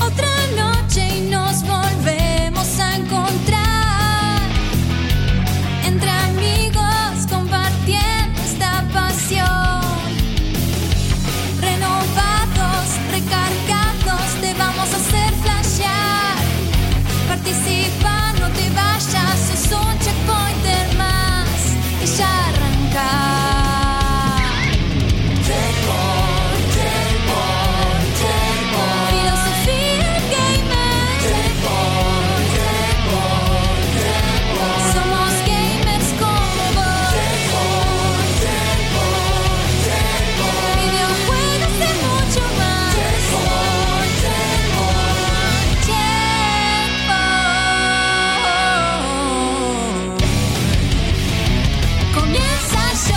Otra noche y nos volvemos a encontrar entre amigos compartiendo esta pasión. Renovados, recargados, te vamos a hacer flashear. Participa, no te vayas, es un checkpointer más y ya arrancar. Filosofía gamer. Somos gamers como vos. Videojuegos y mucho más. Checkpoint. Comienza yo.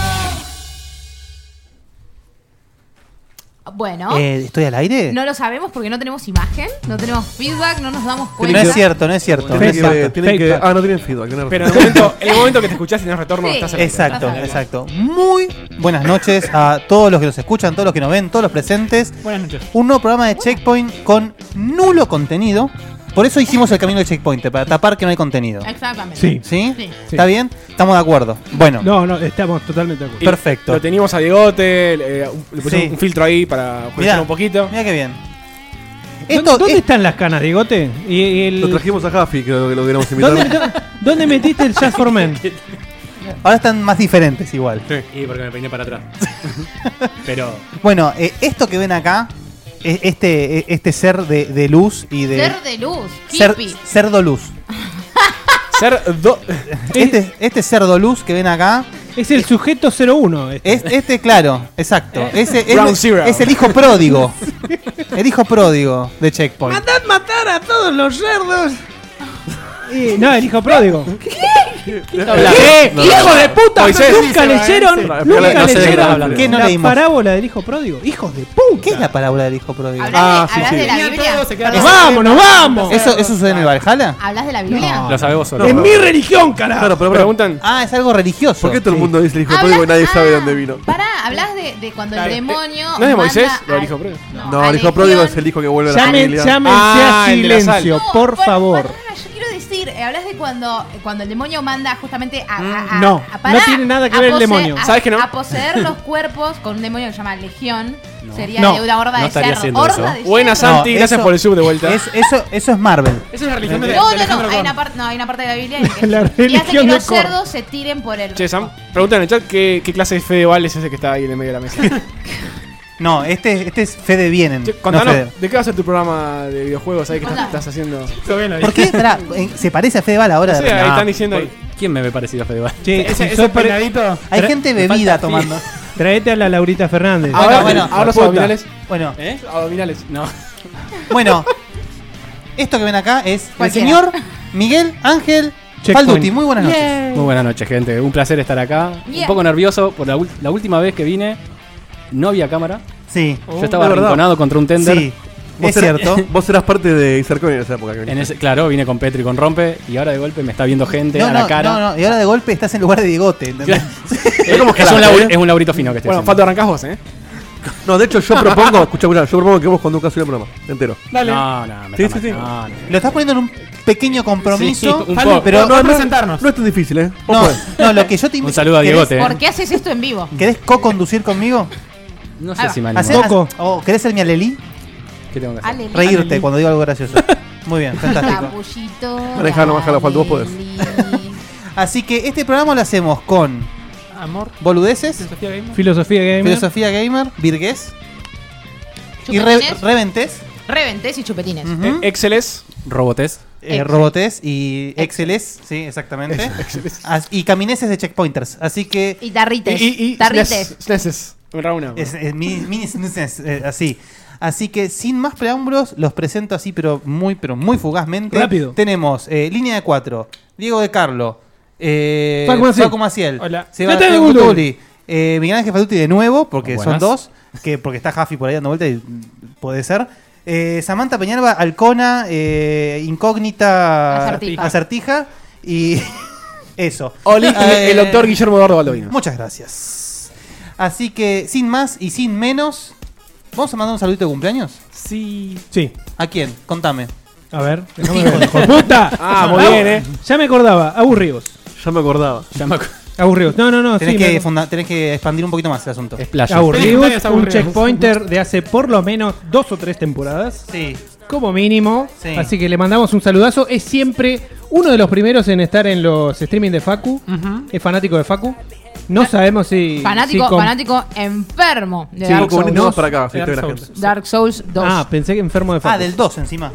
Bueno, Eh, ¿Estoy al aire? no lo sabemos porque no tenemos imagen, no tenemos feedback, no nos damos no cuenta. es cierto, no es cierto. no Tienen es que- cierto. tienen Fake que- fact. ah, no tienen feedback. tienen Pero en el razón. momento, en el momento que te escuchás y tenés retorno, Sí. estás al aire. Exacto, exacto. Muy buenas noches a todos los que nos escuchan, todos los que nos ven, todos los presentes. Buenas noches. Un nuevo programa de Checkpoint con nulo contenido. Por eso hicimos el camino del Checkpoint, para tapar que no hay contenido. Exactamente. Sí. ¿Sí? Sí. ¿Está bien? Estamos de acuerdo. Bueno, No, no, estamos totalmente de acuerdo. Y Perfecto. Lo teníamos a Diegote, le, eh, un- le pusimos Sí. un filtro ahí para mira jugar un poquito. Mira qué bien. ¿Dó- Esto, ¿Dónde es- están las canas, Digote? Y- y el- Lo trajimos a Jaffi, que lo, que lo queríamos ¿dónde, invitar. dó- dónde metiste el Jazz for Men? ahora están más diferentes igual. Y porque me peiné para atrás. Pero Bueno, eh, esto que ven acá, eh, este, eh, este ser de, de luz y de... Ser de luz, Cer- hippie. cerdo luz. Ser do- Este, este cerdo luz que ven acá, eh, Es el sujeto 01. este. es, este, claro, exacto. Ese, es, Ground zero. es el hijo pródigo. El hijo pródigo de Checkpoint. matar a todos los cerdos! no, el hijo pródigo. ¡Hijo de puta! Nunca leyeron, Pues No, no, nunca no sé de qué estás leyeron hablando. ¿Qué no la leímos? parábola del hijo pródigo. ¡Hijos de puta! ¿Qué es la parábola del hijo pródigo? ¿Hablas, Ah, de, sí, hablas sí. de la Biblia? todo se queda ¡Nos vamos, nos vamos! ¿Eso, ¿Eso sucede en el Valhalla? ¿Hablas de la Biblia? No. lo sabemos solo. ¡Es mi religión, carajo! Claro, pero pará, Preguntan. Ah, es algo religioso. ¿por qué todo el mundo dice el hijo Hablas- pródigo y nadie sabe ah, de dónde vino? Pará, hablas de, de cuando el demonio. ¿No es de manda Moisés? al- Lo del hijo pródigo. No, el al hijo pródigo legión. es el hijo que vuelve a la Llamen, familia. llámense Ah, a el de la sal. silencio, No, por bueno, favor. perdona, yo quiero decir, eh, hablas de cuando, cuando el demonio manda justamente a. a- a- no, a- pará, no tiene nada que a ver el pose- demonio. A, Mm, ¿Sabes que no? a poseer los cuerpos con un demonio que se llama Legión. Sería No, de una horda no de estaría cerdos. haciendo Horda eso. de Buena, cerdos. Santi, gracias por el sub de vuelta. Es- eso, eso es Marvel. Eh, Esa es la religión de, de Oh, No, no, Alejandro no, hay Korn. una parte, no, hay una parte de la Biblia en que- La y hace que religión de los Korn. cerdos se tiren por el. Che, Sam, preguntan en el chat qué, qué clase de Fedeval es ese que está ahí en el medio de la mesa. No, este, este es Fede Vienen. Che, no contanos, Fede. ¿de qué va a ser tu programa de videojuegos ahí que estás, Hola. estás haciendo? Sí, ¿Por qué? Pará, eh, ¿Se parece a Fedeval ahora? de ahí repente? están diciendo ahí. ¿Quién me ve parecido a Fedeval? Che, si sos pare- Hay gente bebida tomando. Traete a la Laurita Fernández. Ah, Ahora, bueno, ahora los puta. abdominales. Bueno, ¿Eh? Abdominales. No. bueno. Esto que ven acá es el Cualquiera. señor Miguel Ángel Checkpoint. Falduti. Muy buenas noches. Muy buenas noches, gente. Un placer estar acá. Yeah. Un poco nervioso por la, ul- la última vez que vine. No había cámara. Sí, Yo estaba de verdad. arrinconado contra un tender. sí. Vos Es eras- cierto. Vos eras parte de Isercoin en esa época. En ese- claro, vine con Petri, con Rompe. Y ahora de golpe me está viendo gente No, a la no, cara. no, no, y ahora de golpe estás en lugar de Diegote, ¿entendés? Es, es un labur- es un laburito fino que estoy Bueno, haciendo. Fato, arrancás vos, ¿eh? No, de hecho yo propongo, escuchá, escuchá, yo propongo que vos conduzcas el programa entero. No, no, me Sí, está sí, mal- sí. no, no. Lo estás poniendo en un pequeño compromiso, Sí, un poco. pero no, no, presentarnos. No es tan difícil, ¿eh? Vos no, podés. lo que yo te invito. Un saludo a ¿querés- Diegote. eh. ¿Por qué haces esto en vivo? ¿Querés co-conducir conmigo? No Ahí sé va. si me Hacé- animo. Hacer- Poco. haz- o ¿Querés ser mi alelí? ¿Qué tengo que hacer? Ale, Reírte cuando digo algo gracioso. Muy bien, fantástico. Capullito. Manejalo, manejalo, Juan, vos podés. Lali. Así que este programa lo hacemos con Amor. boludeces, Filosofía gamer. Filosofía gamer. filosofía gamer, virgués y re- Chupetines, reventes, reventes y chupetines. ujú, Eh, Excel es. Robotes. eh, Excel. robotés y exceles, sí, exactamente. As- y camineses de checkpointers. Así que Y tarrites. Y, y, y tarrites. SNES- SNESes. Me raro una. Es, eh, es mini, mini snuses, eh, así. Así que sin más preámbulos, los presento así, pero muy, pero muy fugazmente. Rápido. Tenemos eh, línea de cuatro, Diego de Carlo, Eh, Facu Maciel. Facu Maciel. Hola. Sebastián Natalia Gutuli. Gutuli. Eh, Miguel Ángel Fatuti de nuevo, porque son Buenas. dos. que Porque está Jaffi por ahí dando vuelta y mm, puede ser. Eh, Samantha Peñalba, Alcona, eh, Incógnita, Acertija. Acertija y eso. Oli, Eh, el doctor Guillermo Eduardo Baldovino. Muchas gracias. Así que, sin más y sin menos, ¿vamos a mandar un saludito de cumpleaños? Sí. Sí. ¿A quién? Contame. A ver. déjame ver, hijo de puta! Ah, muy bien, eh. Ya me acordaba. Aburridos. Ya me acordaba. Ya me acu- Aburridos. No, no, no. Tenés, sí, me que, acuerdo. funda- tenés que expandir un poquito más el asunto. es playa. Aburridos, Feliz un cumpleaños, checkpointer de hace por lo menos dos o tres temporadas. Sí. Como mínimo. Sí. Así que le mandamos un saludazo. Es siempre uno de los primeros en estar en los streaming de Facu. Es fanático de Facu. No sabemos si. Fanático, si con- fanático enfermo de Sí, Dark como Souls. venimos para acá, Dark filtré la Souls. gente. Dark Souls 2. Ah, pensé que enfermo de Facu. Ah, del 2 encima.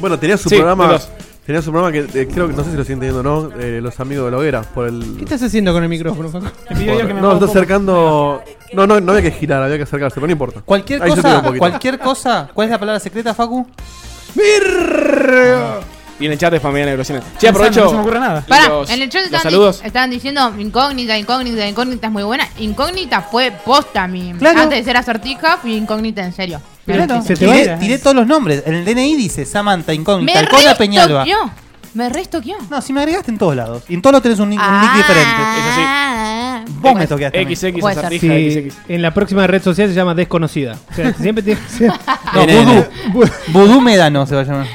Bueno, tenía su Sí, de programa. los- Tenía su programa que eh, creo que no sé si lo siguen teniendo o no. eh, los amigos de la hoguera. Por el. ¿Qué estás haciendo con el micrófono, Facu? por- no, está acercando. No, no, no había que girar, había que acercarse, pero no importa. Cualquier Ahí yo te digo cosa, un poquito. cualquier cosa. ¿Cuál es la palabra secreta, Facu? Y en el chat de Familia Negrosina. Che, aprovecho. Eh. No se me ocurre nada. Pará, los- en el chat los estaban, saludos. di- estaban diciendo incógnita, incógnita, incógnita es muy buena. Incógnita fue posta mi. Claro. Antes de ser acertija, fui incógnita en serio. Me Claro. resto- Se te tiré, baila. tiré todos los nombres. En el DNI dice Samantha Me Incógnita, Alcona Peñalba. restoqueó. Me restoqueó. No, si me agregaste en todos lados. Y en todos los tenés un, un nick diferente. Ah, Ah. Vos me toqueaste. a mí. XX, Puede ser. acertija, Sí, XX. en la próxima red social se llama desconocida. O sea, siempre tiene que ser- No, Vudú. Vudú Medano se va a llamar.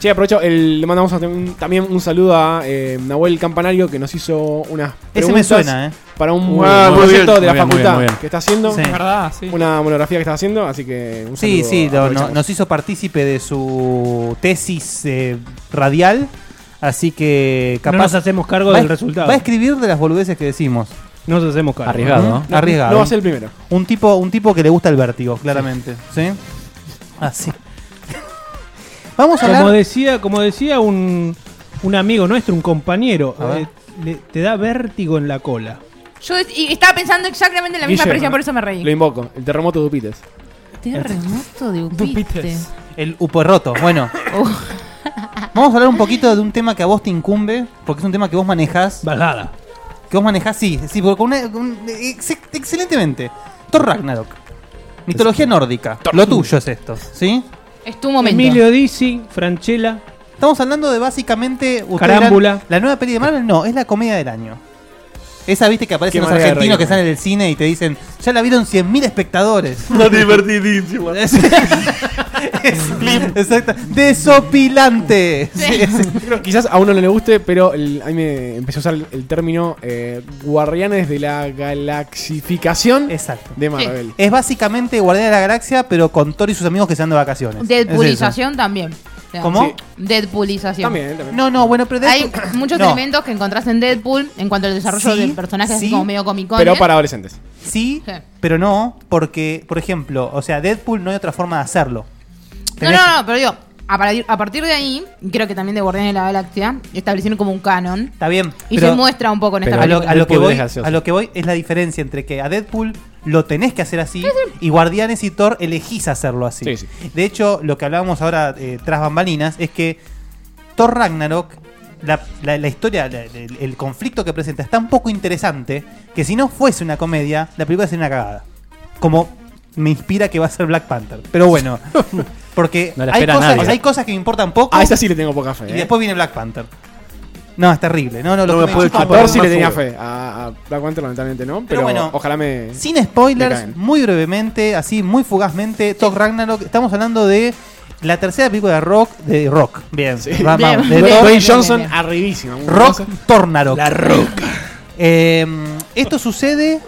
Che, aprovecho, el- le mandamos a- un- también un saludo a eh, Nahuel Campanario que nos hizo unas Ese preguntas me suena, ¿eh? para un Ah, Muy un bien, proyecto muy de la bien, muy bien, facultad muy bien. que está haciendo, Sí. verdad, sí. una monografía que está haciendo, así que un Sí, saludo, sí, lo- no- aprovechamos. nos hizo partícipe de su tesis eh, radial. Así que capaz. no nos hacemos cargo va a- del resultado. Va a escribir de las boludeces que decimos. No nos hacemos cargo. Arriesgado, ¿no? ¿Mm? Arriesgado. No va a ser el primero. Un tipo, un tipo que le gusta el vértigo, claramente. ¿Sí? Así. Vamos a Como hablar. decía, como decía un, un amigo nuestro, un compañero, A ver. eh, le- te da vértigo en la cola. Yo es- y estaba pensando exactamente en la misma Guille, expresión, por eso me Lo reí. invoco, el terremoto de Upites. Terremoto de eh. Upite. El uporroto. Bueno. Oh. Vamos a hablar un poquito de un tema que a vos te incumbe, porque es un tema que vos manejás. Bajada. Que vos manejás, sí, sí, porque con una- con- ex- excelentemente. Thor Ragnarok. Mitología nórdica. Lo tuyo es esto, ¿sí? Es tu momento. Emilio Dizzi, Franchella. Estamos hablando de básicamente. ustedes Carámbula. eran- La nueva peli de Marvel, no, es la comedia del año. Esa, viste, que aparecen Qué los manera de argentinos que reírme. salen del cine y te dicen, ya la vieron 100.000 espectadores. Está divertidísimo. Es, clip. Exacto. Desopilante. Sí, es- Quizás a uno no le guste, pero el- a mí me empezó a usar el, el término eh, guardianes de la galaxificación Exacto. de Marvel. Es básicamente Guardián de la Galaxia, pero con Thor y sus amigos que se dan de vacaciones. Es Deadpoolización también. O sea, eso. ¿Cómo? Sí. Deadpoolización. También, también. No, no, bueno, pero Hay Deadpool- muchos no. elementos que encontrás en Deadpool en cuanto al desarrollo Sí, de personajes así sí, como medio cómicos. pero para adolescentes. Sí, Sí. pero no, porque, por ejemplo, o sea, Deadpool no hay otra forma de hacerlo. No, Tenés- no, no, pero digo, a partir, a partir de ahí, creo que también de Guardianes de la Galaxia, establecieron como un canon. Está bien. Y pero se muestra un poco en esta a lo, película. a lo que Deadpool voy, es gracioso. a lo que voy es la diferencia entre que a Deadpool lo tenés que hacer así y Guardianes y Thor elegís hacerlo así. Sí, sí. De hecho, lo que hablábamos ahora eh, tras bambalinas es que Thor Ragnarok, la, la- la historia, la- el, el conflicto que presenta es tan poco interesante que si no fuese una comedia, la película sería una cagada. Como me inspira que va a ser Black Panther. Pero bueno, porque No la hay, espera cosas, nadie. hay cosas que me importan poco A esa sí le tengo poca fe. y ¿eh? después viene Black Panther. No, es terrible. No, no, lo No que me puede chupa a un chupar. Thor huevo. sí le tenía Pero fe. A, a Black Panther lamentablemente no, pero, bueno, ojalá me... Sin spoilers, Me caen. muy brevemente, así muy fugazmente, Thor Ragnarok, estamos hablando de la tercera película de Rock, de Rock. Bien, va- Bien, vamos, de bien, Thor, Dwayne bien, Johnson bien. arribísimo. Rock Tornarok. La roca. esto sucede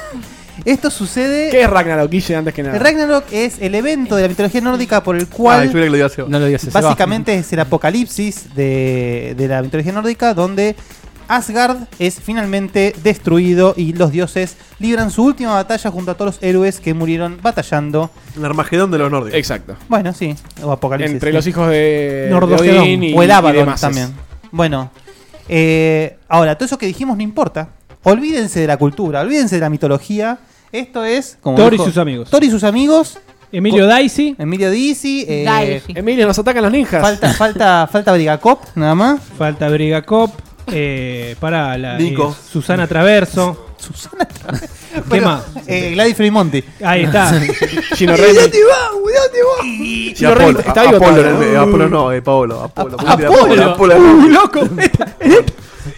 esto sucede ¿Qué es Ragnarok, Guille, antes que nada? el Ragnarok es el evento de la mitología nórdica por el Ay, cual yo quería que lo diga Seba. No lo digas. Seba. Básicamente es el apocalipsis de, de la mitología nórdica donde Asgard es finalmente destruido y los dioses libran su última batalla junto a todos los héroes que murieron batallando. El Armagedón de los nórdicos. Exacto. Bueno, sí, o apocalipsis. Entre sí. los hijos de, de Nordogedón, Odín y, o el y Abaddon demás. también. Bueno, eh, ahora, todo eso que dijimos no importa. Olvídense de la cultura, olvídense de la mitología. Esto es como Thor y sus amigos. Thor y sus amigos Emilio Daisy, Emilio Dizzy, eh, Daishi. Emilio, nos atacan los ninjas. falta, falta, falta Brigacop, nada más. falta Brigacop, eh, para la eh, Nico. Susana Traverso. Susana Traverso. ¿Qué más? Eh, Gladys Fremonti. Ahí está. Chino Remy. Y Chino Remy. Apolo, Está a- vivo Apolo, todavía, eh, ¿no? Apolo no, eh, Paolo. Apolo. ¿Por qué tira Apolo. Apolo, Uy, Apolo. loco. Esta- en, esta,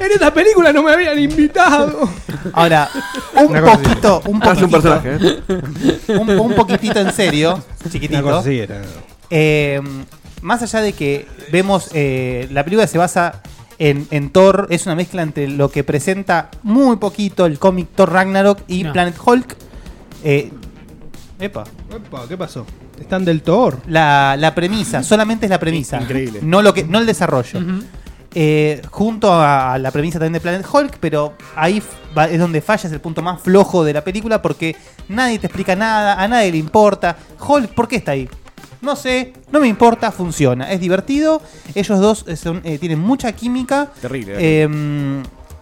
en esta película no me habían invitado. Ahora, un poquito, un poquitito, Casi un personaje, eh. un, un poquitito en serio, chiquitito. Eh, más allá de que vemos, eh, la película se basa en, en Thor, es una mezcla entre lo que presenta muy poquito el cómic Thor Ragnarok y No. Planet Hulk. Eh, epa. Epa, ¿qué pasó? Están del Thor. La, la premisa, solamente es la premisa. Increíble. No, lo que, no el desarrollo. Eh, junto a, a la premisa también de Planet Hulk, pero ahí f- va- es donde falla, es el punto más flojo de la película porque nadie te explica nada, a nadie le importa. Hulk, ¿por qué está ahí? No sé, no me importa, funciona. Es divertido, ellos dos eh, son, eh, tienen mucha química. Terrible. Eh,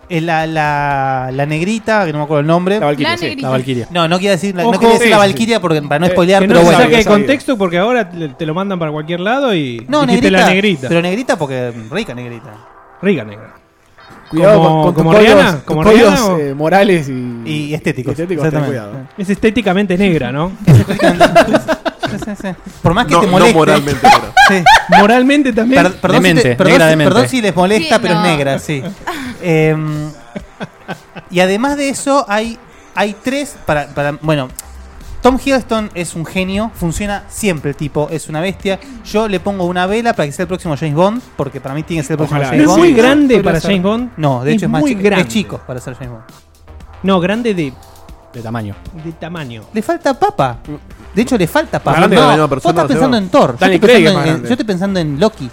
eh, la, la- la negrita, que no me acuerdo el nombre. La Valkyria, La sí. negrita. La Valkyria. No, no quiero decir, la, no Ojo, quería decir la sí, sí. Valkyria porque, para no Eh, spoilear, que no pero se bueno. saque de Sabía, sabía. contexto porque ahora te, te lo mandan para cualquier lado y No, dijiste negrita, la negrita. Pero negrita porque rica negrita. Riga negra. Cuidado Como- con, con tus como códigos- Rihanna, tus como códigos, Rihanna, o- eh, morales y, Y estéticos, estéticos, ten exactamente. cuidado. Es estéticamente negra, ¿no? Sí, sí, sí. Por más que No, te no moleste. moralmente, pero. sí. Moralmente también. Per- perdón, si Demente, te- perdón negra si- demente. perdón si les molesta, Sí, pero no. es negra, sí. Em, y además de eso, hay, hay tres. Para, para- bueno, Tom Hiddleston es un genio, funciona siempre el tipo, es una bestia. Yo le pongo una vela para que sea el próximo James Bond, porque para mí tiene que ser el próximo Ojalá, No James es Bond. muy Sí, grande podría para ser. James Bond. No, de hecho es, más muy chi- grande. es chico para ser James Bond. No, grande de, De tamaño. de tamaño. Le falta papa. De hecho, le falta papa. Grande No, la misma vos persona, estás pensando Seba. en Thor. Yo Daniel estoy Craig es pensando más en- grande. yo estoy pensando en Loki.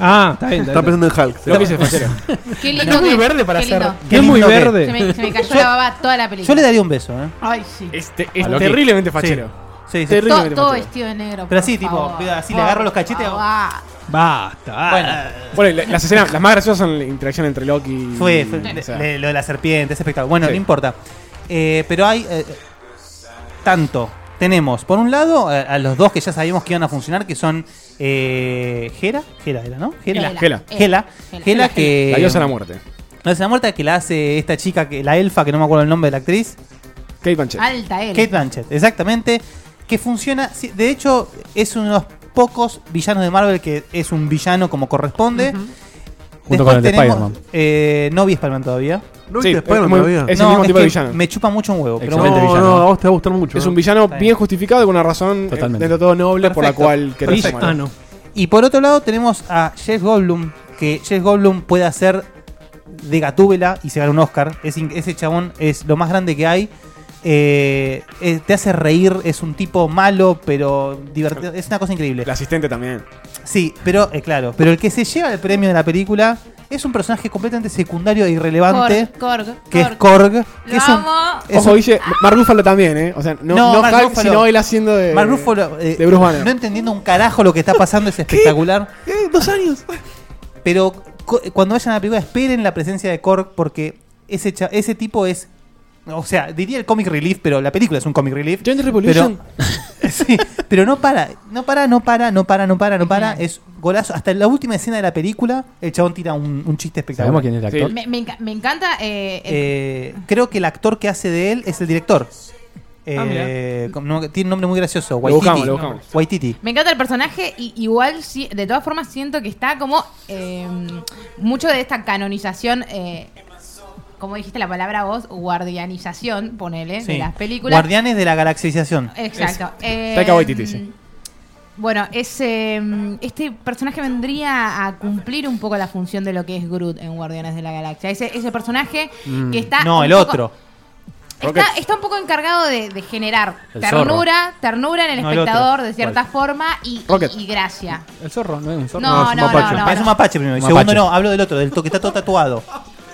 Ah, está bien. Está Está bien. pensando en Hulk. Lo que Seba. hice fachero. Qué lindo. Es muy que- verde para qué ser. lindo. Que es muy Qué lindo Se verde. me, se me cayó la baba toda la película. Yo le daría un beso, ¿eh? Ay, sí. Este, es A Loki. terriblemente fachero. Sí, sí. Terrible. To- Rímel, todo Mateo. vestido de negro. Ah, Pero por así, tipo, favor. mira, así le Por agarro los cachetes. favor. Basta. Bueno, Bueno, la- las escenas, las más graciosas son la interacción entre Loki y. fue, fue- o sea, le- lo de la serpiente, ese espectáculo. Bueno, Sí. no importa. Eh, pero hay eh, tanto. Tenemos, por un lado, a, a los dos que ya sabíamos que iban a funcionar, que son eh, Gera, Gera era, ¿no? Gera, Gela, Gela. Gela, Gela. Gela que la diosa de la muerte. no es la muerta que la hace esta chica, que la elfa, que no me acuerdo el nombre de la actriz. Kate Blanchett. Alta él. Kate Blanchett, exactamente. Que funciona. sí, De hecho, es uno de los pocos villanos de Marvel que es un villano como corresponde. Junto con el de tenemos- Spider-Man. eh, no vi Spider-Man todavía. No Sí, viste Spider-Man es muy- todavía. es- No, el mismo tipo de que villano. Me chupa mucho un huevo. Pero Excelente bueno, No, villano. no, a vos te va a gustar mucho. Es ¿no? un villano Está bien. bien justificado y con una razón eh, Totalmente. dentro de todo noble por la Perfecto. cual querés Perfecto. Ah, tomarlo. Villano. Y por otro lado, tenemos a Jeff Goldblum. Que Jeff Goldblum puede hacer de Gatúbela y se gana un Oscar. Es in- ese chabón es lo más grande que hay. Eh, eh, te hace reír, es un tipo malo, pero divertido. Es una cosa increíble. El asistente también. Sí, pero eh, claro, pero el que se lleva el premio de la película es un personaje completamente secundario e irrelevante, Korg, Korg, que es Korg. Korg, que Lo es un, amo. es Ojo, un- Guille, Mark Ruffalo también, ¿eh? O sea, no, No, no Mark Hulk, Ruffalo. sino él haciendo de. Mark Ruffalo, eh, de Bruce Banner. no entendiendo un carajo lo que está pasando es espectacular, Eh, dos años. pero co- cuando vayan a la película esperen la presencia de Korg porque ese cha- ese tipo es o sea, diría el comic relief, pero la película es un comic relief. Join the Revolution. Pero, sí, pero no para, no para, no para, no para, no para, no para. Es golazo. Hasta en la última escena de la película, el chabón tira un, un chiste espectacular. ¿Sabemos quién es el actor? Me, me enca- me encanta. eh, el- Eh, creo que el actor que hace de él es el director. Ah, Eh, con- no- tiene un nombre muy gracioso. Waititi. buscamos, lo buscamos. Waititi. Me encanta el personaje y igual sí- de todas formas siento que está como eh, mucho de esta canonización, eh, como dijiste la palabra vos, guardianización, ponele, de Sí. las películas. Guardianes de la Galaxización. Exacto. Eh, Taika Waititi, sí. Bueno, ese, mm, este personaje vendría a cumplir un poco la función de lo que es Groot en Guardianes de la Galaxia. Ese, ese personaje Mm. que está... Mm, no, un el poco- otro. Está, está un poco encargado de, de generar El ternura, ternura en el No, el espectador otro. de cierta forma y, y- Rocket. y gracia. El zorro, no es un zorro. No, es un no, no, mapache. no. Parece un no. mapache primero. Y Un segundo, mapache. no, hablo del otro, del to- que está todo tatuado.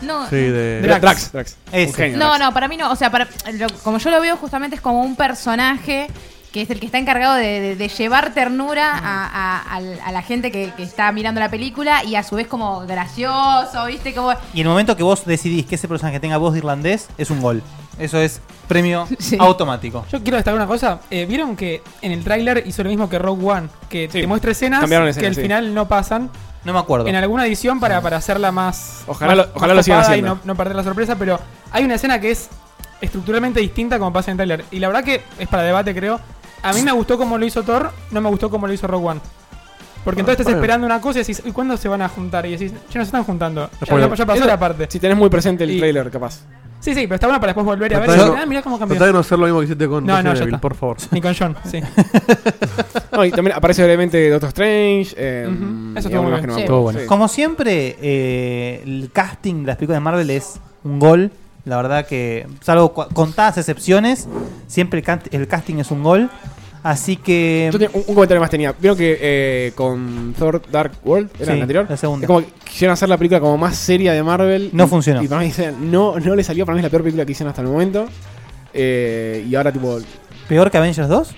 No, Sí, de. Drax. Drax. Ese. Un genio, no, Drax. no, para mí no. O sea, para, lo- como yo lo veo, justamente es como un personaje que es el que está encargado de, de- de llevar ternura a, a- al- a la gente que, que está mirando la película y a su vez como gracioso, ¿viste? Como. Y en el momento que vos decidís que ese personaje tenga voz de irlandés, es un gol. Eso es premio Sí. automático. Yo quiero destacar una cosa. Eh, ¿Vieron que en el tráiler hizo lo mismo que Rogue One? Que Sí. te muestra escenas, Cambiaron escenas, que al sí. final no pasan. No me acuerdo. En alguna edición para, para hacerla más. Ojalá más- lo- ojalá más lo sigan copada y haciendo. no, no perder la sorpresa, pero hay una escena que es estructuralmente distinta como pasa en el tráiler. Y la verdad que es para debate, creo. A mí me gustó como lo hizo Thor, no me gustó como lo hizo Rogue One. Porque entonces estás bueno. esperando una cosa y decís, ¿y cuándo se van a juntar? Y decís, ya no se están juntando. Ya, Spoiler. ya- ya pasó Eso- la parte. Si tenés muy presente el Y- trailer, capaz. Sí, sí, pero está bueno para después volver a ver. Tratá y de decir, no- ah, mirá cómo Tratá de cambió. no hacer lo mismo que hiciste con No, no, Resident ya Evil, está. por favor. Ni con John, sí. No, y también aparece brevemente Doctor Strange. eh, Ujú. Eso y estuvo alguna muy más que no me bien. Sí. acuerdo. Estuvo bueno. Sí. Como siempre, eh, el casting de las películas de Marvel es un gol. La verdad que, salvo cua- contadas excepciones, siempre el, cant- el casting es un gol. Así que... Yo tenía un, un comentario más tenía. Vieron que eh, con Thor Dark World, era Sí, el anterior. la segunda. Es como que quisieron hacer la película como más seria de Marvel. No Y- funcionó. Y para mí dicen, no, no le salió, para mí es la peor película que hicieron hasta el momento. Eh, y ahora tipo. ¿Peor que Avengers 2?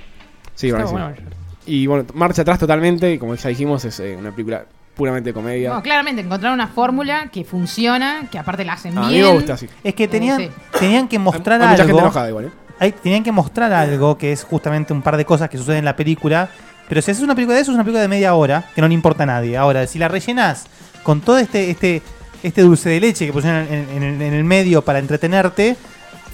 Sí, para mí Está sí. bueno. Y bueno, marcha atrás totalmente, y como ya dijimos, es eh, una película puramente de comedia. No, claramente, encontrar una fórmula que funciona, que aparte la hacen a mí bien. me gusta así. Es que tenían, sí. tenían que mostrar Hay mucha gente algo. enojada igual, ¿eh? Hay- tenían que mostrar algo que es justamente un par de cosas que suceden en la película. Pero si haces una película de eso, es una película de media hora, que no le importa a nadie. Ahora, si la rellenas con todo este, este, este dulce de leche que pusieron en, en- en- en el medio para entretenerte,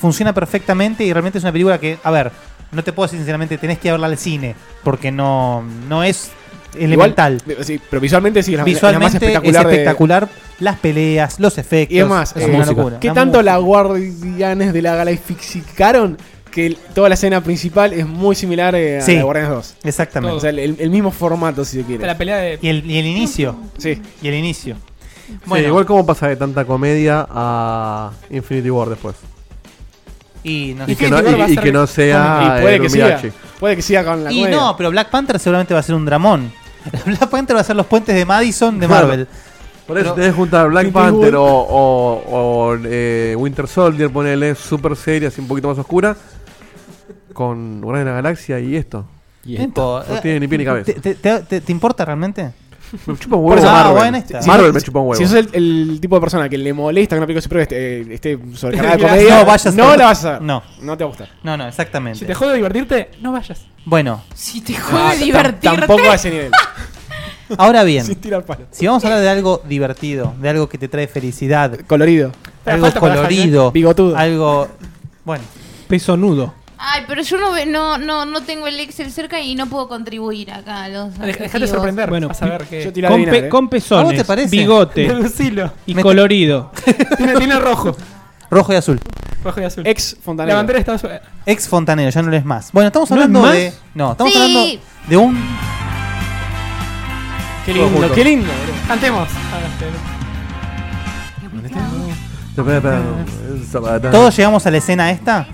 funciona perfectamente y realmente es una película que, a ver, no te puedo decir sinceramente, tenés que verla al cine, porque no, no es elemental. Igual, eh, sí, pero visualmente sí, es la, la- la más Visualmente espectacular. es de- espectacular, las peleas, los efectos. y además, es eh, una locura. ¿qué La tanto música. la Guardianes de la Galaxificaron? Que el- toda la escena principal es muy similar eh, a Sí. la de Guardianes 2. Exactamente. O sea, el, el mismo formato, si se quiere. La pelea de Y el, y el inicio. Sí. Y el inicio. Sí, igual ccomo pasa de tanta comedia a Infinity War después. Y no Y sé. que no, Infinity War va a y, y ser- que no sea y puede el que, siga, Umiachi. puede que siga con la Y comedia. no, pero Black Panther seguramente va a ser un dramón. Black Panther va a ser los puentes de Madison de Claro. Marvel. Por eso Pero- tenés que juntar Black Infinity Panther o, War. o- o, eh, Winter Soldier, ponele super seria, así un poquito más oscura, con Guardianes de la Galaxia y esto. Y No esto. importa. No tiene ni pie ni cabeza. Eh, ¿Te, te, te- te- te importa realmente? Me chupa un Por huevo eso- Ah, Marvel. bueno, está. Marvel me chupa un huevo. Si sos el, el tipo de persona que le molesta que una película este, super esté, esté sobrecargada eh, de No comedia, vayas a- no la vas a ver. No. No te va a gustar. No, no, exactamente. Si te jode divertirte, no vayas. Bueno, Ah, Si te jode Tam- divertirte. Tampoco a ese nivel. ahora bien, sin tirar palo. si vamos a hablar de algo divertido, de algo que te trae felicidad, Colorido. algo falta para la colorido, Bigotudo. algo. Bueno, Peso nudo. Ay, pero yo no, ve- no, no, no tengo el Excel cerca y no puedo contribuir acá a los. Dej- Dejate adjetivos. sorprender. Bueno, vas a ver que. Yo te la Con, pe- adivinar, ¿eh? con ¿A vos te pezones, parece? bigote Lucilo. y Me- colorido. Tiene, tiene rojo. rojo y azul. Rojo y azul. Ex la Fontanella. bandera de Estados Unidos. Ex fontanero, ya no lo es más. Bueno, estamos ¿No es hablando más? de. No, estamos Sí. hablando de un. Qué Todo lindo, junto. qué lindo. boludo. Ah, este, Cantemos. Ah, Todos llegamos a la escena esta.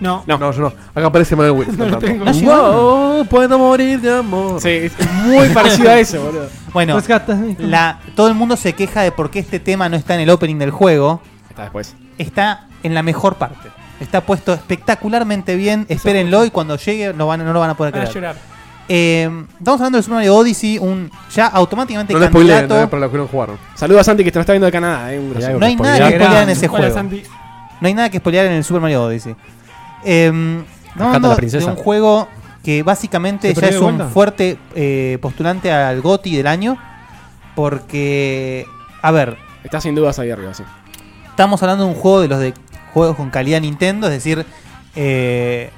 No. No, yo no. Acá aparece Manuel Wilson. No lo cantando. tengo. No llegó. Wow, puedo morir de amor. Sí, es muy parecido a eso, boludo. Bueno, Las gatas, eh. la, todo el mundo se queja de por qué este tema no está en el opening del juego. Está después. Está en la mejor parte. Está puesto espectacularmente bien. Espérenlo y cuando llegue no, van, no lo van a poder Van a creer. llorar. Eh, estamos hablando de Super Mario Odyssey, un ya automáticamente No le spoileé, candidato. no, para los que no jugaron. Saludos a Santi que te lo está viendo de Canadá, eh. Un grosso. no hay nada que spoilear. spoilear en ese Hola, juego. Santi. No hay nada que spoilear en el Super Mario Odyssey. Eh, estamos encanta hablando la de princesa. un juego que básicamente ¿Se ya perdió es de un vuelta? fuerte eh, postulante al GOTI del año. Porque, a ver, Está sin dudas ahí arriba, sí. Estamos hablando de un juego de los de juegos con calidad Nintendo, es decir, eh,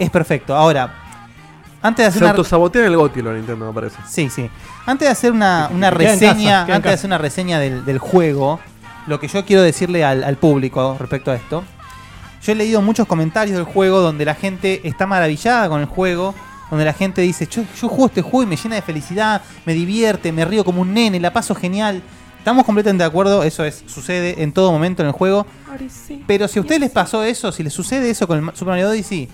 es perfecto. Ahora, antes de hacer Se una, autosabotean el GOTY lo de Nintendo, me parece. sí, sí, antes de hacer una, una Queda en casa, reseña, queda en antes de casa. hacer una reseña del, del juego, lo que yo quiero decirle al, al público respecto a esto, yo he leído muchos comentarios del juego donde la gente está maravillada con el juego. Donde la gente dice, yo, yo juego este juego y me llena de felicidad, me divierte, me río como un nene, la paso genial. Estamos completamente de acuerdo, eso es, sucede en todo momento en el juego. Pero si a ustedes les pasó eso, si les sucede eso con el Ma- Super Mario Odyssey,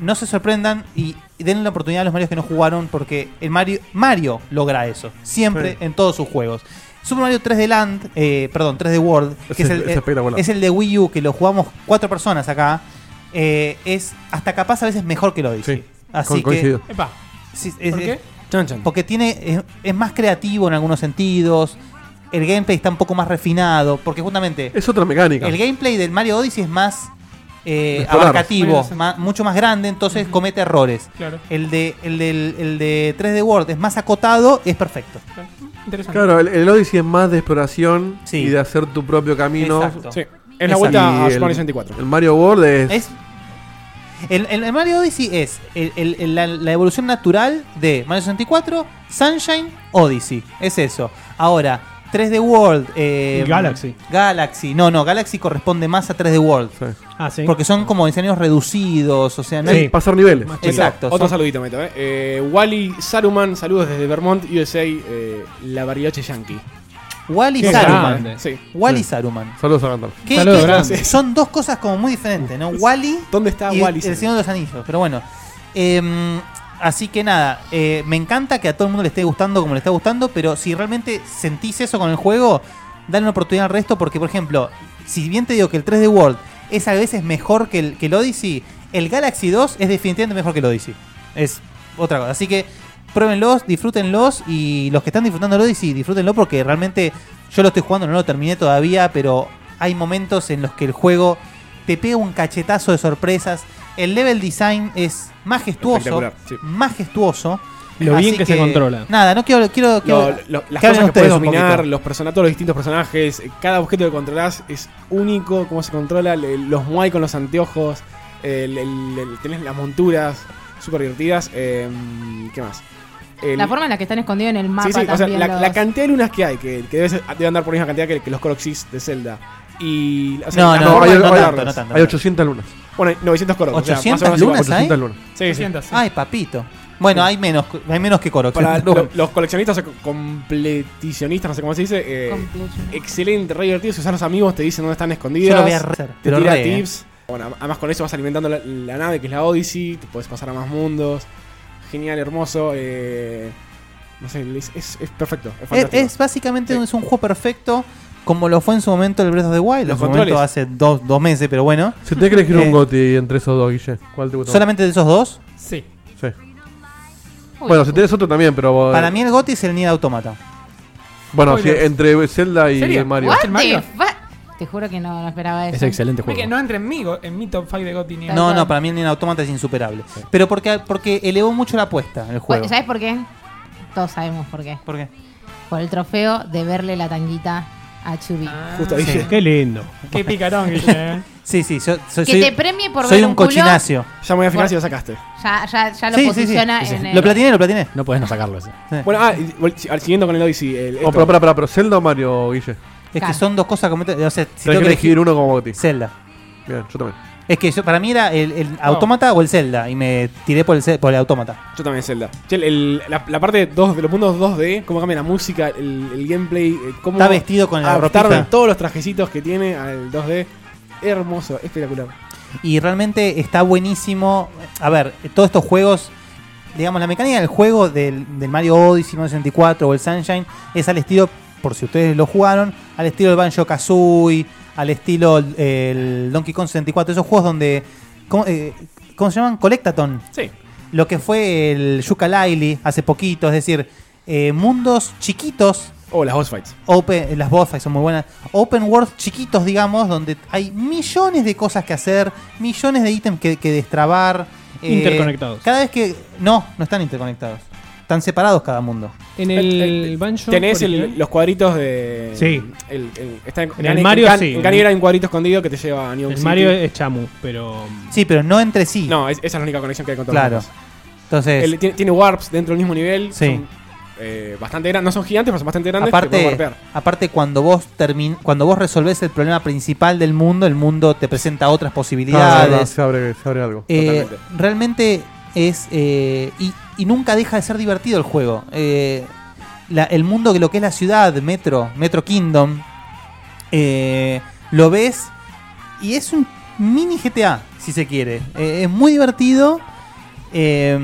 no se sorprendan y y denle la oportunidad a los Marios que no jugaron porque el Mario, Mario logra eso, siempre Sí. en todos sus juegos. Super Mario 3D Land, eh, perdón, 3D World, que Ese es, es- el, eh, es espectacular. es el de Wii U que lo jugamos cuatro personas acá, eh, es hasta capaz a veces mejor que el Odyssey. Sí, Así Con- que coincido. Epa. sí, es- ¿Por qué? Chan, chan. porque tiene es, es más creativo en algunos sentidos, el gameplay está un poco más refinado, porque justamente Es otra mecánica. el gameplay del Mario Odyssey es más eh, Explorar. abarcativo, Ahí lo ma- mucho más grande, entonces comete errores. Claro. El de, el, del, el de 3D World es más acotado, es perfecto. Interesante. Claro, el, el Odyssey es más de exploración Sí. y de hacer tu propio camino. Exacto. Sí. Es la Exacto. vuelta a Y Super Mario el- 64. El Mario World es, Es, el, el- el Mario Odyssey es el- el- el- la, la evolución natural de Mario 64, Sunshine, Odyssey. Es eso. Ahora, 3D World. eh, Y Galaxy. Galaxy. No, no, Galaxy corresponde más a 3D World. Ah, sí. Porque son como diseños reducidos, o sea, no Sí. hay- pasar niveles. Exacto. Otro son- saludito, Meto. Eh. Eh, Wally Saruman, saludos desde Vermont, USA, eh, la Bariloche Yankee. Wally Qué Saruman. grande. Sí. Wally Saruman. Saludos a Gandalf. Que- Saludos, que grande. son dos cosas como muy diferentes, ¿no? Wally ¿Dónde está y Wally? el Señor de los Anillos, pero bueno. Eh, así que nada, eh, me encanta que a todo el mundo le esté gustando como le está gustando, pero si realmente sentís eso con el juego, dale una oportunidad al resto, porque por ejemplo, si bien te digo que el 3D World es a veces mejor que el, que el Odyssey, el Galaxy 2 es definitivamente mejor que el Odyssey. Es otra cosa. Así que pruébenlos, disfrútenlos y los que están disfrutando el Odyssey, disfrútenlo porque realmente yo lo estoy jugando, no lo terminé todavía, pero hay momentos en los que el juego te pega un cachetazo de sorpresas. El level design es majestuoso. Espectacular, sí. Majestuoso. Lo bien Así que se controla. Nada, no quiero. quiero, Lo- quiero- lo- las que hablen cosas que ustedes puedes un dominar, poquito. los personajes, todos los distintos personajes, eh, cada objeto que controlás es único, cómo se controla, le- los muay con los anteojos, el- el- el- tenés las monturas súper divertidas, eh, ¿qué más? El- La forma en la que están escondidos en el mapa Sí, sí, o sea, también. la, los- la cantidad de lunas que hay, que, que debe, ser- debe andar por la misma cantidad que, que los Coroxys de Zelda. Y, o sea, No, la no, forma hay- de hay- controlarlos. no tanto. Hay 800 lunas. Bueno, 900 Corox. o sea, más o 800 menos igual. lunas, ¿eh? 800 lunas. Sí, sí. 300, sí. Ay, papito. Bueno, hay menos, hay menos que Coro. Para lo- los coleccionistas o co- completicionistas, no sé cómo se dice, eh, Completion. excelente, re divertido. Si usas los amigos, te dicen dónde están escondidas. Yo lo voy a re- te pero tira re, eh. tips. Bueno, am- además con eso vas alimentando la, la nave, que es la Odyssey. Te puedes pasar a más mundos. Genial, hermoso. eh, no sé, es, es- es perfecto. Es Es, fantástico. es básicamente Sí. un- es un juego perfecto, como lo fue en su momento el Breath of the Wild. Los en su momento controles. hace dos, dos meses, pero bueno. Si te crees que era Eh. un goti entre esos dos, Guille, ¿cuál te gusta? más? Solamente de esos dos. Sí. Sí. Uy, Bueno, si tenés otro también, pero. vos- eh, Para mí el GOTI es el Nier Automata. Bueno, sí, Spoilers. entre Zelda y ¿Serio? Mario. what ¿Es el Mario? the fu- Te juro que no, no esperaba eso. Es excelente Es que juego. no entre en mi, go- en mi top 5 de GOTY ni Tal No, cual. no, para mí el Nier Automata es insuperable. Pero porque, porque elevó mucho la apuesta en el juego. Bueno, ¿Sabes por qué? Todos sabemos por qué. ¿Por qué? Por el trofeo de verle la tanguita a Chubby. Ah. Justo dije. Qué lindo. Qué picarón, Guille. ¿eh? Sí, sí, yo soy, que soy- te premie por soy ver un, un, culo, cochinacio. Ya me voy a fijar Bueno. si lo sacaste. Ya, ya, ya lo Sí, sí, sí. posiciona Sí, sí. en el... Lo platiné, lo platiné. No podés no sacarlo ese. Bueno, ah, y- vol- si- al- siguiendo con el Odyssey. El, Oh, esto. pero, pero, pero, pero, ¿Zelda o Mario, Guille? Es que Claro. son dos cosas completamente. O sea, si Tenés tengo que que elegir uno como goti. elegir- Zelda. Bien, yo también. Es que yo, para mí era el, el Autómata o el Zelda. Y me tiré por el, Ze- por el Autómata. Yo también Zelda. Che, el- el- la, la parte de dos, de los mundos 2D, cómo cambia la música, el, el gameplay, eh, cómo Está vestido con la adaptaron ropita. todos los trajecitos que tiene al 2D. Hermoso, espectacular. Y realmente está buenísimo. A ver, todos estos juegos. Digamos, la mecánica del juego del, del Mario Odyssey, Mario 64 o el Sunshine es al estilo, por si ustedes lo jugaron, al estilo del Banjo Kazooie, al estilo eh, el Donkey Kong 64. Esos juegos donde. ¿Cómo, eh, cómo se llaman? Collectathon. Sí. lo que fue el Yooka-Laylee hace poquito, es decir, eh, mundos chiquitos, O Oh, las boss fights. open, eh, las boss fights son muy buenas, open world chiquitos, digamos, donde hay millones de cosas que hacer, millones de ítems que, que destrabar. eh, Interconectados. Cada vez que... No, no están interconectados. Están separados cada mundo. En el- el Banjo. Tenés el- original. los cuadritos de. Sí. El, el- está en, En el Mario, en Can- sí. En Canyon hay un cuadrito escondido que te lleva a New York El City. Mario es Chamu, pero. Sí, pero no entre sí. No, es- esa es la única conexión que hay con todos los claro. mundos. Entonces, El- tiene, tiene warps dentro del mismo nivel. Sí. Son, eh, bastante grandes. No son gigantes, pero son bastante grandes. te pueden aparte, warpear. aparte cuando vos termin cuando vos resolvés el problema principal del mundo, el mundo te presenta otras Ah, posibilidades. no, se, abre, se abre algo. Eh, Totalmente. realmente es. eh, y, y nunca deja de ser divertido el juego. Eh, la- el mundo que lo que es la ciudad, Metro, Metro Kingdom, eh, lo ves y es un mini GTA, si se quiere. Eh, es muy divertido. eh,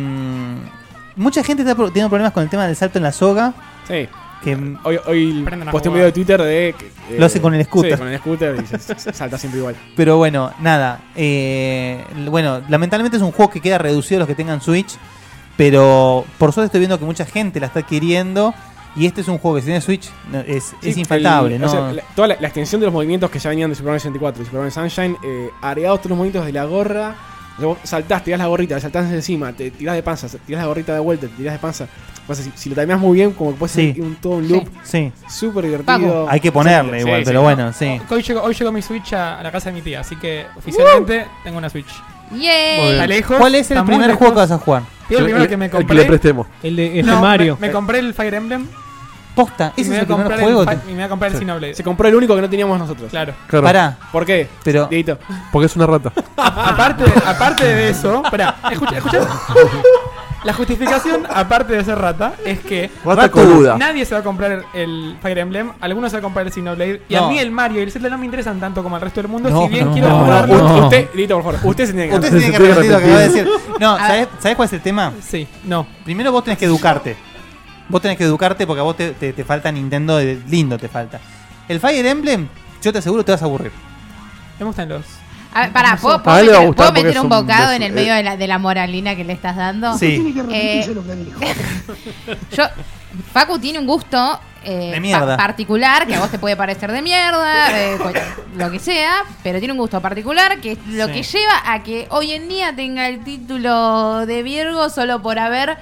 mucha gente está pro- teniendo problemas con el tema del salto en la soga. Sí. Que Hoy, hoy Aprendan a posté un jugar. video de Twitter de. que, eh, Lo hace con el scooter. Sí, con el scooter y se- se- salta siempre igual. Pero bueno, nada. eh, bueno, lamentablemente es un juego que queda reducido a los que tengan Switch. Pero por suerte estoy viendo que mucha gente la está adquiriendo. Y este es un juego que si tiene Switch no, es, es Sí, infaltable, el- ¿no? o sea, la, toda la, la extensión de los movimientos que ya venían de Super Mario 64 y Super Mario Sunshine, eh, agregados todos los movimientos de la gorra. O sea, vos saltás, tirás la gorrita, saltás desde encima, te tirás de panza, tirás la gorrita de vuelta, te tirás de panza. O sea, si, si lo terminás muy bien, como que puedes Sí. hacer un, todo un loop sí, súper divertido. Paco. hay que ponerle Sí, igual, sí, pero no. bueno, sí. Hoy llegó, hoy llegó mi Switch a, a la casa de mi tía, así que oficialmente tengo una Switch. Yay. Está lejos, Uh. ¿Cuál es el está muy primer lejos. juego que vas a jugar? Fui el primero que me El que le compré. prestemos. El de No, Mario. Me, me compré el Fire Emblem Posta, y ese me, es el voy a comprar primer el, juego. Fi- y me voy a comprar el Sí. Xenoblade. Se compró el único que no teníamos nosotros. Claro. Claro. Pará, ¿Por qué? pero Dieguito. Porque es una rata. A- aparte, aparte de eso, pará, escucha, escucha. La justificación, aparte de ser rata, es que Rata coduda. nadie se va a comprar el Fire Emblem, algunos se van a comprar el Xenoblade, y No. a mí el Mario y el Zelda no me interesan tanto como al resto del mundo, No, si bien no, quiero no, jugarlo. U- No. Usted, Dieguito, por favor. Usted se tiene que Ustedes ganar. tienen que Ustedes repetir lo que acabo de decir. arrepentidos. No, A ¿sabes, sabes cuál es el tema? Sí, no. Primero vos tenés que educarte. Vos tenés que educarte porque a vos te, te- te falta Nintendo de- lindo, te falta. El Fire Emblem, yo te aseguro te vas a aburrir. Me gustan los. A ver, pará, ¿puedo, A puedo él le va a meter, gustar puedo porque meter es un un bocado en beso- el medio eh. de la, de la moralina que le estás dando? Sí. Eh, yo, Facu tiene un gusto eh, De mierda. particular, que a vos te puede parecer de mierda, eh, cu- lo que sea, pero tiene un gusto particular que es lo Sí. que lleva a que hoy en día tenga el título de Virgo solo por haber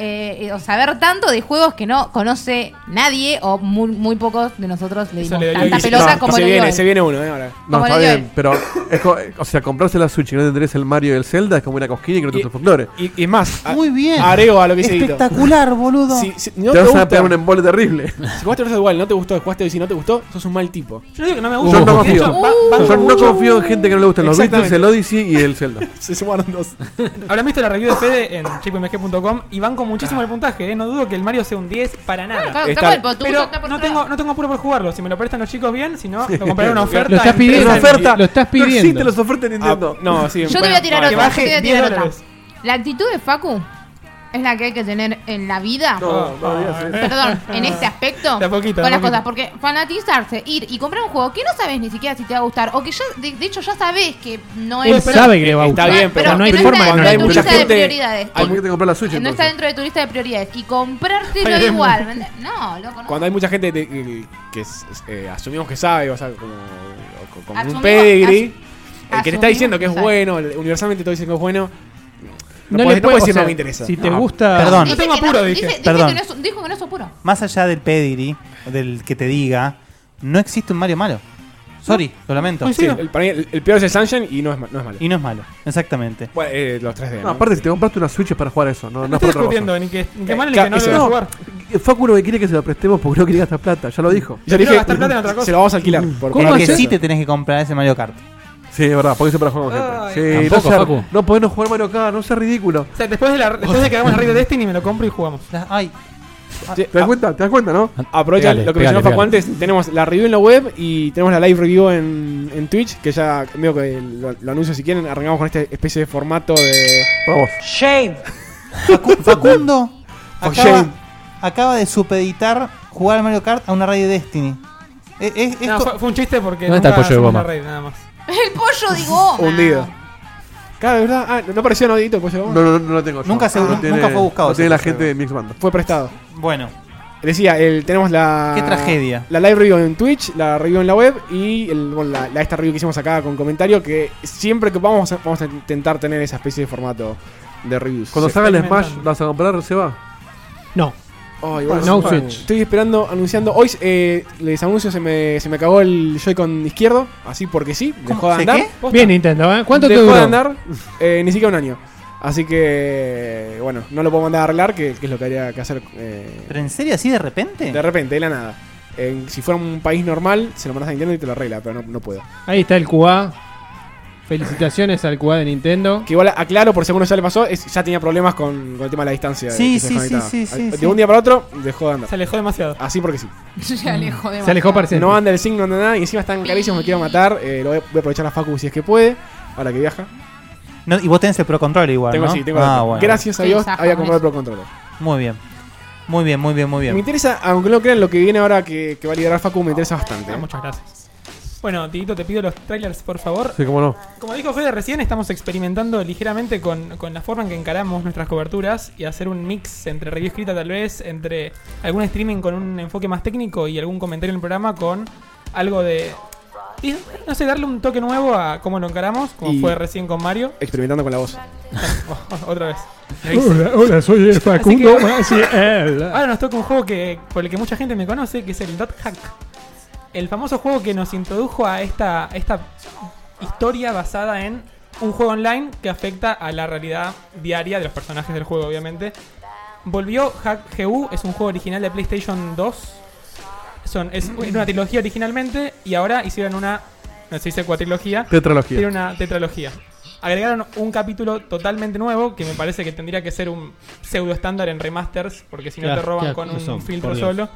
eh, o saber tanto de juegos que no conoce nadie o muy, muy pocos de nosotros le Eso dimos le doy tanta yo. pelota Ah, No, como se le dio viene, él. se viene uno, eh, ahora. No, Como está el de bien, pero. es co- o sea, comprarse la Switch y no te interesa el Mario y el Zelda es como una cosquilla que no te Y- gustan los flores. Y, y es más, a- Muy bien. agrego a lo que dice Dieguito. Espectacular, boludo. Si, si no te te, vas a gusta, pegar un embole terrible. si jugaste Breath of the Wild, no te gustó, jugaste y si no te gustó, sos un mal tipo. Yo Uh. no digo que no me Yo gustan. no de hecho, confío. va- va- Yo no confío en gente que no le gustan los Beatles, Exactamente. el Odyssey y el Zelda. Se sumaron dos. Habrán visto la review de Fede en chipmg.com y van con muchísimo el puntaje, ¿eh? No dudo que el Mario sea un 10 para nada. Claro, Está- como el potuto Pero está por no todos tengo, no tengo apuro por jugarlo. Si me lo prestan los chicos bien, si no, lo compraré en una oferta. Lo estás en tres pidiendo. años. Una oferta. Lo estás No pidiendo. existen las ofertas de Ah, Nintendo. no, sí. Yo te voy a tirar que otra. baje yo te voy a 10 tirar otra. dólares. La actitud de Facu es la que hay que tener en la vida. No, no, no, no, no. Perdón, en este aspecto De a poquito, con de a las cosas, poquito. porque fanatizarse, ir y comprar un juego que no sabes ni siquiera si te va a gustar, o que ya, de, de hecho ya sabes que no Él es. sabe que le va a Está gustar. bien, pero no hay que forma de está no dentro le de tu mucha lista guste. de gente- prioridades. ¿Por qué te compras la Switch No está entonces? dentro de tu lista de prioridades. Y comprártelo Ay, igual. ¿me entiendes? No, loco, no. Cuando hay mucha gente de- que, que es- es- eh, asumimos que sabe, o sea, como o con- con Asumimos- un pedigree, as- el que te está diciendo que es asumimos que bueno, el- universalmente todos dicen que es bueno, no, le puedes, no puede- puedes o decir sea, no me interesa. Ah. Si te No. gusta. Ah, Perdón. Dice tengo que no- apuro, dice- dije. dice que Perdón. no es- dijo que no es apuro. Más allá del pedigree, del que te diga, no existe un Mario malo. Sorry, lo lamento. Pues Sí, el, para mí el, el peor es el Sunshine y no es, ma- no es malo. Y no es malo, exactamente. Bueno, eh, los 3D. No, aparte, si te compraste una Switch es para jugar eso, no, no, No es estoy para otra cosa. discutiendo ni que, ni que Eh, mal ni claro, que no lo eso. voy a jugar. Facu no me quiere que se la prestemos porque no quiere gastar plata, ya lo dijo. Mm. yo Prefiero le dije, mm, gastar plata en otra cosa. se lo vamos a alquilar. Por, Pero por que eso. sí te tenés que comprar ese Mario Kart. Sí, es verdad, porque eso para jugar con gente. Sí, Tampoco, Eh, no, Facu. sea, no podemos jugar Mario Kart, no sea ridículo. O sea, después de, la, después de que hagamos la raid de Destiny, me lo compro y jugamos. La- Ay, Sí, ¿Te das a- cuenta? ¿Te das cuenta, no? Aprovecha Pegale, lo que Ah. pegale, mencionó Facu pegale. antes. Tenemos la review en la web y tenemos la live review en, en Twitch. Que ya medio que lo, lo anuncio si quieren. Arrancamos con esta especie de formato de. Vamos. Facu- Facundo For acaba, shame. acaba de supeditar jugar a Mario Kart a una radio Destiny. Es- Eh, es- es No, co- fue, fue un chiste porque. ¿Dónde está el pollo nunca de hacemos goma? la raid, nada más. El pollo de goma. Hundido. Claro, ¿verdad? Ah, no apareció no, Dieguito, pues, No, no, no, no lo tengo. yo. Nunca se- No nunca fue buscado No tiene ese la juego. gente de Mix Band. Fue prestado. bueno, Decía, el, tenemos la. qué tragedia. La live review en Twitch, la review en la web y el, bueno, la, la- esta review que hicimos acá con comentario. Que siempre que vamos, a- vamos a intentar tener esa especie de formato de reviews. Cuando Sí. salga el experimentando. Smash, ¿la vas a comprar? ¿Se va? No. Ay, bueno, No sí. Switch. Estoy esperando, anunciando. Hoy eh, les anuncio, se me, se me cagó el Joy-Con izquierdo. Así porque sí, dejó de ¿Se andar. qué? Posta. Bien, Nintendo, ¿eh? ¿Cuánto te dejó de duró? andar eh, ni siquiera un año. Así que, bueno, no lo puedo mandar a arreglar, que, que es lo que haría que hacer ¿Pero eh, en serio así de repente? de repente, de la nada. En- si fuera un país normal, se lo mandas a Nintendo y te lo arregla, pero no, no puedo. Ahí está el QA. Felicitaciones al QA de Nintendo. Que igual aclaro, por si a alguno ya le pasó, es- ya tenía problemas con, con el tema de la distancia. de Sí, que se sí, desconectaba. sí, sí, sí, De sí. un día para otro, dejó de andar. Se alejó demasiado. Así porque sí. Se alejó de Se alejó para No siempre. anda el signo, no anda nada. Y encima están carísimos, me quiero matar. Eh, lo voy a, voy a aprovechar la Facu si es que puede. Ahora que viaja. No, y vos tenés el Pro Controller igual, tengo ¿no? sí, tengo ah, la- bueno. Gracias a Sí, Dios zafa había con comprado el eso. Pro Controller. Muy bien. Muy bien, muy bien, muy Me bien. interesa, aunque no lo crean, lo que viene ahora que, que va a liderar Facu me interesa bastante. Ah, ¿eh? muchas gracias. Bueno, Tito, te pido los trailers, por favor. Sí, cómo no. Como dijo Fede recién, estamos experimentando ligeramente con, con la forma en que encaramos nuestras coberturas y hacer un mix entre review escrita tal vez, entre algún streaming con un enfoque más técnico y algún comentario en el programa con algo de... y, no sé, darle un toque nuevo a cómo lo encaramos, como Y- fue recién con Mario. Experimentando con la voz. Otra vez. Hola, hola, soy el Facundo que- eh, Maciel. Ahora nos toca un juego que por el que mucha gente me conoce, que es el Dot Hack. El famoso juego que nos introdujo a esta, a esta historia basada en un juego online que afecta a la realidad diaria de los personajes del juego, obviamente. Volvió Hack GU, es un juego original de PlayStation 2. Son, es era una trilogía originalmente y ahora hicieron una, no sé si dice cuatrilogía, Tetralogía. tiene una tetralogía. Agregaron un capítulo totalmente nuevo que me parece que tendría que ser un pseudo estándar en remasters, porque si no Claro, te roban claro, con un eso, por filtro Dios. solo.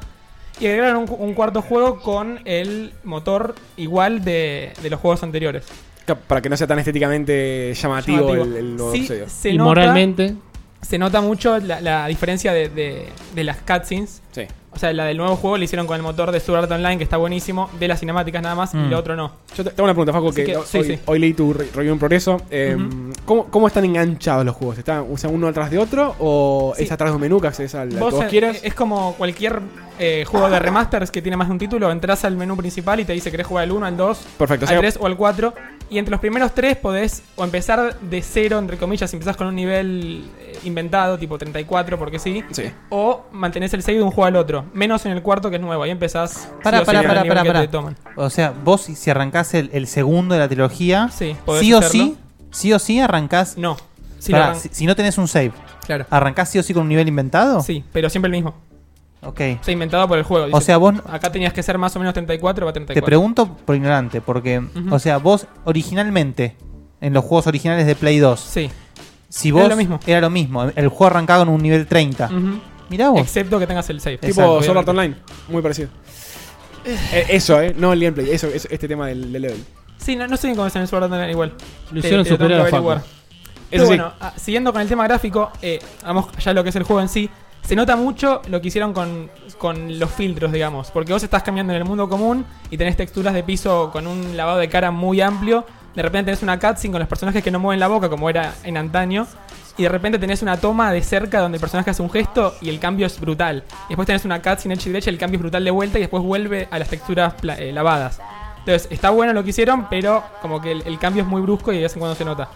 Y agregaron un, cu- un cuarto juego con el motor igual de, de los juegos anteriores. Ca- Para que no sea tan estéticamente llamativo, Llamativo. el, el nuevo Sí, episodio. se Y nota- moralmente, se nota mucho la, la diferencia de, de- de las cutscenes. Sí. O sea, la del nuevo juego le hicieron con el motor de Sword Art Online, que está buenísimo, de las cinemáticas nada más, y Mm. lo otro no. Yo te- tengo una pregunta, Facu, Así que, que, hoy, sí, sí. hoy leí tu re- review en progreso. Eh, Ujú. ¿cómo, cómo están enganchados los juegos? ¿Están o sea, uno atrás de otro o Sí. es atrás de un menú que accedes al que Vos, vos eh, quieras? Es como cualquier eh, juego de remasters que tiene más de un título. Entras al menú principal y te dice, ¿querés jugar al 1, al 2, Perfecto, o al sea, 3 o al 4? Y entre los primeros tres podés o empezar de cero, entre comillas, si empezás con un nivel eh, inventado, tipo 34, porque sí. Sí. O mantenés el save de un juego al otro. Menos en el cuarto, que es nuevo. Ahí empezás. Pará, sí pará, o sí con el pará, nivel pará, que te pará. toman. O sea, vos si- si arrancás el, el segundo de la trilogía, Sí, sí, podés o hacerlo. sí, sí o sí arrancás. No. Sí, Pará, lo arran- si, si no tenés un save, claro. ¿arrancás sí o sí con un nivel inventado? Sí, pero siempre el mismo. Ok. O sea, inventado por el juego. O Dice, sea, vos acá tenías que ser más o menos 34 o te 34. pregunto por ignorante, porque, Ujú. o sea, vos originalmente, en los juegos originales de Play 2, Sí. si era vos lo mismo. era lo mismo, el juego arrancaba en un nivel 30. Ujú. Mirá vos. Excepto que tengas el save. Tipo Exacto, Sword Art Online, muy parecido. Eh, eso, ¿eh? No el gameplay, eso, eso- este tema del, del level. Sí, no, no sé bien cómo es en el Sword Art Online igual. lo hicieron Te- te lo superar tengo a que averiguar. Facu. Pero Eso sí. bueno, ah, siguiendo con el tema gráfico, eh, vamos ya a lo que es el juego en sí. Se nota mucho lo que hicieron con, con los filtros, digamos. Porque vos estás caminando en el mundo común y tenés texturas de piso con un lavado de cara muy amplio. De repente tenés una cutscene con los personajes que no mueven la boca, como era en antaño. Y de repente tenés una toma de cerca donde el personaje hace un gesto y el cambio es brutal. Y después tenés una cutscene hecha y derecha, el cambio es brutal de vuelta y después vuelve a las texturas pla- eh, lavadas. Entonces, está bueno lo que hicieron, pero como que el, el cambio es muy brusco y de vez en cuando se nota.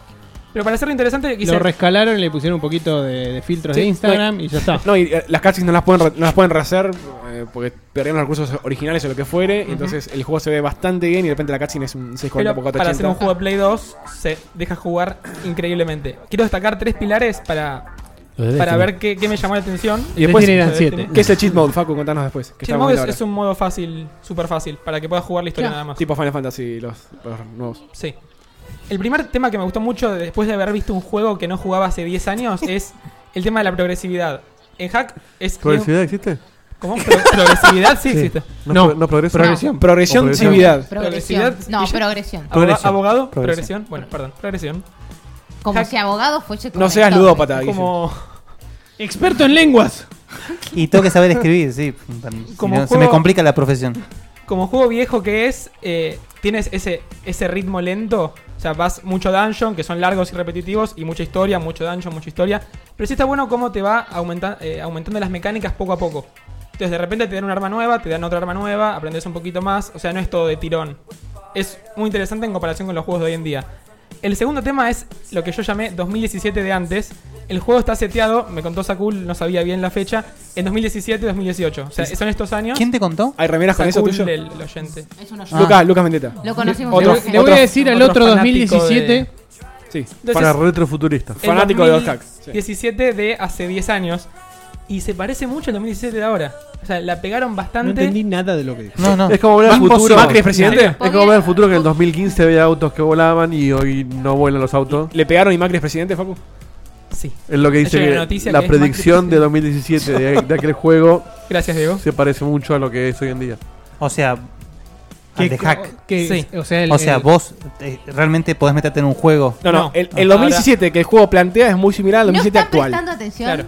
Pero para hacerlo interesante, Lo quise rescalaron y le pusieron un poquito de, de filtros Sí, de Instagram y ya está. No, y eh, las cutscenes no las pueden, re- no las pueden rehacer eh, porque perdieron los recursos originales o lo que fuere. Entonces el juego se ve bastante bien y de repente la cutscene es un 640 Pero por para hacer un 480. juego de Play 2 se deja jugar increíblemente. Quiero destacar tres pilares para, Los de para Destiny. ver qué, qué me llamó la atención. Y después- después eran Los de siete. ¿Qué es el cheat mode, Facu? Contanos después. que Cheat estamos mode es, viendo es un modo fácil, súper fácil, para que puedas jugar la historia Claro. nada ahora. más. Tipo Final Fantasy, los, los nuevos. Sí. El primer tema que me gustó mucho de- después de haber visto un juego que no jugaba hace 10 años es el tema de la progresividad. En hack es... ¿Progresividad existe? ¿Cómo? Pro- progresividad sí, existe. No, No. pro- no progresa. Progresión. Progresión, Progresión. cividad. Progresión. Progresividad. No, Y ya- progresión. Aboga- Progresión. Abogado, Progresión. progresión. Bueno, perdón, progresión. Como Hack- si abogado fuese No seas corrector. ludópata, Guille. Como... Experto en lenguas. Y tengo que saber escribir, sí. Como Si no, Se juego- me complica la profesión. como juego viejo que es, eh, tienes ese, ese ritmo lento. O sea, vas mucho dungeon, que son largos y repetitivos, y mucha historia, mucho dungeon, mucha historia. Pero sí está bueno cómo te va aumenta- eh, aumentando las mecánicas poco a poco. Entonces, de repente te dan un arma nueva, te dan otra arma nueva, aprendes un poquito más. O sea, no es todo de tirón. Es muy interesante en comparación con los juegos de hoy en día. El segundo tema es lo que yo llamé 2017 de antes. El juego está seteado, me contó Sakul, no sabía bien la fecha, en 2017-2018. O sea, son estos años. ¿Quién te contó? ¿Hay remeras con eso Sakul, tuyo? el- el oyente. Es un oyente. Lucas, Lucas Vendetta. Lo conocimos Otro- mucha gente. Ah. Le voy a otro- decir al otro otro fanático 2017. de- Sí. Para Entonces, retrofuturista. el fanático de los hacks, sí. 2017 de hace 10 años. Y se parece mucho al 2017 de ahora. O sea, la pegaron No bastante. entendí nada de lo que dijo. No, no. Es como volver al Banco futuro. Macri es presidente. Es como ver al futuro que en el 2015 había autos que volaban y hoy no vuelan los autos. ¿Le pegaron y Macri es presidente, Facu? Sí, Es lo que dice Yo vi que una la, noticia que es predicción Macri de 2017 de, de aquel juego gracias Diego. se parece mucho a lo que es hoy en día. O sea, al Ah, de hack. que- Sí. O sea, el- O sea, el- vos eh, realmente podés meterte en un juego. No, no. No. El, el Ahora- 2017 que el juego plantea es muy similar al No 2017 está actual. prestando atención. Claro.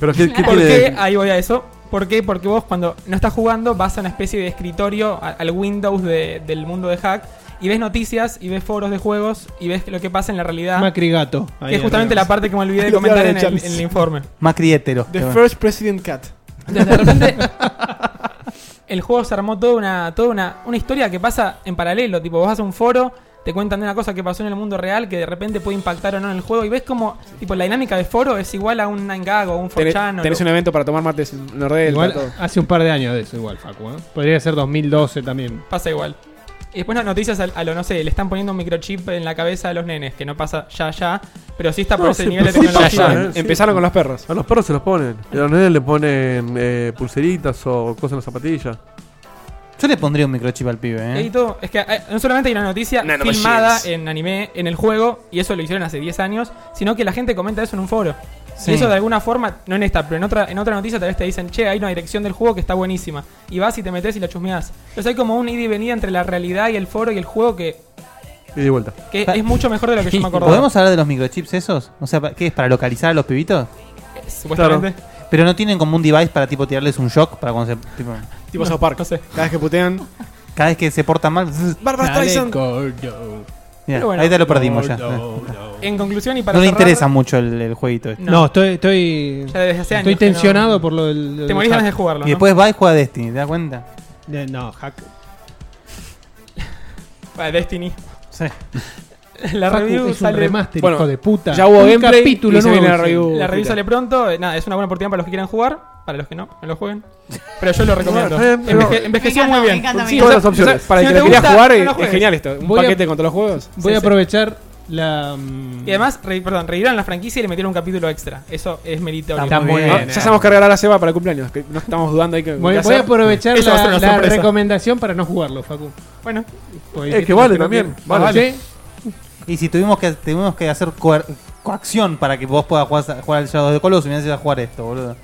Pero ¿qué, qué ¿Por tiene? qué? Ahí voy a eso. ¿Por qué? Porque vos cuando no estás jugando vas a una especie de escritorio, a- al Windows de- del mundo de hack, y ves noticias, y ves foros de juegos, y ves lo que pasa en la realidad. Macri gato. que es justamente la parte que me olvidé de Lo peor comentar de en el, Charles. en el informe. Macri hetero. Ah. The First President Cat. Entonces, de repente, el juego se armó toda una, toda una, una historia que pasa en paralelo. Tipo, vos vas a un foro, te cuentan de una cosa que pasó en el mundo real que de repente puede impactar o no en el juego. Y ves como, tipo, la dinámica de foro es igual a un 9gag o un Tenés, 4chan. o tenés lo- un evento para tomar mates en Nordelta, todo. Igual hace un par de años de eso, igual, Facu. ¿eh? Podría ser 2012 también. Pasa igual. Y después las noticias al- a, lo, no sé, le están poniendo un microchip en la cabeza a los nenes, que no pasa ya, ya. Pero sí está por No, ese sí, nivel de sí pasa, tecnología. ¿eh? Sí. Empezaron con los perros. A los perros se los ponen. A los nenes le ponen eh, pulseritas o cosas en las zapatillas. Yo le pondría un microchip al pibe, Y ¿eh? todo, es que eh, no solamente hay una noticia Nanomachines. filmada en anime, en el juego, y eso lo hicieron hace 10 años, sino que la gente comenta eso en un foro. Sí. Y eso de alguna forma, no en esta, pero en otra, en otra noticia tal vez te dicen, che, hay una dirección del juego que está buenísima. Y vas y te metes y la chusmeás. Entonces hay como un ida y venida entre la realidad y el foro y el juego que, Y de vuelta. que es mucho mejor de lo que yo me acordaba. ¿Podemos hablar de los microchips esos? O sea, ¿pa- ¿qué es? ¿Para localizar a los pibitos? Eh, Supuestamente. Pero no tienen como un device para tipo tirarles un shock para cuando se. tipo, Tipo South Park. No sé. Cada vez que putean. cada vez que se portan mal. zzz, Barbara Dale, Streisand. Gordo, mira, bueno, ahí te lo perdimos ya. gordo, gordo. En conclusión y para No le cerrar, interesa mucho el, el jueguito este. No. No, estoy, estoy, Ya desde hace años estoy que no- tensionado por lo del. Te del morís de ganas de hack. jugarlo, Y ¿no? después va y juega Destiny, ¿te das cuenta? De- No, hack. Ah, Destiny. Sí. La Facu review es un sale remaster, Bueno, hijo de puta. ya hubo un gameplay capítulo y se nuevo. viene la sí. review. La review Puta. sale pronto. Eh, Nada, es una buena oportunidad para los que quieran jugar. Para los que no, no lo jueguen. Pero yo lo recomiendo. Bueno, eh, Enveje- pero- envejeció Me encanta, muy me bien. encanta, me Sí, Todas o las sea, opciones. Para Si el que no te lo quería gusta, jugar, no es- lo es juegues. genial esto. Un Voy a- paquete con todos los juegos. Voy Sí, a sí. aprovechar la. mm, Y además, re- perdón, revivieron la franquicia y le metieron un capítulo extra. Eso es meritorio. Está muy Ah, bien. eh. ya sabemos que regalar a Seba para el cumpleaños. Que no estamos dudando ahí que. Voy, qué voy a hacer. aprovechar Eso va a ser la, una la sorpresa. recomendación para no jugarlo, Facu. Bueno, Pues, Porque Es que no vale creo también, que- vale. ¿Sí? Y si tuvimos que, tuvimos que hacer coer- coacción para que vos puedas jugar, jugar al Shadow de Colossus, me a jugar esto, boludo.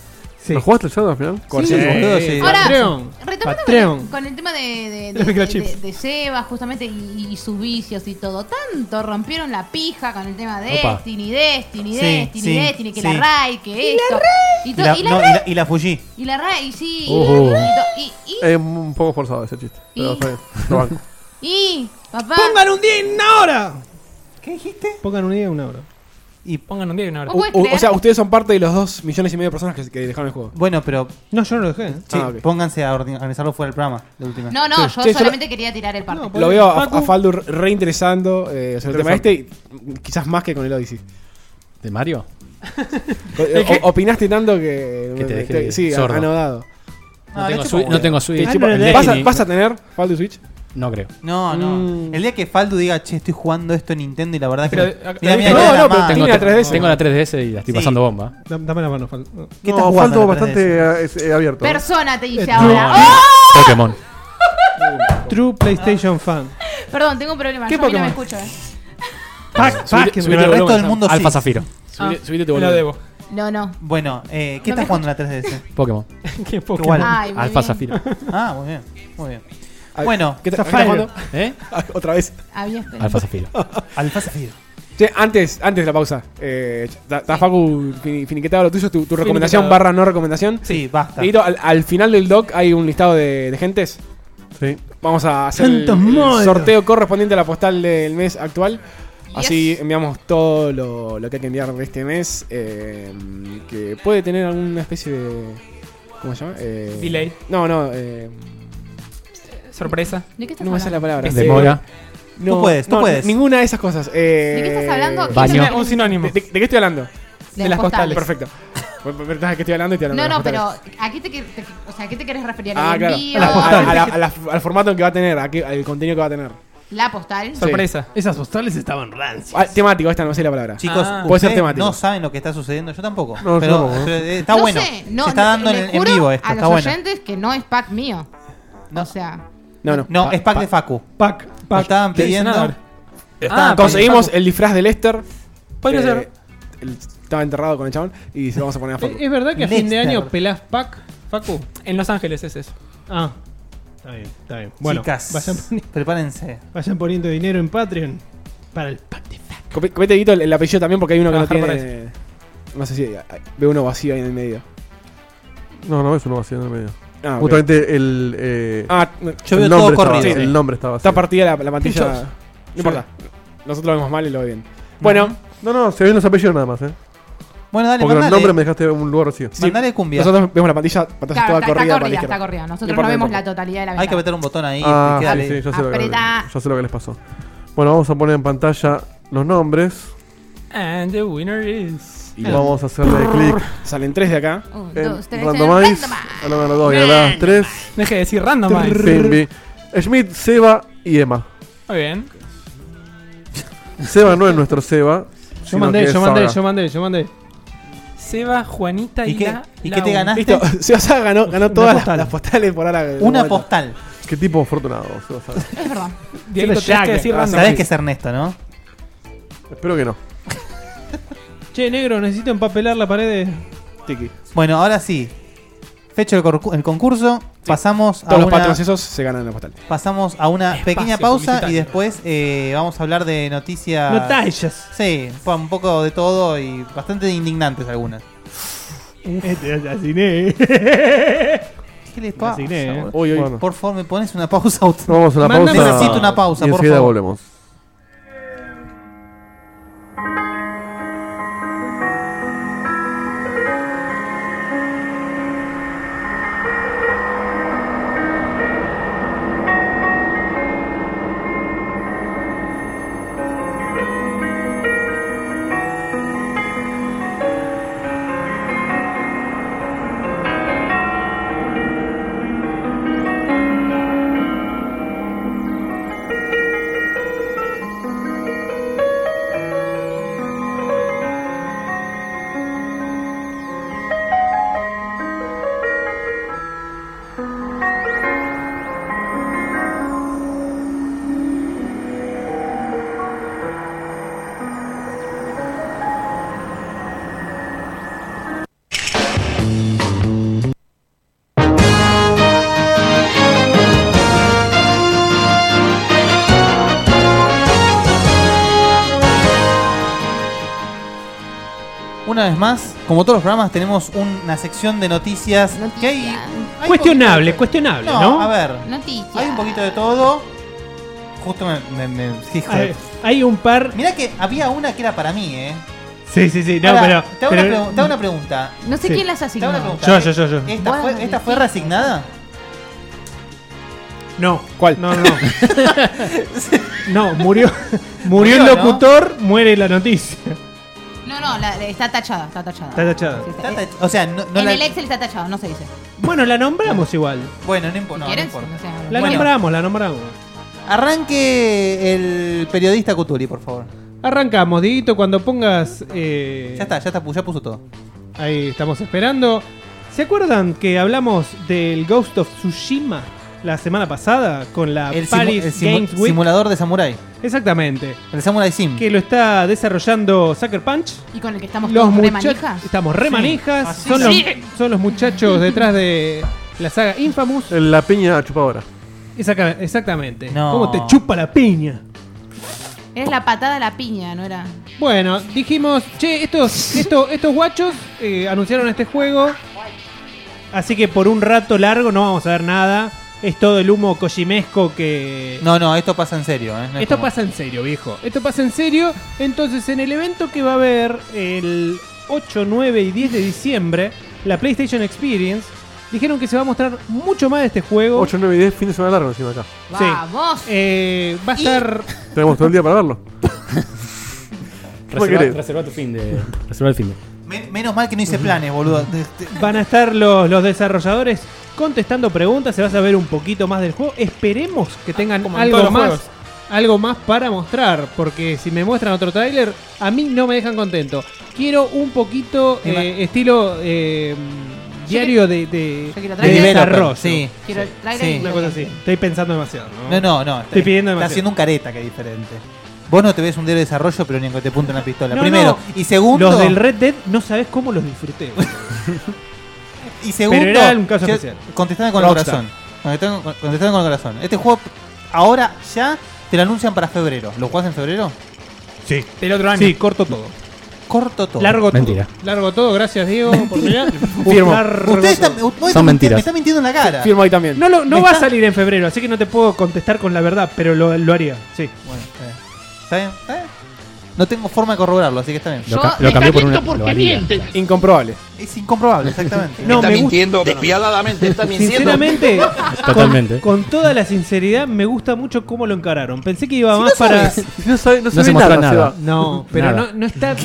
Sí. ¿Lo jugaste el Shadow al final? Sí, boludo, Eh, sí. Ahora, Patreon. Retomando con, Patreon. con el tema de, de, de, Los microchips. de- de Seba, justamente, y, y sus vicios y todo. Tanto rompieron la pija con el tema de Opa. Destiny, Destiny, Sí, Destiny, sí, Destiny, que sí. la RAI, que esto. Y, Y todo- la, y la no, y RAI, la- y la Fuji. y la RAI, sí. y Ujú. la RAI, y to- y- y- Es un poco forzado ese chiste. Y- Pero está bien. Lo banco. Y, papá. un día en una hora! ¿Qué dijiste? Pongan un día y una hora. Y pongan un día y una hora. ¿Vos podés O, o creer? sea, ustedes son parte de los dos millones y medio de personas que, que dejaron el juego. bueno, pero No, yo no lo dejé. ¿eh? sí, Ah, ok. pónganse a ordi- organizarlo fuera del programa, de última. No, no, Sí. yo Che, yo solamente quería tirar el parte. No, Lo veo a, Facu. a Faldo reinteresando eh, sobre el tema este, y, mm, quizás más que con el Odyssey. ¿De Mario? O- o- opinaste tanto que. Que te dejé sí, sordo. anodado. No, tengo, le Swi- chupo no un tengo Te Switch. chupa- El ¿Vas, a, Destiny- vas a tener Faldo y Switch? No creo. No, no. Mm. El día que Faldo diga, che, estoy jugando esto en Nintendo y la verdad Pero, que. acá- Mira, mira, eh, no, mira, la no, pero ma- Tengo, Tiene la tre- 3DS. tengo la 3DS y la estoy Sí. pasando bomba. Da- Dame la mano, Facu. ¿Qué No, estás jugando Faldo en la 3DS? bastante eh, es- eh, abierto. ¿eh? Persona te dice Eh, ahora. no. ¡Oh! Pokémon. True PlayStation fan. Perdón, tengo un problema. ¿Qué yo a mí no me Pokémon? escucho. eh. Subite- subite Pero el volumen, resto del Sam. mundo sí. Alfa Zafiro. Ah, Subite- subite tu me lo volumen. debo. No, no. Bueno, eh, ¿qué No me estás jugando en la 3DS? Pokémon. Qué poco. Igual. Ay, muy Alfa bien. Zafiro. Ah, muy bien, muy bien. Ah, Bueno, ¿Qué tal? Zafiro. ¿Eh? Otra vez. Había esperado. Alfa Zafiro. Alfa Zafiro. Che, antes, antes de la pausa. Eh, está está Facu fini- finiquetado lo tuyo, tu, tu recomendación Finiquetado. barra no recomendación. Sí, basta. Dieguito, al, al final del doc hay un listado de, de gentes. Sí. Vamos a hacer el, ¡Santos el modos! sorteo correspondiente a la postal del mes actual. Yes. Así enviamos todo lo, lo que hay que enviar de este mes. eh, que puede tener alguna especie de. ¿Cómo se llama? Eh, Delay. No, no. eh, Sorpresa. ¿De qué estás no me sale la hablando? palabra. Es Eh, De Mora. no, Tú puedes, tú no, puedes. Ninguna de esas cosas. eh, ¿De qué estás hablando? ¿Qué Baño. es lo Un que- sinónimo. ¿De, de- de qué estoy hablando? de las postales. Perfecto. Verdad que estoy hablando y estoy hablando No, de las no, pero postales. ¿a qué te, quer- te- o sea, ¿a qué te querés referir? Ah, ¿Al claro. envío? A la- ¿La, a la- a la- al formato que va a tener, a qué- al contenido que va a tener. postal? Sorpresa. Esas postales estaban rancias. Ah, temático, esta no sé la palabra. Chicos, Ah. Puede ser ustedes temático. no saben lo que está sucediendo. Yo tampoco. No, yo pero tampoco. pero, eh, está No bueno. sé, no, Se está no, dando le en, en juro vivo esto. A Está los bueno. oyentes que no es pack mío. No. O sea, No, no. No, Pa- es pack pa- de Facu. Pac. Lo Pac. estaban ¿Qué dicen pidiendo. ahora? Ah, Ah, conseguimos el disfraz de Lester. Podría Eh, ser. el- estaba enterrado con el chabón y se lo vamos a poner a Eh, foco. ¿Es verdad que a fin de Lester. año pelás Pac, Facu? En Los Ángeles es eso. Ah. Está bien, está bien. Bueno, Chicas, Vayan, poni- prepárense. vayan poniendo dinero en Patreon para el Pac de Facu. Copi- Copete Guito el, el apellido también porque hay uno que no eh, Trabajar tiene. No sé si hay- hay- veo uno vacío ahí en el medio. No, no, eso no va vacío en el medio. Ah, ok. Justamente el. eh, Ah, no, Yo el veo todo nombre estaba- corrido. Sí. El nombre estaba está vacío. partida la, la pantalla. No importa. Nosotros lo vemos mal y lo veo bien. Bueno, No, no, se ven los apellidos nada más, ¿eh? Bueno, dale, Porque los mandale, nombres me dejaste un lugar vacío. mandale cumbia. nosotros vemos la pantalla, pantalla Claro, toda está, está corrida corrida, para la está izquierda. corrida. No Nosotros no importa, vemos no la totalidad de la Hay que ventana. meter un botón ahí. Ah, que sí, quede- sí, yo sé, lo que, Apretá. yo sé lo que les pasó. Bueno, vamos a poner en pantalla los nombres And the winner is. y vamos a hacerle clic Salen tres de acá. Un, dos, tres, en randomize. A la mano 2 y a las 3. Deje de decir randomize. Schmidt, Seba y Emma. Muy bien. Seba no es nuestro Seba. sino Yo que mandé, es yo mandé, Saga. yo mandé, yo mandé. Seba, Juanita y, ¿Y qué, la. ¿y la qué te U. ganaste? Listo. Se Saga ganó, ganó todas las, postal. las postales por ahora. Una postal postal. Qué tipo afortunado, Seba Saga. Es verdad. Dieguito, Siendo tenés que Jagger, decir ¿verdad? randomize. Sabés que es Ernesto, ¿no? Espero que no. Che, negro, necesito empapelar la pared de... Tiki. Bueno, ahora sí. Fecho el, corcu- el concurso. Pasamos, a Todos los una, patrons esos se ganan en la postal. pasamos a una pequeña pausa y después eh, vamos a hablar de noticias. Notallas. Sí, fue un poco de todo y bastante indignantes algunas. Te asesiné. ¿Qué les pasa? asigné, eh. boludo? Hoy, hoy. Por favor, me pones una pausa. auto- Vamos a una Mandame- pausa. Necesito una pausa, y por enseguida favor. volvemos. Una vez más, como todos los programas, tenemos una sección de noticias. Noticias. que hay- hay Cuestionable, poquito de- cuestionable, No, ¿no? a ver. Noticias. Hay un poquito de todo. Justo me. me, me- hijo de- Hay- Hay un par... Mirá que había una que era para mí, ¿eh? Sí, sí, sí, no, Ahora, pero... te, hago una pero- pregu- te hago una pregunta. No sé Sí. quién las Te hago una asignó. pregunta. ¿eh? Yo, yo, yo, yo. ¿Esta, Bueno, fue, ¿Esta fue sí. resignada? No. ¿Cuál? No, no, no. No, murió. Murió Murió, el ¿no? locutor, muere la noticia. No, no, la- la- está tachada, está tachada. Está tachada. Sí, está- Tanta- eh, O sea, no, no en la- el Excel está tachado, no se dice. Bueno, la nombramos igual. Bueno, no, impo- no, no ¿Quieres? importa. O sea, La Bueno. nombramos, la nombramos. Arranque el periodista Cutuli, por favor. Arrancamos, Dieguito, cuando pongas. eh, Ya está, ya está, pu- ya puso todo. Ahí estamos esperando. ¿Se acuerdan que hablamos del Ghost of Tsushima la semana pasada con la El, simu- Paris el simu- Games Week? simulador de Samurai. Exactamente. El Samurai Sim. Que lo está desarrollando Sucker Punch. Y con el que estamos Los todos re muchachos. manijas. Estamos re Sí. manijas. Así Son los, sí. son los muchachos detrás de la saga Infamous. La piña chupadora. Exacta- exactamente. No. ¿Cómo te chupa la piña? Es la patada a la piña, ¿no era? Bueno, dijimos, che, estos, esto- estos guachos eh, anunciaron este juego. Así que por un rato largo no vamos a ver nada. Es todo el humo cojimesco que. No, no, esto pasa en serio. ¿eh? No es Esto como- pasa en serio, viejo. Esto pasa en serio. Entonces, en el evento que va a haber el 8, 9 y 10 de diciembre, la PlayStation Experience, dijeron que se va a mostrar mucho más de este juego. 8, 9 y 10, fin de semana largo encima acá. Sí. Vamos. Eh, va a estar. Tenemos todo el día para verlo. ¿Cómo Reserva, querés? reserva tu fin de. Reserva el fin de. Men- menos mal que no hice planes, boludo. Te- te- Van a estar los, los desarrolladores contestando preguntas, se va a saber un poquito más del juego. Esperemos que tengan como en todos los algo más, juegos. algo más para mostrar, porque si me muestran otro tráiler, a mí no me dejan contento. Quiero un poquito Me eh, estilo eh, diario de, de, yo quiero de trailer. desarrollo. Sí. Quiero el trailer Sí. y Una lo cosa que- así. Estoy pensando demasiado. No, No, no, no. Estoy pidiendo Está demasiado. haciendo un careta que es diferente. Vos no te ves un diario de desarrollo, pero ni aunque te punta una pistola. No, Primero. no. Y segundo. Los del Red Dead no sabes cómo los disfruté. Y segundo, Pero era un caso yo- especial. contestame con Rockstar. el corazón. Contestame, con- contestame con el corazón. Este juego ahora ya te lo anuncian para febrero. ¿Lo jugás en febrero? sí. Del otro año. Sí, corto todo. corto todo. Largo Mentira. todo. Largo todo, gracias Diego por mirar. Firmo. Usted está, usted me está- mentiras. Me está mintiendo en la cara. Firmo ahí también. No, lo- no Me va a está- salir en febrero, así que no te puedo contestar con la verdad, pero lo, lo haría. Sí. Bueno, está bien. ¿Está bien? ¿Está bien? No tengo forma de corroborarlo, así que está bien. Lo, Yo- ca- lo cambió por una. lo valida. Incomprobable. Es incomprobable, exactamente. No, me gusta. mintiendo, despiadadamente está Sinceramente, Totalmente. Con, con toda la sinceridad, me gusta mucho cómo lo encararon. Pensé que iba más para. No, sabe, No no, se se ve mostró nada, nada. Seba. No, pero Nada. no, no está.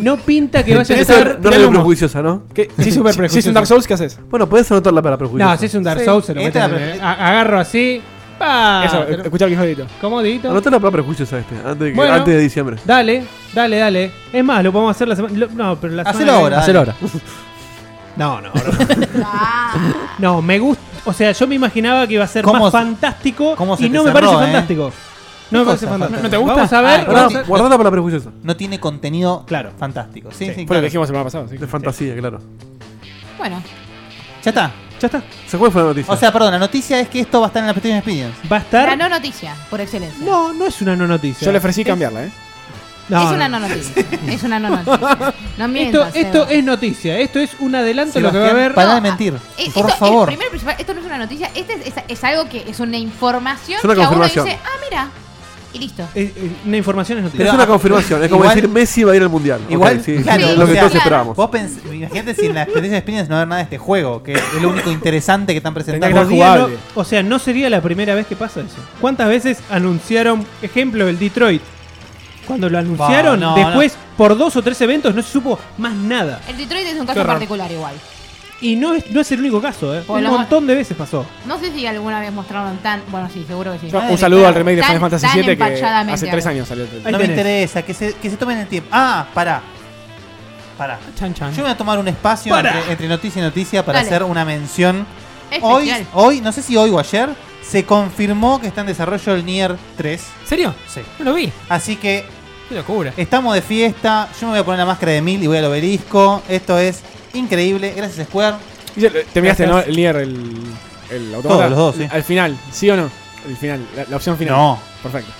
No pinta que vaya a Eso estar. no es prejuiciosa, ¿no? ¿Qué? Sí, super prejuicioso. Si es un Dark Souls, ¿qué haces? Bueno, puedes anotarla para prejuiciosa. No, si es un Dark Sí. Souls, se lo Esta meten, la- eh, a- Agarro así. pa, Eso, pero- escuchar el viejodito. ¿Cómo, Dieguito? Anotala para prejuiciosa este, antes de, que- Bueno. antes de diciembre. Dale, dale, dale. Es más, lo podemos hacer la semana. lo- No, pero la semana. Hacelo que ahora. Hacelo ahora. viene- No, no, no. No, me gusta. O sea, yo me imaginaba que iba a ser ¿Cómo más se- fantástico. cómo se y te no me cerró, parece eh? fantástico. No me cosa parece fantástico. fantástica? ¿No te gusta? Vamos a Ah, ver. no, vamos sí. a- Guardala, guardala para prejuiciosa. No tiene contenido Claro. fantástico. Sí, sí, Fue lo claro. que dijimos la semana pasada. sí. De fantasía, claro. Bueno, Ya está. Ya está. ¿Se fue fue la noticia? O sea, perdón, la noticia es que esto va a estar en la PlayStation Experience. Va a estar. la no noticia, por excelencia. No, no es una no noticia. Yo le ofrecí cambiarla, ¿eh? No, es una no. no noticia. Es una no noticia. No Esto, mientas. esto Seba. es noticia. Esto es un adelanto de lo que va a Sebastián, haber. Pará No, de mentir. ah, eh, por esto, eh, favor. primero y principal, esto no es una noticia, este es, es- es algo que es una información Es una que a uno confirmación. dice, ah, mira, y listo. Eh, eh, una información es Pero noticia. es una confirmación, es como Igual- decir Messi va a ir al mundial. Ok, Igual, sí, claro, sí, o lo que sea, todos claro. esperábamos. Vos pens- imagínate si en la PlayStation Experience no va a haber nada de este juego, que es lo único interesante que están Tenía que presentando. estar Podría no- jugable. o sea, no sería la primera vez que pasa eso. ¿Cuántas veces anunciaron, ejemplo, el Detroit? Cuando lo anunciaron, no, después, por dos o tres eventos, no se supo más nada. El Detroit es un caso particular igual. Y no es, no es el único caso, ¿eh? Por un lo- montón de veces pasó. No sé si alguna vez mostraron tan, bueno, sí, seguro que sí. Yo- Madre un saludo mía. al remake de Tan- Final Fantasy tan VII que empachadamente hace tres hablo. años salió. el- Ahí no me tenés. interesa, que se, que se tomen el tiempo. Ah, pará. Pará. Chan, chan. Yo me voy a tomar un espacio Pará. entre, entre noticia y noticia para Dale. hacer una mención. Es Hoy, especial. hoy, no sé si hoy o ayer, se confirmó que está en desarrollo el Nier 3. ¿En serio? Sí. No lo vi. Así que Qué locura. estamos de fiesta. Yo me voy a poner la máscara de mil y voy al obelisco. Esto es increíble. Gracias, Square. Y el- Te miraste, ¿no? Gracias. El Nier, el, el autómata. Todos, los dos, sí. Al final, ¿sí o no? El final, la, la opción final. No. Perfecto.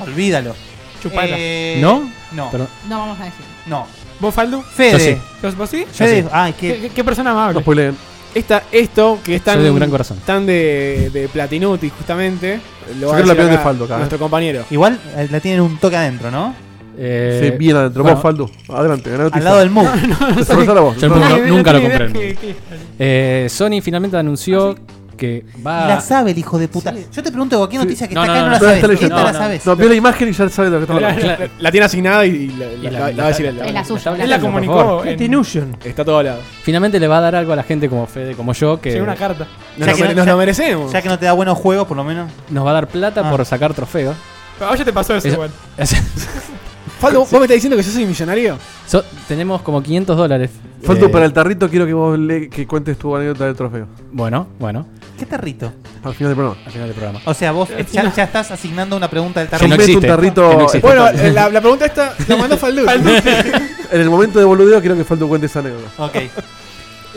Olvídalo. Chupala. Eh, ¿No? No. Perdón. No vamos a decir. No. ¿Vos, Faldu? Fede. Yo sí. ¿Vos, vos sí? Fede. Ay, ¿Qué, qué. qué- qué persona No amable? spoileen. Esta, esto que es tan, Soy de un gran corazón. tan de, de Platinuti, justamente. Lo va a quiero la decir opinión de acá ¿eh? Faldo acá, Nuestro compañero. Igual eh, la tienen un toque adentro, ¿no? Eh, sí, bien adentro. bueno, Vos, Faldo. Adelante, ganá noticia. Al lado del MOOC. Desarrollala vos. Yo No, nunca, no, Ay, nunca no lo tenía compré. idea que- que- Eh, Sony finalmente Ah, anunció que va. La sabe el hijo de puta. Yo te pregunto cualquier noticia que No, está acá no, y no, no, la no, sabes. está Esta leyendo. la No, no. sabes. No, vio la imagen y ya sabe de lo que estamos hablando. La, la tiene asignada y, y la, Y la- la- la- la va a decir él. Es la suya. tabla- Él la Por comunicó. en- Detenution. Está a todo lado. Finalmente le va a dar algo a la gente como Fede, como yo, que Llegó una carta. Ya Nos, lo, que mere- no- nos ya- lo merecemos. Ya que no te da buenos juegos, por lo menos. nos va a dar plata Ah. por sacar trofeos. A vos Ah, ya te pasó eso, Eso- igual. Faldo, ¿vos me estás diciendo que yo soy millonario? So- tenemos como 500 dólares. Faldo Eh, para el tarrito, quiero que vos le, que cuentes tu anécdota del trofeo. Bueno, bueno, ¿Qué tarrito? Al final del programa. al final del programa. O sea, vos ya, ya estás asignando una pregunta del Que tarrito. no Eh, Invento existe, un tarrito. que no existe. Bueno, eh, la, la pregunta esta la mandó Faldu. En el momento de boludeo, quiero que Faldo cuente esa anécdota. Ok.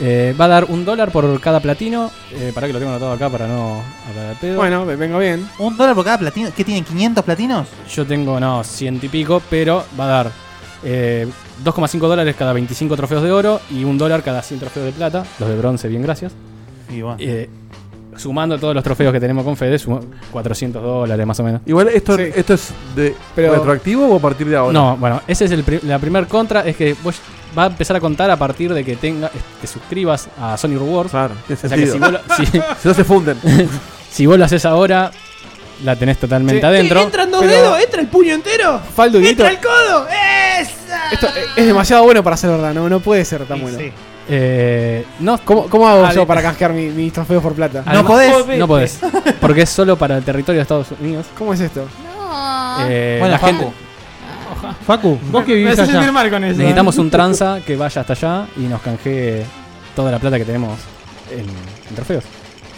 Eh, va a dar un dólar por cada platino. Eh, para que lo tengo anotado acá para no hablar de pedo. bueno, me vengo bien. ¿Un dólar por cada platino? ¿Qué tienen? ¿500 platinos? Yo tengo, no, ciento y pico, pero va a dar eh, 2,5 dólares cada 25 trofeos de oro y un dólar cada 100 trofeos de plata. Los de bronce, bien, gracias. Y bueno. Eh, sumando todos los trofeos que tenemos con Fede, sumo 400 dólares más o menos. Igual, ¿esto, Sí. esto es de Pero- retroactivo o a partir de ahora? No, bueno, esa es el pri- la primer contra, es que vos va a empezar a contar a partir de que tenga, te suscribas a Sony Rewards. Claro, tiene o sea que sentido. si vos, lo, si- Si no se funden. si vos lo haces ahora, la tenés totalmente Sí. adentro. ¿Entran dos pero- dedos? ¿Entra el puño entero? Faldu, Dieguito, ¡Entra el codo! ¡Esa! esto eh, es demasiado bueno para ser verdad, no, no puede ser tan Y bueno. sí. Eh, no, ¿Cómo, cómo hago Ade- yo para canjear mi- mis trofeos por plata? además- podés. No podés. Porque es solo para el territorio de Estados Unidos. ¿Cómo es esto? No. Eh, Bueno, la Facu, gente- Facu, vos que Me vivís haces sentir allá. mal con eso. ¿eh? necesitamos un tranza que vaya hasta allá y nos canjee toda la plata que tenemos en, en trofeos.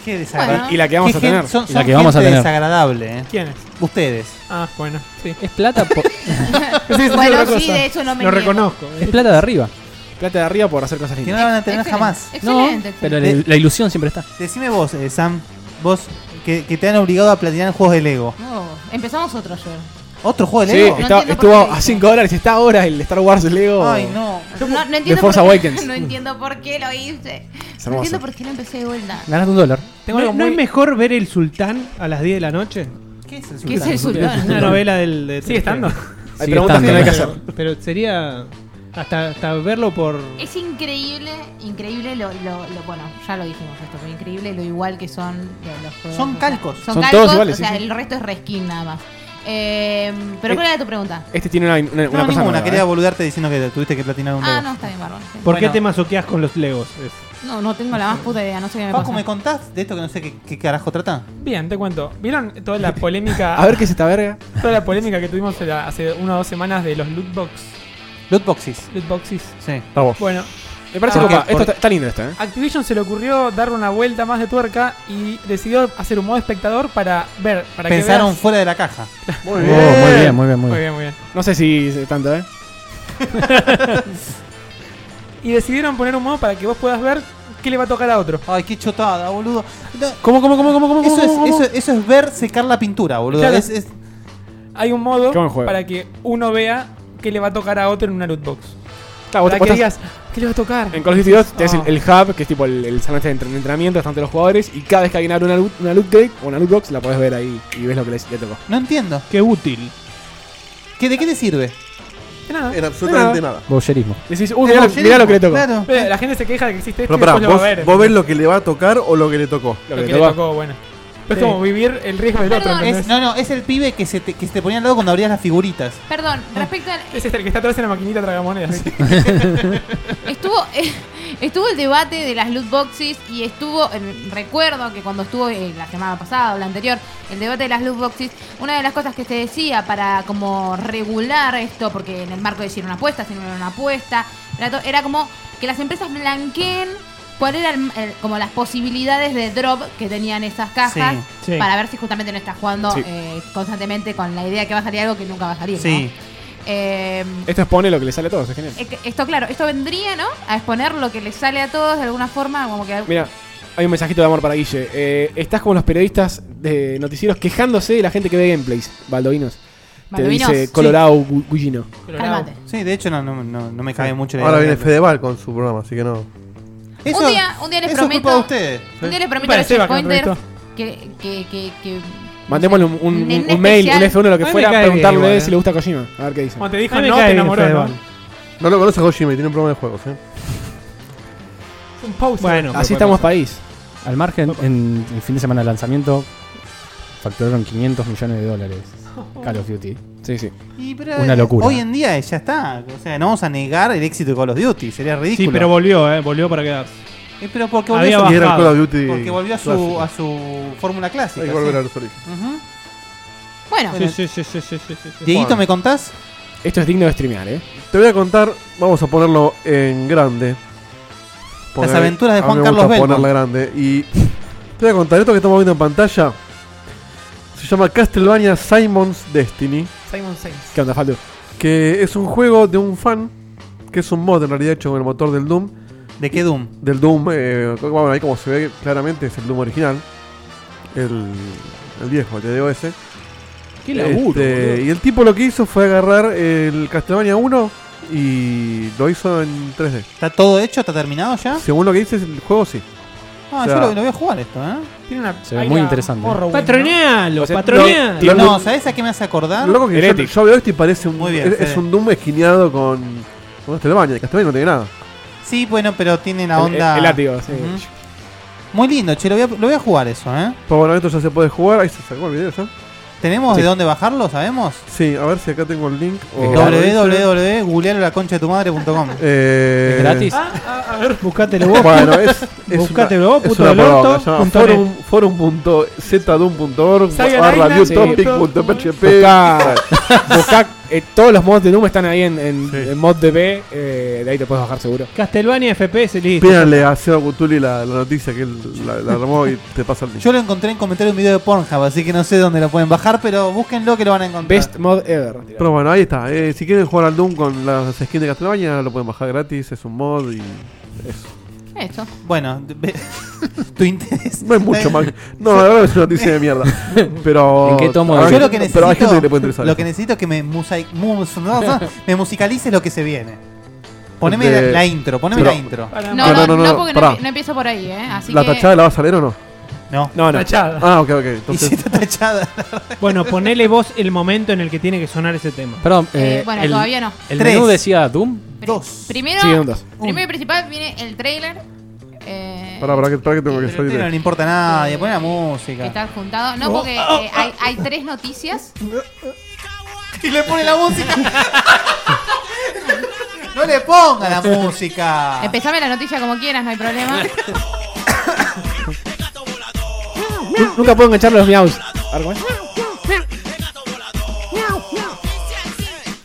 Qué desagradable. Bueno. Y la que vamos Qué a tener. gen- Son, La son que vamos a gente tener. desagradable, eh. ¿Quién es? Ustedes. Ah, bueno, sí. Es plata, po- Bueno, sí, de eso no me niego. Lo reconozco. es plata de arriba. Plata de arriba por hacer cosas Que no la lindas. van a tener Excelente, jamás. Excelente. no, pero excelente. la, la ilusión siempre está. Decime vos, eh, Sam, vos que, que te han obligado a platinar juegos de Lego. No, empezamos otro ayer. ¿Otro juego de Sí, Lego? No está- entiendo por estuvo qué. a 5 dólares y está ahora el Star Wars Lego. Ay, no. No, no entiendo Force por qué, Awakens. no entiendo por qué lo hice. Es No hermoso. entiendo por qué lo empecé de vuelta. Ganaste un dólar. Tengo ¿No, algo no muy... es mejor ver El Sultán a las 10 de la noche? ¿Qué es el ¿Qué es sultán? el sultán? Una novela del. de- ¿Sigue estando? Hay Sigue preguntas que estando. no hay que hacer. Pero sería. Hasta, hasta verlo por. Es increíble, increíble lo, lo, lo- bueno, ya lo dijimos esto, pero increíble lo igual que son lo- los juegos. Son o sea, calcos. son, Son calcos, todos iguales, o sí, sea, sí. el resto es reskin nada más. Eh, pero ¿cuál era tu pregunta? Este tiene una, una, No, una cosa ninguna. nueva, Quería ¿eh? boludarte diciendo que tuviste que platinar un Ah, Lego. no, está bien, bárbaro. sí. ¿Por qué Bueno. te masoqueas con los Legos? Es- No, no tengo la más puta idea, no sé qué me Paco, pasa. Eh, ¿me contás de esto que no sé qué, qué carajo trata? Bien, te cuento. ¿Vieron toda la polémica? A ver qué es esta verga. Toda la polémica que tuvimos la- hace una o dos semanas de los loot box, Loot boxes. loot boxes. Sí. Está vos. Bueno, Me parece Ah, que porque- esto está, está lindo esto, ¿eh? Activision se le ocurrió dar una vuelta más de tuerca y decidió hacer un modo espectador para ver, para Pensaron que veas- fuera de la caja. Muy Oh, muy bien, muy bien, muy Muy bien. bien, muy bien. No sé si es tanto, ¿eh? Y decidieron poner un modo para que vos puedas ver qué le va a tocar a otro. Ay, qué chotada, boludo. No, ¿Cómo, cómo, cómo, cómo, cómo? eso, cómo, es, cómo? Eso, eso es ver secar la pintura, boludo. Claro. Es- es- Hay un Qué buen modo juego. para que uno vea qué le va a tocar a otro en una loot box. Claro, vos Para vos que estás- digas, ¿qué le va a tocar? En Call of Duty 2 tenés Ah. el, el hub, que es tipo el, el salón este de entre- de entrenamiento, están todos los jugadores, y cada vez que alguien abre una loot, una loot gate o una loot box, la podés ver ahí y ves lo que les- le tocó. no entiendo. Qué útil. ¿Qué, ¿De qué te sirve? De nada. En absolutamente nada. Bowyerismo. Decís, uy, "Uh, mirá, lo- mirá lo que le tocó. Ah. Este Claro. Pero Eh, la gente se queja de que existe esto No, y pará, después lo vos, va a ver. vos ves lo que le va a tocar o lo que le tocó. lo Lo que, que le tocó. tocó, bueno. Pero Sí. es como vivir el riesgo del otro, Perdón, ¿entendés? Es- Es, no, no, es el pibe que se te, que se te ponía al lado cuando abrías las figuritas. Perdón, respecto al este, el que está atrás en la maquinita tragamonedas. Estuvo, estuvo el debate de las loot boxes y estuvo, eh, recuerdo que cuando estuvo eh, la semana pasada o la anterior, el debate de las loot boxes, una de las cosas que se decía para como regular esto, porque en el marco de si era una apuesta, si no era una apuesta, era, to- era como que las empresas blanqueen cuál eran como las posibilidades de drop que tenían esas cajas Sí, sí. para ver si justamente no estás jugando Sí. eh, constantemente con la idea de que va a salir algo que nunca va a salir. Sí. ¿no? Em, Esto expone lo que le sale a todos, es genial. es que Esto, claro, esto vendría, ¿no? A exponer lo que les sale a todos de alguna forma, como que... Mira, hay un mensajito de amor para Guille. Eh, estás como los periodistas de noticieros quejándose de la gente que ve gameplays, baldovinos. Malvinos, Te dice Colorado Gu- Gullino. calmate. Sí, de hecho no, no, no, no me cabe mucho la Ahora idea. viene Fedeval con su programa, así que no. Eso- Un día- un día les eso prometo- es culpa de ustedes. Un día les prometo Para a los Seba que lo checkpointers que... que, que, que Mandémosle un, un- En un mail, un especial- F1, lo que A mí me fuera, cae bien preguntarle igual, eh. si le gusta Kojima. A ver qué dice. Cuando te dijo A mí Ah, me no, cae te bien enamoró, ¿no? Fedeval. No lo conoce Hojime, tiene un programa de juegos, ¿eh? Es un pause. Bueno, Así pero estamos puede país. Al margen, en el fin de semana de lanzamiento, facturaron 500 millones de dólares. Call of Duty. Sí, sí. Y, pero, Una eh, locura. Hoy en día ya está. O sea, no vamos a negar el éxito de Call of Duty. Sería pasar. ridículo. Sí, pero volvió, ¿eh? Volvió para quedarse. Eh, pero porque volvió, a Y Había bajado. su, era el Call of Duty. porque volvió a su, clásico. a su fórmula clásica. Hay que sí. volver a los orígenes. Ujú. Bueno, Bueno. Sí, sí, sí, sí, sí, sí, sí. Dieguito, Bueno. ¿me contás? Esto es digno de streamear, ¿eh? Te voy a contar, vamos a ponerlo en grande. Porque aventuras de a mí Juan me Carlos gusta Belmont. ponerla grande. Y te voy a contar esto que estamos viendo en pantalla. Se llama Castlevania Simon's Destiny. Simon Sainz. ¿Qué onda, Faldu? Que es un juego de un fan. Que es un mod en realidad hecho con el motor del Doom. ¿De qué Doom? Del Doom, eh, bueno, ahí como se ve claramente es el Doom original. El, el viejo, el de DOS. Qué laburo. Este, boludo. y el tipo lo que hizo fue agarrar el Castlevania 1 y lo hizo en 3D. ¿Está todo hecho? ¿Está terminado ya? Según lo que dices, el juego sí. Ah, O yo sea- lo, lo voy a jugar esto, ¿eh. Tiene una Se ve aire muy a interesante. Morrowind, ¿no? Patronealo, O sea, patronealo. no, tiene- no, ¿sabés a qué me hace acordar? Lo loco que yo, Heretic. yo veo esto y parece un, Muy bien, es, es Fede. un Doom esquineado con, con Castlevania. El Castlevania no tiene nada. Sí, bueno, pero tiene la El- onda. El, el látigo, sí. Ujú. Muy lindo, che, lo voy, a, lo voy a jugar eso, ¿eh? Pero bueno, esto ya se puede jugar. Ahí se sacó el video ya. ¿Tenemos Sí. de dónde bajarlo? ¿Sabemos? Eh, Sí, a ver si acá tengo el link. o- www.googlealolaconchadetumadre.com Eh, ¿Es gratis? Buscátelo vos. Bueno, es, es Buscátelo una- vos, es puto una del orto, poronga, se llama punto forum- forum.zdoom.org Sagan barra Island, sí, viewtopic.php Buscá, buscá, eh, todos los mods de Doom están ahí en, en, Sí. en mod DB, eh, de ahí te puedes bajar seguro. Castelvania FPS, listo. Pídanle a Seba Cutuli la, la noticia que él la, la armó y te pasa el link. Yo lo encontré en comentario de un video de Pornhub, así que no sé dónde lo pueden bajar, pero búsquenlo que lo van a encontrar. Best mod ever. Pero bueno, ahí está. Eh, si quieren jugar al Doom con las skins de Castlevania, lo pueden bajar gratis. Es un mod y. Eso. Eso. Bueno, ve- tu interés. No es mucho más. No, la verdad es una noticia de mierda. Pero. ¿En qué tomo de- a Yo ver, lo que Pero hay gente necesito, que le puede interesar. lo que necesito es que me, musai- mus- no, no, me musicalices lo que se viene. Poneme la, De- la intro, poneme Este, la intro. Pero- No, Para- no, no, no, no, porque pará. no, no empiezo por ahí, ¿eh? Así ¿La que. tachada la vas a leer o no? No. No, no. Tachada. Ah, ok, ok. Y Entonces. si está tachada. Bueno, ponele vos el momento en el que tiene que sonar ese tema. Perdón, eh, eh, bueno, el, todavía no. ¿El Tres. menú decía Doom? Pri- Dos. Primero, Sí, un dos. primero y principal viene el trailer. Eh, Pará, pará, que, pará que tengo que Pero salir. no de- le importa nada, poné la que música. está juntado. No, Oh, porque eh, hay, hay tres noticias. Y le pone la música. no le ponga la música. Este Empezame la noticia como quieras, no hay problema. Nunca puedo enganchar los miaus.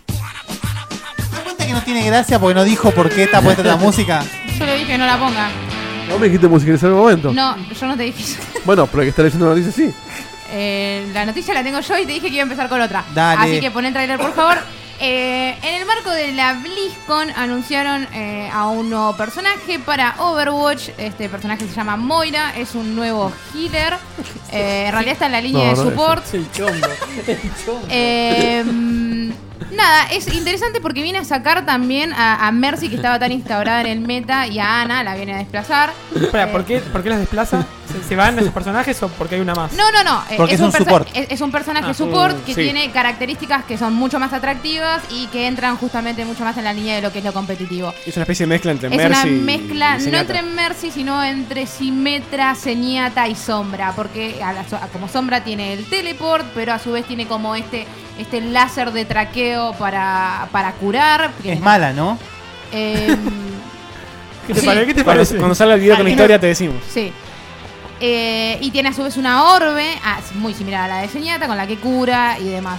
¿Te das cuenta que no tiene gracia porque no dijo por qué está puesta la música? Yo le dije que no la ponga. No me dijiste musicalizar en el momento. No, yo no te dije eso. Bueno, pero el que está leyendo la noticia sí. Eh, la noticia la tengo yo y te dije que iba a empezar con otra. Dale. Así que pon el trailer, por favor. Eh, en el marco de la BlizzCon anunciaron eh, a un nuevo personaje para Overwatch. Este personaje se llama Moira, es un nuevo healer. Eh, en realidad está en la línea No, no de es support. Eh, mm, nada, es interesante porque viene a sacar también a, a Mercy, que estaba tan instaurada en el meta, y a Ana la viene a desplazar. Espera, ¿por qué, ¿por qué las desplaza? ¿Se, se van esos personajes o porque hay una más? No, no, no. eh, Porque es un perso- support. Es, es un personaje Ah, support mm, que sí. tiene características que son mucho más atractivas y que entran justamente mucho más en la línea de lo que es lo competitivo. Es una especie de mezcla entre es Mercy una y mezcla, no Zenyatta. entre Mercy, sino entre Simetra, Zenyatta y Sombra. Porque a la so- a- como Sombra tiene el teleport, pero a su vez tiene como este, este láser de traqueo para, para curar. que- Es mala, ¿no? Em, ¿Qué te, Sí. pare- ¿Qué te Cuando, parece? cuando salga el video con la Ay, historia te decimos. Sí. Eh, y tiene a su vez una orbe, ah, es muy similar a la de Señata, con la que cura y demás.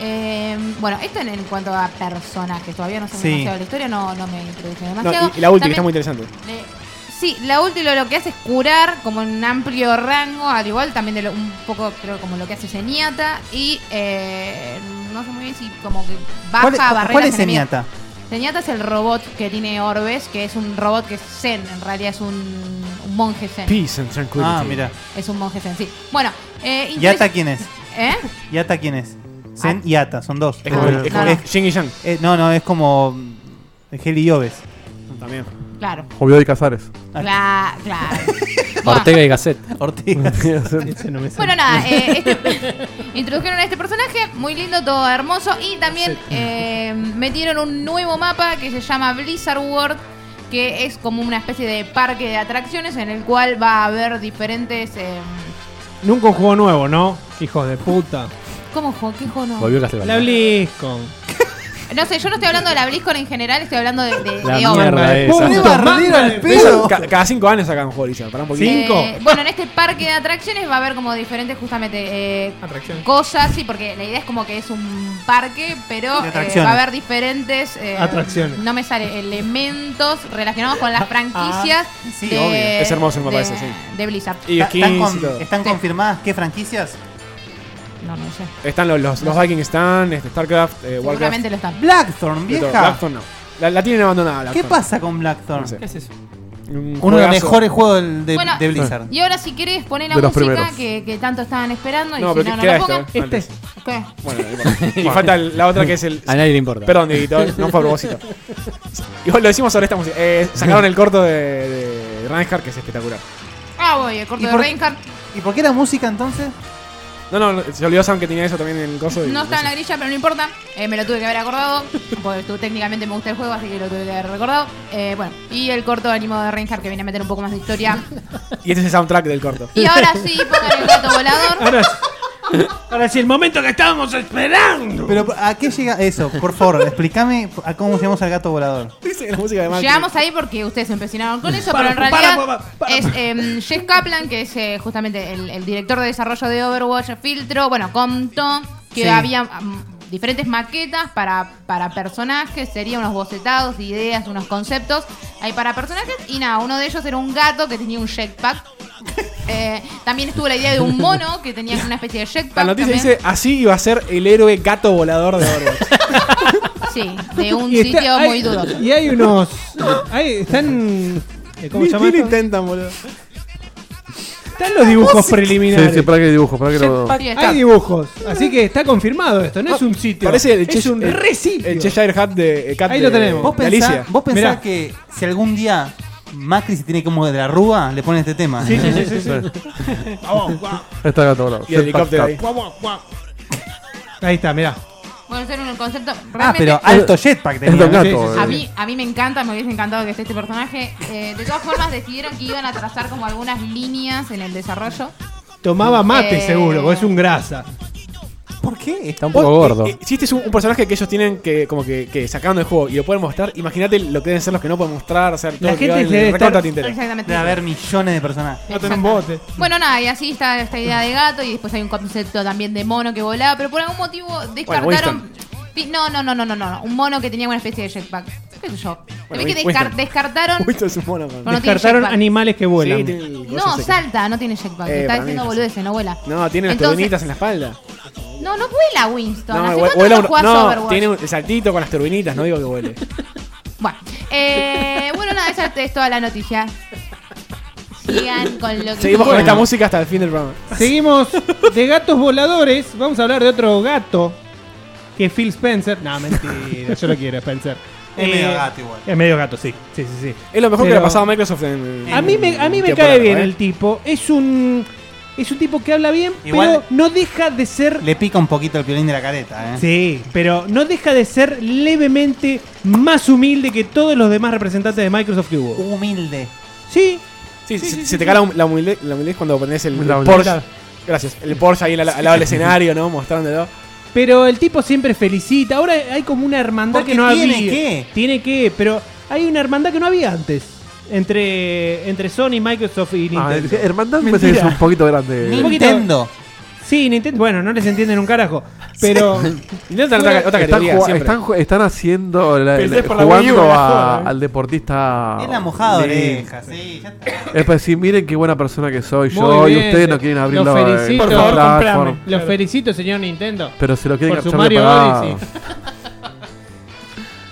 Eh, bueno, esto en, en cuanto a personajes, todavía no sé Sí. demasiado la historia, no, no me introduce No, demasiado. y, y la última, que está muy También, interesante. eh, sí, la última lo que hace es curar como en un amplio rango, al igual también de lo- un poco creo como lo que hace Señata y eh, no sé muy bien si como que baja ¿Cuál, barreras. cuál es enemigas. Zenyatta? Zenyatta es el robot que tiene Orbes, que es un robot que es Zen, en realidad es un, un monje Zen. Peace and tranquility. Ah, mira. Es un monje Zen, sí. Bueno, eh, interes- ¿Yata quién es? ¿Eh? ¿Yata quién es? Zen y Ata, son dos. Es como, Eh, es como No, no. Jin y Yang. eh, no, no, es como mm, Gel y Oves. También. Claro, Obvio de Casares. Ah. cla- claro. Bueno, Ortega y Gasset. Ortigas. Ese no me sale. Bueno, nada, eh, este- introdujeron a este personaje, muy lindo, todo hermoso, y también eh, metieron un nuevo mapa que se llama Blizzard World, que es como una especie de parque de atracciones en el cual va a haber diferentes... eh, Nunca un juego nuevo, ¿no? Hijos de puta. ¿Cómo juego? ¿Qué juego no? Volvió La Castlevania. BlizzCon. No sé, yo no estoy hablando de la BlizzCon en general, estoy hablando de, de, La de Overwatch. mierda esa. Pobre bardero al pedo! Ca- cada cinco años sacan un juego de Blizzard. Pará un poquito. Sí. Cinco. Eh, bueno, en este parque de atracciones va a haber como diferentes justamente eh, Atracción. cosas, sí, porque la idea es como que es un parque, pero De eh, atracciones. va a haber diferentes eh, Atracciones. No me sale elementos relacionados con las franquicias. sí, de, obvio. Es hermoso el mapa Eh, de- ese, sí. De Blizzard. Y Ta- ¿Están, skins con- y todo. están Sí. confirmadas qué franquicias? No, no sé. Están los, los, los Vikings, están este, StarCraft, eh, Warcraft. Seguramente lo están. Blackthorn, de todo. vieja. Blackthorn no. La, la tienen abandonada. ¿Qué Blackthorn. pasa con Blackthorn? No sé. ¿Qué es eso? Un Uno de los juegazo. mejores juegos del- de, Bueno, de Blizzard. Y ahora si querés poner la De los música primeros. que, que tanto estaban esperando y No, si pero no, no queda la esto. pongan. eh. Vale. Este- ¿Qué? Bueno, no importa. y falta la otra que es el. A nadie le importa. Perdón, Dieguito, no fue a propósito. Igual lo decimos sobre esta música. Eh, sacaron el corto de, de Reinhardt que es espectacular. Ah, voy, el corto ¿Y de por- Reinhardt. ¿Y por qué era música entonces? No, no, no, se olvidó Sam que tenía eso también en el coso. y No está en sé. la grilla, pero no importa. Eh, me lo tuve que haber acordado. Porque tú, técnicamente me gusta el juego, así que lo tuve que haber recordado. Eh, bueno, y el corto animado de Reinhardt que viene a meter un poco más de historia. Y este es el soundtrack del corto. Ah, Y ahora sí, pongan el gato volador. Ahora, ahora sí, el momento que estábamos esperando. Pero ¿a qué llega eso? Por favor, explícame a cómo llegamos al gato volador. Dice que la música de Macri- Llegamos ahí porque ustedes se empecinaron con eso, Para, pero en realidad para, para, para. es em, Jeff Kaplan, que es eh, justamente el, el director de desarrollo de Overwatch, Filtro, bueno, Compton, que Sí. había mm, diferentes maquetas para, para personajes, serían unos bocetados, de ideas, unos conceptos ahí para personajes, y nada, uno de ellos era un gato que tenía un jetpack. Eh, también estuvo la idea de un mono que tenía una especie de jetpack. La noticia también. dice: Así iba a ser el héroe gato volador de Overwatch. Sí, de un Y está- sitio hay- muy dudoso. Y hay unos. hay- están Eh, ¿Cómo ¿Cómo se llama esto? intentan, boludo? Están los dibujos preliminares. Sí, sí, para que dibujo, para que lo. Sepa que está. Hay dibujos. Así que está confirmado esto. No es un sitio. Parece el, es Cheshire- un el- re sitio. el Cheshire Hat de eh, Cat Ahí de- lo tenemos. Vos de Alicia. pensás, vos pensás Mirá. que si algún día Macri se tiene como de la rúa, le pone este tema. Sí, sí, sí, sí, sí. Ahí Está gato, bravo. Y el helicóptero ahí. Ahí está, mirá. Bueno, ser un concepto. Ah, realmente- pero alto jetpack Es Don tenía. Sí, sí, Gato. sí. eh. A mí, a mí me encanta, me hubiese encantado que esté este personaje. Eh, de todas formas, decidieron que iban a trazar como algunas líneas en el desarrollo. Tomaba mate, Eh. seguro, porque es un grasa. ¿Por qué? Está un poco gordo. Si este es un, un personaje que ellos tienen que, como que, que sacaron del juego y lo pueden mostrar, imagínate lo que deben ser los que no pueden mostrar. O sea, todo La lo que gente va en el debe estar- recontra tintero. Exactamente. Debe haber millones de personajes. No tenés un bote. Bueno, nada, y así está esta idea de gato y después hay un concepto también de mono que volaba, pero por algún motivo descartaron... Pi- no, no, no, no, no, no, no, un mono que tenía una especie de jetpack. ¿Qué sé yo? Pero vi que Winston. descar- descartaron... Uy, esto es un mono, man. Bueno, no tiene Descartaron jetpack. animales que vuelan. Sí, tiene el coso No, ese que- salta, no tiene jetpack. Eh, está para mí diciendo es- boludeces, no vuela. No, tiene las Entonces- turbinitas en la espalda. No, no vuela Winston. No, ¿Hace vuela- cuánto vuela no un- jugás no, Overwatch? tiene un el saltito con las turbinitas, no digo que vuele. Bueno, eh, bueno, nada, esa es toda la noticia. Sigan con lo que Seguimos con quieran. esta música hasta el fin del programa. Seguimos de gatos voladores. Vamos a hablar de otro gato que es Phil Spencer. No, mentira, yo lo quiero, Spencer. Es Eh, medio gato igual. Es medio gato, sí. Sí, sí, sí. Es lo mejor que Pero- le ha pasado a Microsoft en. A mí me, a mí me en cae temporada, bien ¿eh? el tipo. Es un es un tipo que habla bien, Igual- pero no deja de ser Le pica un poquito el violín de la careta, ¿eh? Sí, pero no deja de ser levemente más humilde que todos los demás representantes de Microsoft que hubo. Humilde. Sí, Sí, se, se te cae la, hum- la humildad, la humildad cuando pones el, La el humildad. Porsche. Gracias. El Porsche ahí al, al lado del escenario, ¿no? Mostrándolo. pero el tipo siempre felicita. Ahora hay como una hermandad Porque que no tiene había. que. Tiene que, pero hay una hermandad que no había antes entre entre Sony, Microsoft y Ah, Nintendo. Hermandad me parece que es un poquito grande. poquito- Nintendo. sí, Nintendo, bueno, no les entienden un carajo, pero Y no otra, otra, otra están, categoría, jugando- siempre. están ju- están haciendo la- Pensé la- por la Wii U, jugando la a- joda, eh. al deportista Es la mojada Sí. oreja, sí. ya está. es para decir miren qué buena persona que soy Muy yo y bien, ustedes no se- quieren lo abrir la la felicito. Por favor, plataforma, comprame. los Claro. felicito, señor Nintendo. pero se lo quieren Por su cachar de Mario pagado. Odyssey.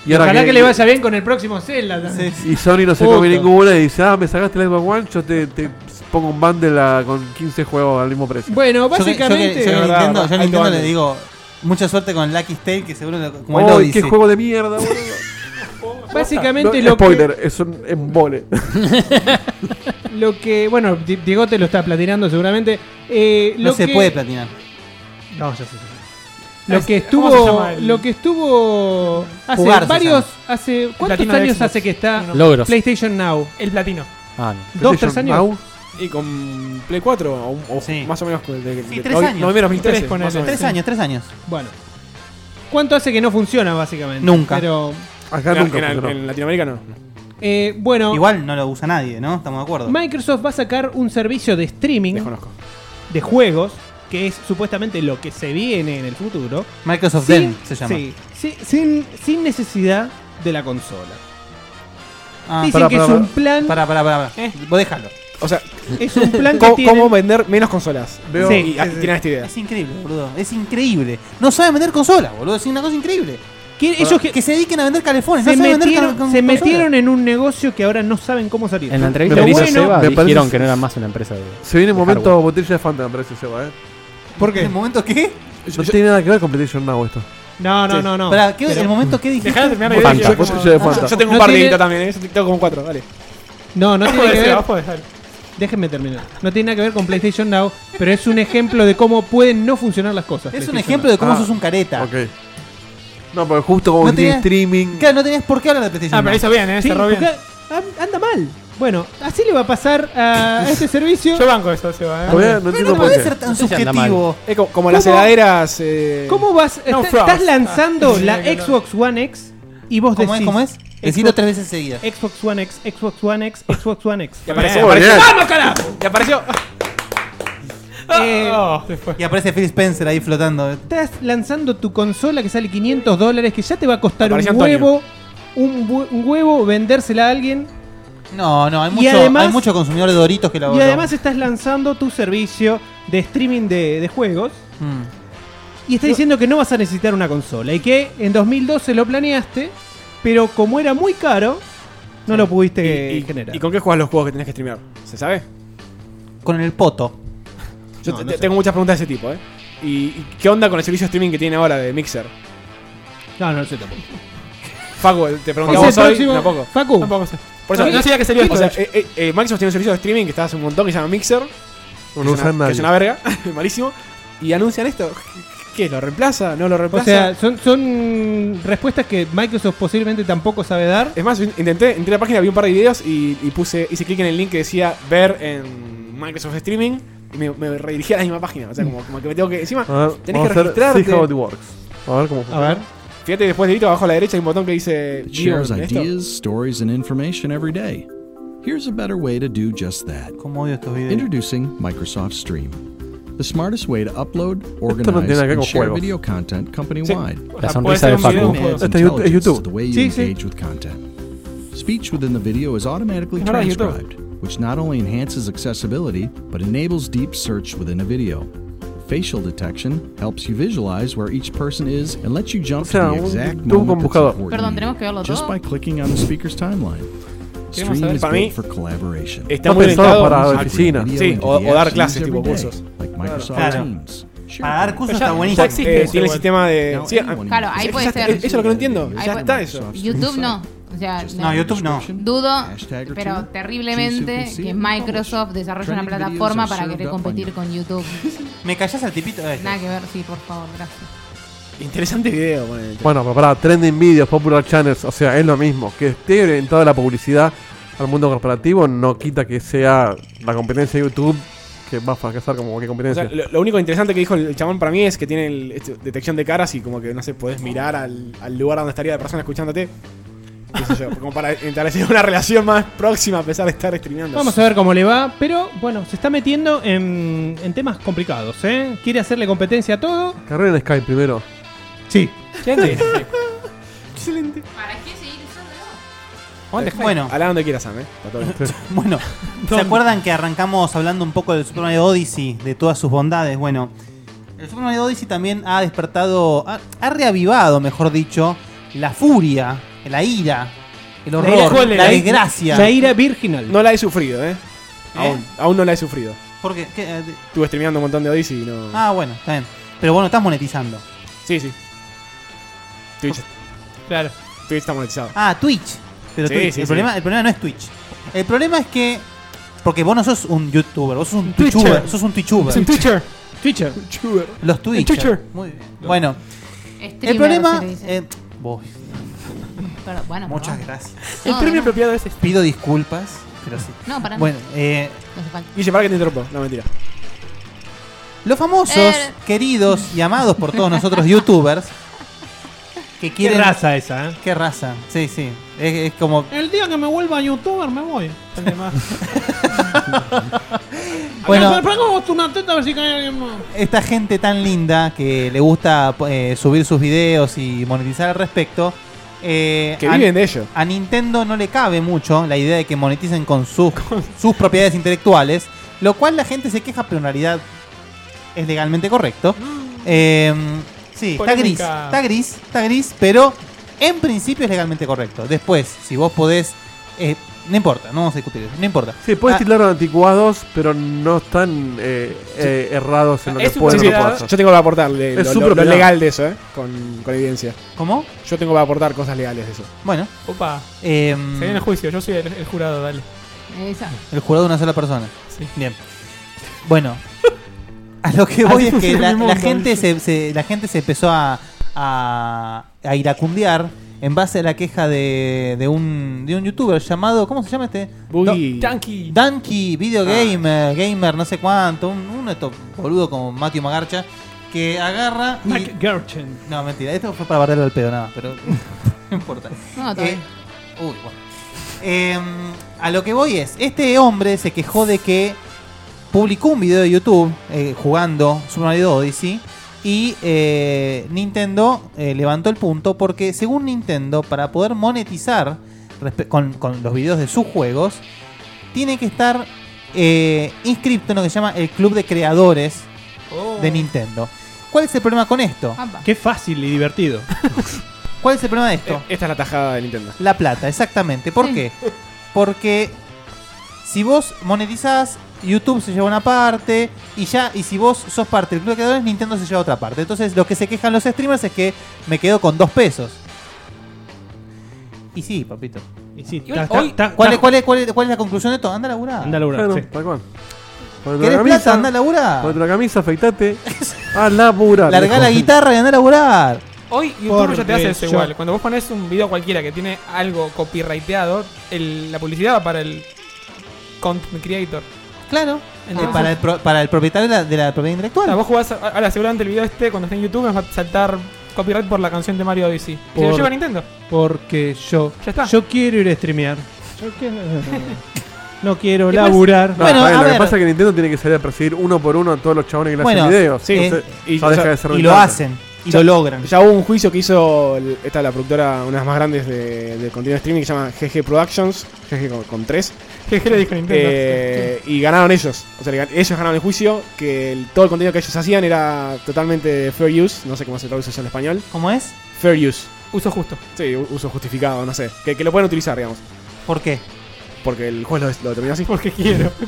y ahora Ojalá que, le vaya bien con el próximo Zelda. también. y Sony no se Puto. come ninguna y dice ah me sacaste el Xbox One yo te, te pongo un bundle a- con 15 juegos al mismo precio Yo Bueno, que- yo básicamente que- yo que verdad, Nintendo- verdad. yo a Ahí Nintendo lo le ando. digo mucha suerte con Lucky Tale, que seguro lo, como él lo ¡Ay, dice. qué juego de mierda boludo! Básicamente No, lo, spoiler es un embole que, lo que. Bueno, Di- Diego te lo está platinando seguramente. Eh, No lo se que- puede platinar. No, ya sé. ya sé. Lo que ¿Cómo se estuvo. llama el- Lo que estuvo. Hace Jugarse, varios. Hace. ¿Cuántos platino de años Xbox. hace que está Logros. PlayStation Now? El platino. Ah, no. ¿Dos, tres PlayStation años? Now. Y con Play 4, o, un- o Sí. más o menos. De, de- Sí, de- tres no- años. No menos 2013. Tres, ponele. más o menos. Tres años, tres años. Bueno. ¿Cuánto hace que no funciona, básicamente? Nunca. Pero. acá No, nunca en, funcionó. en Latinoamérica no. eh, bueno. Igual no lo usa nadie, ¿no? Estamos de acuerdo. Microsoft va a sacar un servicio de streaming Desconozco. de juegos, que es supuestamente lo que se viene en el futuro. Microsoft Sin- Den se llama. sí, sí, sin, sin necesidad de la consola. Ah, Dicen pará, que pará, es un pará. plan, Pará, pará, pará. ¿Eh? Vos déjalo. O sea, es un plan que ¿cómo, tienen. cómo vender menos consolas? Veo- Y, Sí, y- sí, ah, sí. tienen esta idea. Es increíble, boludo. Es increíble. No saben vender consolas, boludo. Es una cosa increíble. que ellos que- Que se dediquen a vender calefones. se, no saben vender metieron, cal- se con- metieron en un negocio que ahora no saben cómo salir. En la entrevista Me que hizo parece- Seba me dijeron parece- que no era más una empresa de. se viene un de momento hardware. botella de Fanta me parece Seba eh ¿Por ¿En qué? el momento qué? no tiene nada que ver con PlayStation Now esto No, no, no, no. Pará, ¿qué- ¿El momento qué Dejá de dijiste? terminar la idea. Fanta. que yo como- botella de Fanta Yo tengo No un par de tiene- guita también, ¿eh? Yo tengo como cuatro, dale. No, no tiene Podés, que Seba, ver. vos podés, dale. Déjenme terminar. No tiene nada que ver con PlayStation Now, pero es un ejemplo de cómo pueden no funcionar las cosas. Es un PlayStation ejemplo de cómo Ah, sos un careta. Ok. No, porque justo como No que tiene tenía- streaming. Claro, no tenías por qué hablar de PlayStation. Ah, pero Now. hizo bien, ¿eh? Sí, Cerró bien. porque an- anda mal. Bueno, así le va a pasar a a este servicio. Yo banco eso, Seba. ¿eh? Todavía no Pero entiendo no por puede qué. ser tan Entonces anda mal. subjetivo. Es como, como las ¿Cómo? heladeras. eh, ¿Cómo vas? No, está- Frost. estás lanzando Ah, sí, sí, la sí, Xbox One X y vos ¿Cómo decís. es? ¿Cómo es? Decirlo tres veces seguidas. Xbox One X, Xbox One X, Xbox One X. Y apareció. Muy bien. ¡Vamos, carajo! Y apareció. Eh, Oh, se fue. Y aparece Phil Spencer ahí flotando. Estás lanzando tu consola que sale 500 dólares, que ya te va a costar un Apareció Antonio. huevo, un, bu- un huevo vendérsela a alguien. No, no, hay Y mucho, además- hay mucho consumidor de Doritos que la Y además estás lanzando tu servicio de streaming de, de juegos. Mm. Y está diciendo que no vas a necesitar una consola y que en 2012 lo planeaste, pero como era muy caro, No lo pudiste y, y- generar. ¿Y con qué juegas los juegos que tenés que streamear? ¿Se sabe? Con el poto. Yo No, te- no te- sé. tengo muchas preguntas de ese tipo, ¿eh? ¿Y, y qué onda con el servicio de streaming que tienen ahora de Mixer? No, no lo sé tampoco. Facu, eh, te pregunto a Es vos el hoy. próximo. Tampoco. Facu. Tampoco sé. Por eso, no, no sabía que sería O esto. sea, de hecho. eh, eh, eh, Microsoft tiene un servicio de streaming que está hace un montón que se llama Mixer. No que lo es una- usan Que nadie. es una verga, malísimo. Y anuncian esto. ¿Qué? ¿Lo reemplaza? ¿No lo O reemplaza? sea, son, son respuestas que Microsoft posiblemente tampoco sabe dar. es más, in- intenté, entré a la página, vi un par de videos y, y puse, hice clic en el link que decía ver en Microsoft Streaming y me, me redirigí a la misma página. O sea, como, como que me tengo que. Encima, A ver, tenés vamos que a hacer registrarte. See How It Works. A ver cómo A funciona. ver. Fíjate, después de abajo a la derecha hay un botón que dice. It shares "View", ¿esto? ideas, stories, and information every day. Here's a better way to do just that. Como odio estos videos. Introducing Microsoft Stream, the smartest way to upload, tiene organize, nada que ver and con share juegos. video content Sí. company-wide. O La sea, sonrisa puede de ser un Facu. video, un Stream juego. adds Este es YouTube- es intelligence YouTube. to the way you Sí, sí. engage with content. Speech within the video is automatically Ahora YouTube. transcribed, which not only enhances accessibility, but enables deep search within a video. Facial detection helps you visualize where each person is and lets you jump O sea, to un- the exact tú con moment that's buscador. important Perdón, to you tenemos que verlo just todo. by clicking on the speaker's timeline. Queremos Stream saber- is Para mí- built for collaboration. Está Está muy pensado orientado para a- Integrate oficina. video Sí, into o- the o dar apps clases, used tipo every day, cursos. like Microsoft Claro. Teams, Para dar cursos SharePoint. Pero ya- está ya buenísimo. existe. Eh, eso tiene el igual. sistema de. Now sí, anyone ah, Claro, ahí can puede access ser. Eso the es lo que no entiendo. videos Ya at está eso. Microsoft Stream YouTube no. site. O sea, Just No, like YouTube no. description, Dudo, hashtag or pero two, terriblemente, choose que and publish. Microsoft desarrolla una Trending videos plataforma are para served querer up on competir YouTube. con YouTube. Me callás al tipito. este. Nada que ver, sí, por favor, gracias. Interesante video, ponele. Bueno, pero para trending videos, popular channels, o sea, es lo mismo. Que esté orientada la publicidad al mundo corporativo no quita que sea la competencia de YouTube que va a fracasar como cualquier O competencia. sea, lo, lo único interesante que dijo el, el chabón para mí es que tiene el- este, detección de caras y como que, no sé, podés mirar al, al lugar donde estaría la persona escuchándote. Qué sé yo, como para establecer una relación más próxima a pesar de estar streameando. Vamos a ver cómo le va. Pero bueno, se está metiendo en, en temas complicados. ¿eh? Quiere hacerle competencia a todo. Carrera en Skype primero. Sí. Excelente. ¿Para qué seguir usando? Bueno, Habla donde quieras, Sam, eh. Está todo bien. bueno. ¿Se acuerdan que arrancamos hablando un poco del Super Mario Odyssey, de todas sus bondades? Bueno, el Super Mario Odyssey también ha despertado, ha, ha reavivado, mejor dicho, la furia, la ira, el horror, la, desgracia. La ira virginal. No la he sufrido, eh. Aún, ¿Eh? aún no la he sufrido. Porque, ¿qué? Eh, Estuve streameando un montón de Odyssey y no. ah, bueno, está bien. Pero bueno, estás monetizando. Sí, sí. Twitch, Claro. Twitch está monetizado. Ah, Twitch. Pero Sí, Twitch. sí, el, sí. Problema, el problema no es Twitch. El problema es que. Porque vos no sos un youtuber, vos sos un Twitcher. twitchuber. Sos un twitchuber. Es un Twitcher. Twitcher. Los twitchers. Twitcher. Muy bien. Bueno, Streamer, el problema. se le dice. eh, voy. Pero, bueno, Muchas perdón. gracias. El No, premio no, no. apropiado es este. Pido disculpas, pero sí. No, para Bueno, eh, nada. No hace falta. Guille, para que te interrumpo. No, mentira. los famosos, Eh. queridos y amados por todos nosotros youtubers, que Qué quieren... raza esa, ¿eh? Qué raza, sí, sí. Es, es como... El día que me vuelva youtuber me voy. Bueno, una teta a ver si cae alguien más. esta gente tan linda que le gusta eh, subir sus videos y monetizar al respecto... eh, Que han- viven de ello. a Nintendo no le cabe mucho la idea de que moneticen con sus, sus propiedades intelectuales, lo cual la gente se queja, pero en realidad es legalmente correcto. Mm. Eh, sí, está Polémica. gris, está gris, está gris, pero en principio es legalmente correcto. Después, si vos podés, eh, no importa, no vamos a discutir eso, no importa. Sí, puedes Ah, tildar anticuados, pero no están eh, eh, errados en lo Es que su pueden o no propiedad. pueden Yo hacer. tengo para aportarle Es lo, su lo- lo propiedad. legal de eso, eh. Con, con evidencia. ¿Cómo? Yo tengo para aportar cosas legales de eso. Bueno, Opa. eh, Se viene el juicio. Yo soy el, el jurado, dale. Esa. el jurado de una sola persona. Sí. Bien. Bueno, a lo que voy es que la, mi la mundo, gente se, se- la gente se empezó a, a, a iracundear en base a la queja de, de un, de un youtuber llamado, ¿cómo se llama este? Boogie. Tanky. Danky, video gamer, gamer, no sé cuánto, un, uno de estos boludos como Matthew Magarcha, que agarra... y- Mike Gerchen. no, mentira, esto fue para barrerle al pedo nada, más, pero no importa. No, está Eh, bien. uy, bueno. Em, a lo que voy es, este hombre se quejó de que publicó un video de YouTube eh, jugando Super Mario Odyssey y eh, Nintendo eh, levantó el punto porque según Nintendo, para poder monetizar respe- con, con los videos de sus juegos, tiene que estar eh, inscripto en lo que se llama el Club de Creadores de Nintendo. ¿Cuál es el problema con esto? Apa. Qué fácil y divertido. ¿Cuál es el problema de esto? Eh, Esta es la tajada de Nintendo. La plata, exactamente. ¿Por Sí. qué? Porque si vos monetizás, YouTube se lleva una parte y ya, y si vos sos parte del club de creadores, Nintendo se lleva otra parte. Entonces, lo que se quejan los streamers es que me quedo con dos pesos. Y sí, papito. Y sí, Igual ta- ta- hoy- ta- ¿Cuál ta- es, cuál, es, cuál, es, cuál es la conclusión de todo? Anda a laburar. Anda a laburar, Bueno, sí. tal cual. Ponete ¿Querés la plata? camisa, Anda a laburar. ponete la camisa, afeitate. Ah, A laburar. Largá la guitarra y anda a laburar. Hoy YouTube Porque ya te hace eso yo- igual. Cuando vos pones un video cualquiera que tiene algo copyrighteado, el- la publicidad va para el content creator. Claro. Entonces- Eh, para, el pro- para el propietario de la, de la propiedad intelectual. O sea, vos jugás. a- Ahora, seguramente el video este, cuando esté en YouTube, me va a saltar copyright por la canción de Mario Odyssey. Y se lo Por- lleva Nintendo. Porque yo, Ya está. yo quiero ir a streamear. Yo quiero, no quiero Después- laburar. No, Bueno, está bien, a lo ver. que pasa es que Nintendo tiene que salir a perseguir uno por uno a todos los chabones que le Bueno, hacen videos. sí, Entonces, y- ya deja de y ser lo rentable. hacen. Y lo logran. eh, Ya hubo un juicio que hizo el- esta la productora, una de las más grandes de, de contenido de streaming, que se llama GG Productions, GG con, con tres, Jeje, le dijo Nintendo. eh, y ganaron ellos. O sea, le gan- ellos ganaron el juicio, que el- todo el contenido que ellos hacían era totalmente fair use, no sé cómo se traduce eso en español. ¿Cómo es? Fair use, Uso justo. sí, u- uso justificado, no sé, que, que lo pueden utilizar, digamos, ¿Por qué? porque el juez lo, lo determinó así. Porque quiero.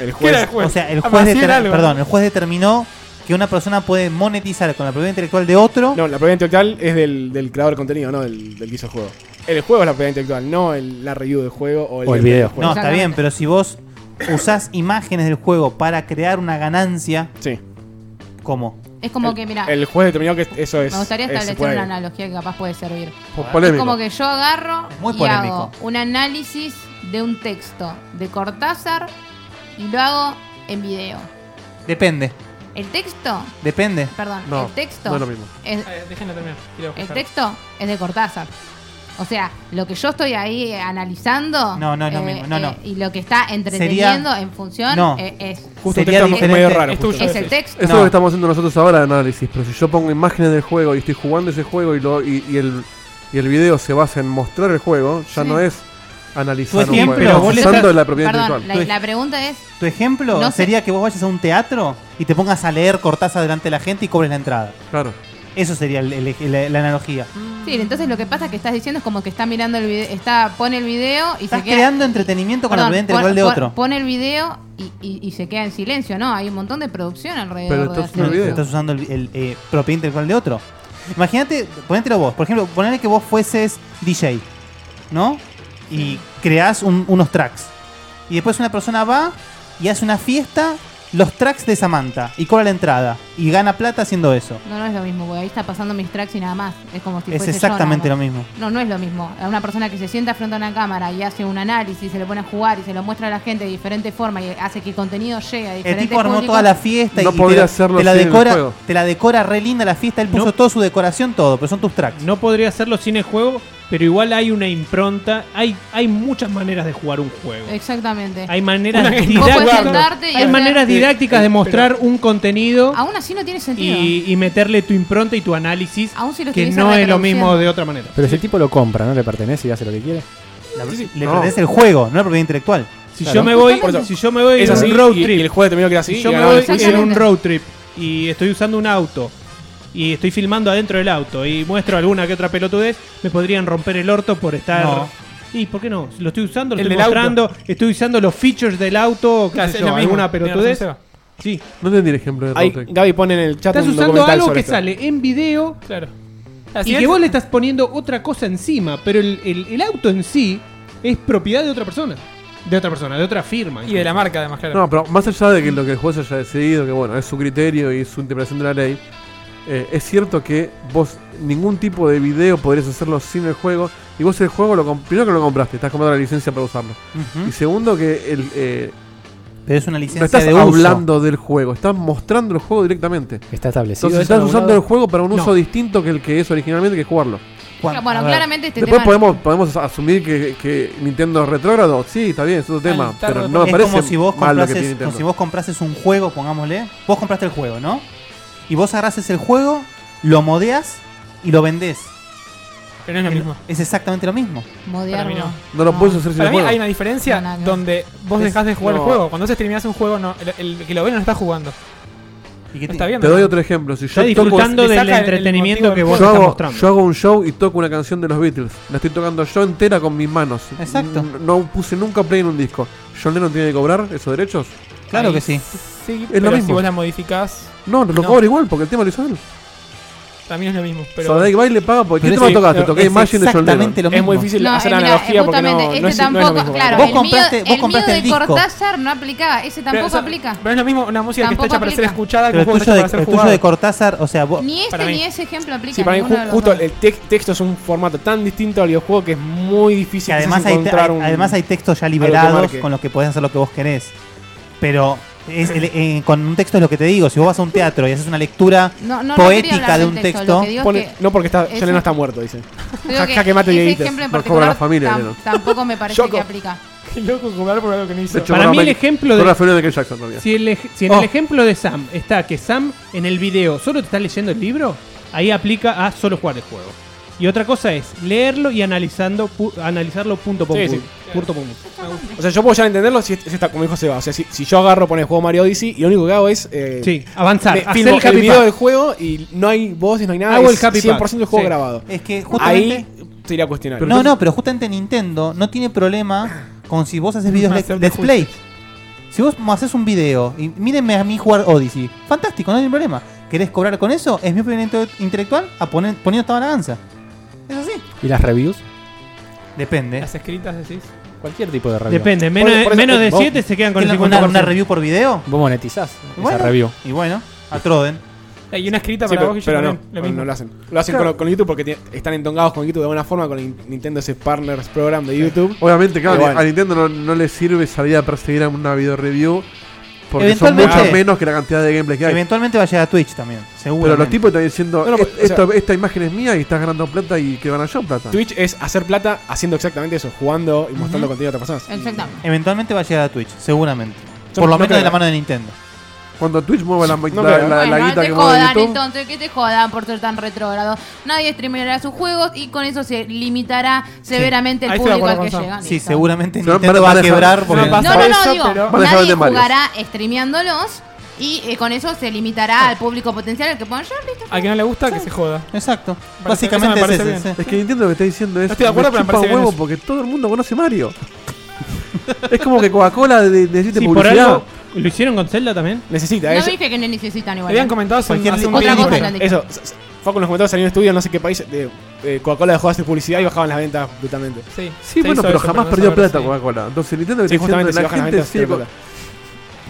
El ¿Qué era el juez. juez? O sea, el Ah, juez, sí era deter- algo. perdón, el juez determinó que una persona puede monetizar con la propiedad intelectual de otro. No, la propiedad intelectual es del, del creador de contenido, no del, del que hizo el juego. El juego es la propiedad intelectual, no el- la review del juego o el, O el gameplay video. del No, juego. está Exactamente. bien, pero si vos usás imágenes del juego para crear una ganancia, Sí. ¿cómo? Es como que, mira, El juez determinó que eso es. me gustaría es- se establecer puede. una analogía que capaz puede servir. Po- Polémico. Es como que yo agarro Es muy y polémico. hago un análisis de un texto de Cortázar y lo hago en video. Depende, El texto, depende. perdón, No, el texto no es lo mismo. es- Eh, déjenlo terminar. Quiero el escuchar. texto es de Cortázar. O sea, lo que yo estoy ahí eh, analizando eh, No, no es lo mismo, no, no. y lo que está entreteniendo en función no. eh, es, Justo Sería un texto diferente. medio raro. Es justo. tuyo. es el texto. Eso es No. lo que estamos haciendo nosotros ahora de análisis. Pero si yo pongo imágenes del juego y estoy jugando ese juego y, lo, y, y el, y el video se basa en mostrar el juego, ya Sí. no es analizar Por ejemplo, un juego. vos le usando estás- la propiedad Perdón, intelectual. la, la pregunta es, Tu ejemplo No sé. sería que vos vayas a un teatro y te pongas a leer Cortázar delante de la gente y cobres la entrada. Claro. Eso sería el- el- el- la analogía. sí, entonces lo que pasa que estás diciendo es como que está mirando el video, está pone el video y Estás se queda creando entretenimiento con la propiedad Perdón, intelectual pon- de pon- otro. Pone el video y, y- y se queda en silencio, ¿no? Hay un montón de producción alrededor Pero de esto es hacer un video. eso. Estás usando el, el, eh, propiedad intelectual de otro. Imagínate, ponételo vos. Por ejemplo, ponele que vos fueses DJ, ¿no? Y creás un- unos tracks. Y después una persona va y hace una fiesta, los tracks de Samantha, y cobra la entrada. Y gana plata haciendo eso. No, no es lo mismo, porque ahí está pasando mis tracks y nada más. Es como si es exactamente lo mismo. mismo. No, no es lo mismo. A una persona que se sienta frente a una cámara y hace un análisis, se lo pone a jugar y se lo muestra a la gente de diferente forma y hace que el contenido llegue a El diferentes tipo armó públicos. toda la fiesta No y te, podría la- hacerlo te la así en el decora, juego. te la decora re linda la fiesta. Él puso No. toda su decoración, todo, pero pues, son tus tracks. No podría hacerlo sin el juego, pero igual hay una impronta. Hay, hay muchas maneras de jugar un juego. Exactamente. Hay maneras Una que no puedes didácticas. sentarte y Hay hacer- maneras didácticas de mostrar un contenido Aún así no tiene Ah, sentido. y, y meterle tu impronta y tu análisis, Aún si lo que estuviesen no es lo reproduciendo. mismo de otra manera. Pero si el tipo lo compra, ¿no? Le pertenece y hace lo que quiere. La- Sí, sí. Le No. perdés el juego, no la propiedad intelectual. Si Claro. yo me voy, Por eso. si yo me voy Es en así. un road y- trip, y el juez determinó que era así. si y yo me ganaron el voy juicio. en un Exactamente. road trip y estoy usando un auto y estoy filmando adentro del auto y muestro alguna que otra pelotudez, me podrían romper el orto por estar No. ¿Y por qué no? Lo estoy usando, lo El estoy del auto. mostrando, estoy usando los features del auto, qué Claro, sé es yo, lo mismo. alguna Tiene razón, pelotudez. Seba. Sí. No entendí el ejemplo de Ahí, Rotek. Gaby pone en el chat Estás un usando documental algo sobre que esto. sale en video Claro. y que vos le estás poniendo otra cosa encima, pero el, el- el auto en sí es propiedad de otra persona. De otra persona, de otra firma. Y de la marca, además, claro. No, pero más allá de que lo que el juez haya decidido, que bueno, es su criterio y su interpretación de la ley, eh, es cierto que vos ningún tipo de video podrías hacerlo sin el juego. Y vos el juego, lo com- primero que lo compraste, estás comprando la licencia para usarlo. Ujú. Y segundo que el, eh, Pero es una no licencia estás de uso. hablando del juego, estás mostrando el juego directamente. Está establecido. Entonces eso estás en algún usando el lado? juego para un No. uso distinto que el que es originalmente que es jugarlo. Juan, Bueno, a ver. claramente este Después tema- podemos, podemos asumir que, que Nintendo es retrógrado. Sí, está bien, es otro Al tema. tarro Pero de no me es parece como si vos mal lo que tiene comprases, como Nintendo. si vos comprases un juego, pongámosle. Vos compraste el juego, ¿no? Y vos agarrases el juego, lo modeas y lo vendés. Pero no es lo mismo. Es exactamente lo mismo. Modearlo. Para mí No lo puedes hacer sin Para el mí juego. hay una diferencia No, nada que ver. donde vos Es- dejás de jugar no. el juego. Cuando vos streameás un juego, no, el, el que lo ve no está jugando. Y que Está ti- bien. Te doy otro ejemplo. Si Está yo toco, disfrutando le del saca el- el entretenimiento motivo que del vos yo estás hago, mostrando. yo hago un show y toco una canción de los Beatles. La estoy tocando yo entera con mis manos. Exacto. N- No, puse nunca play en un disco. John Lennon tiene que cobrar esos derechos. Claro Ahí que sí. Sí, lo pero si mismo. vos la modificás, No, lo No. cobra igual porque el tema lo hizo él. también es lo mismo. Pero Soledad Bay le paga porque ¿qué Pero tema es- tocaste? es Toqué Imagine de John Lennon. Exactamente lo mismo. Es muy difícil No, hacer eh, la mirá, analogía porque no, justamente, no este es, no es lo tampoco, mismo. claro, Vos el compraste- mío, vos el compraste mío el de disco. Cortázar no aplicaba, ese tampoco pero, o sea, aplica. pero es lo mismo una música Tampoco que está hecha para aplica. ser escuchada que Pero un el juego tuyo, está de, hecho para ser el tuyo jugado. de Cortázar, o sea, vos, Ni este para mí. ni ese ejemplo aplica. Sí, para mí ninguno ju- de los justo dos. el tex- texto es un formato tan distinto al videojuego que es muy difícil que quizás además hay, encontrar hay- un- además hay textos ya que liberados marque. con los que podés hacer lo que vos querés. Pero es el- eh, con un texto es lo que te digo. Si vos vas a un teatro y haces una lectura No, no, no quería poética hablar de del un texto, texto, lo que digo es Pone- que- no porque está, es John Lennon un- está muerto, dice. digo Ja, que ja, que mate, ese Dieguitos. ejemplo en No cobra particular la familia, tam- Elena. tampoco me parece Choco. que aplica. Qué loco cobrar por algo que no hizo. De hecho, Para cobra mí el Michael- ejemplo de cobra Fernando de Michael Jackson todavía. Si, el ej- si en el ejemplo de Sam está que Sam en el video solo te está leyendo el libro, ahí aplica a solo jugar el juego. Y otra cosa es leerlo y analizando pu- analizarlo punto por Sí, sí, punto. punto por punto. O sea, yo puedo ya entenderlo si, si está, como dijo Seba. O sea, si, si yo agarro, pone el juego Mario Odyssey y lo único que hago es. eh, Sí, avanzar, me hacer filmo el happy video path. del juego y no hay voces, no hay nada. Hago el es happy path. 100% del juego Sí. grabado. es que justamente. Ahí te iría a cuestionar. no, no, pero justamente Nintendo no tiene problema con si vos haces videos Hacer let's let's play. Si vos haces un video y mírenme a mí jugar Odyssey, fantástico, no hay ningún problema. ¿Querés cobrar con eso? Es mi opinión inte- intelectual a poner, poniendo esta balanza. Es así. ¿Y las reviews? Depende. las escritas decís. Cualquier tipo de review. Depende, menos, Por- por eso- menos de vos- 7 se quedan con el ¿Tiene 50%. una, una review por video? Vos monetizás Bueno. esa review. Y bueno, a Troden. Eh, Y una escrita Sí, para pero, vos y yo pero no, también, lo no, mismo. no lo hacen. Lo hacen con, con YouTube porque tiene- están entongados con YouTube de alguna forma con el Nintendo ese Partners Program de YouTube. Obviamente, claro, Igual. a Nintendo no, no le sirve salir a perseguir a una video review porque son Eventualmente- mucho menos que la cantidad de gameplay que hay. Eventualmente va a llegar a Twitch también, seguro. Pero los tipos están diciendo, No, no, "Est- pero, o sea- esta, esta imagen es mía y estás ganando plata y que van allá plata. Twitch es hacer plata haciendo exactamente eso, jugando y mostrando contenido a otras personas. Exactamente. Eventualmente va a llegar a Twitch, seguramente. Yo Por no lo menos creo. de la mano de Nintendo. Cuando Twitch mueva la, la- creo. la- la Bueno, no guita te que mueve jodan YouTube, entonces, que te jodan por ser tan retrógrado. Nadie streameará sus juegos y con eso se limitará severamente Ahí el estoy de público al acuerdo que con Sam. llega. Sí, Listo. seguramente Se van Nintendo a va a manejar- quebrar porque No pasa. No, no, no, Eso, digo, pero- Van a dejar nadie de Mario. jugará streameándolos y eh, con eso se Ah. limitará al público potencial al que puedan llegar. listo. Al que no le gusta, que se joda. Exacto. me Básicamente es parece ese. bien. ese. es que Nintendo lo que está diciendo es, No estoy de acuerdo, "Me pero me chupa parece huevo bien eso". porque todo el mundo conoce Mario. es como que Coca-Cola de- necesite Sí, por publicidad. algo, ¿Lo hicieron con Zelda también? Necesita No eso. me dije que no necesitan Me igual. ¿eh? habían comentado hace un, Cualquier hace un Otra tiempo. cosa no han dicho. Eso, s- s- fue con los comentarios salió un estudio, no sé qué país, de eh, Coca-Cola dejó de hacer publicidad y bajaban las ventas brutalmente. Sí, Sí, se bueno, hizo pero eso, jamás no perdió sabemos, plata sí. Coca-Cola. Entonces Nintendo Sí, está diciendo, justamente si la bajan las gente ventas. sigue... tiene con- Coca-Cola.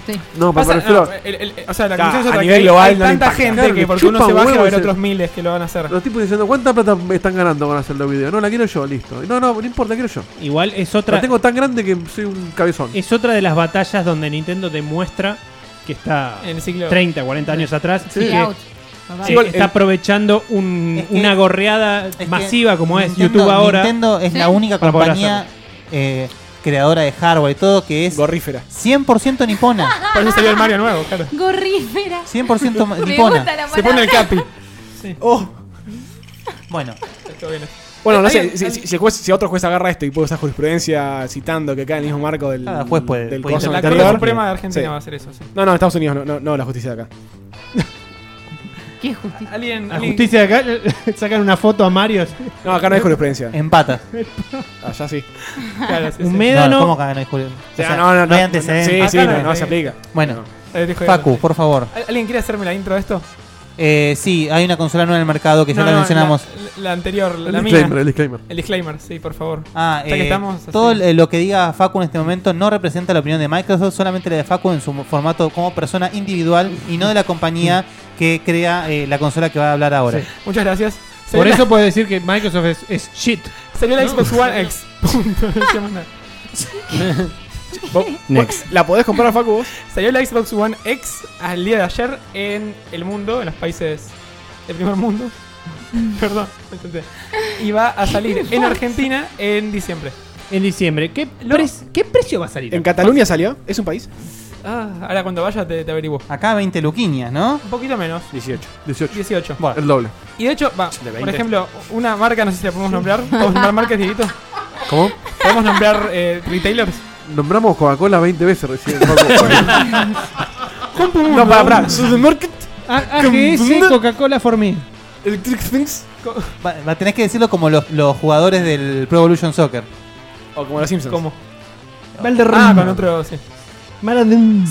Sí. No, pero Pasa- me refiero- no, eh, el- el- o sea, la Claro, conclusión es a otra, nivel que global hay no le tanta impacta. gente Claro, que le porque uno chupa se baje a huevo ver ese- otros miles que lo van a hacer. Los tipos diciendo, ¿cuánta plata me están ganando con hacer los videos? No, la quiero yo, listo. No, no, no importa, la quiero yo. Igual es La otra, tengo tan grande que soy un cabezón. es otra de las batallas donde Nintendo demuestra que está En el ciclo. 30, 40 años atrás. Sí, y que, out. eh, Total. Sí, igual, está el- aprovechando un- Es que- una gorreada que masiva como es Nintendo- YouTube ahora. Nintendo es Sí. la única Para poder compañía eh, creadora de hardware y todo que es Gorrífera. 100% nipona. Por eso salió el Mario nuevo, claro. Gorrífera. 100% ma- Me gusta nipona. la Se pone el palabra. capi. Oh. Bueno, Está bien. Bueno, no Está sé, bien, si, está si- si el juez- si otro juez agarra esto y puede usar jurisprudencia citando que cae en el mismo marco del, Cada juez puede- del puede coso La interpretar. Corte anterior. Suprema de Argentina Sí. va a hacer eso, sí. No, no, Estados Unidos, no, no, no, la justicia de acá. Qué justicia. Alguien. La alguien- justicia de acá eh, sacan una foto a Mario. No, acá no hay jurisprudencia. empata. Allá sí. Claro, sí, sí. Un No, médano. ¿Cómo cagan el Julio? O sea, no, hay antecedentes. Sí, sí, Acá no no, hay no se aplica. Bueno, Eh, dijo- Facu, por favor. ¿Al- ¿Alguien quiere hacerme la intro de esto? Eh, sí, hay una consola nueva en el mercado que ya No, la no, mencionamos. La, la anterior, la, el la disclaimer, mía. el disclaimer. El disclaimer, sí, por favor. Ah, Ya que eh, estamos así. todo eh, lo que diga Facu en este momento no representa la opinión de Microsoft, solamente la de Facu en su formato como persona individual y no de la compañía que crea eh, la consola que va a hablar ahora. Muchas gracias. Se Por viene- eso puedes decir que Microsoft es, es shit. Salió la Xbox One X. Punto, no decíamos nada. Vos- Next. ¿La podés comprar, Facu, vos? Salió la Xbox One X al día de ayer en el mundo, en los países del primer mundo. Perdón, me intenté. Y va a salir en Argentina en diciembre. En diciembre. ¿Qué, No. pres- ¿qué precio va a salir? ¿En Cataluña salió? ¿Es un país? Ah, ahora cuando vaya te, te averiguo. Acá 20 luquiñas, ¿no? Un poquito menos, 18. 18. 18. Bueno, El doble. Y de hecho, va, por 20. ejemplo, una marca, no sé si la podemos nombrar. ¿Podemos nombrar marcas, Dieguito? ¿Cómo? ¿Podemos nombrar eh, retailers? Nombramos Coca-Cola 20 veces recién. Facu. No, para, para. Supermarket. A- AGS ah, Coca-Cola for me. Electric Things. Va, va- tenés que decirlo como los, los jugadores del Pro Evolution Soccer. O como los Simpsons. ¿Cómo? Ah, Valderrama. con otro. Sí.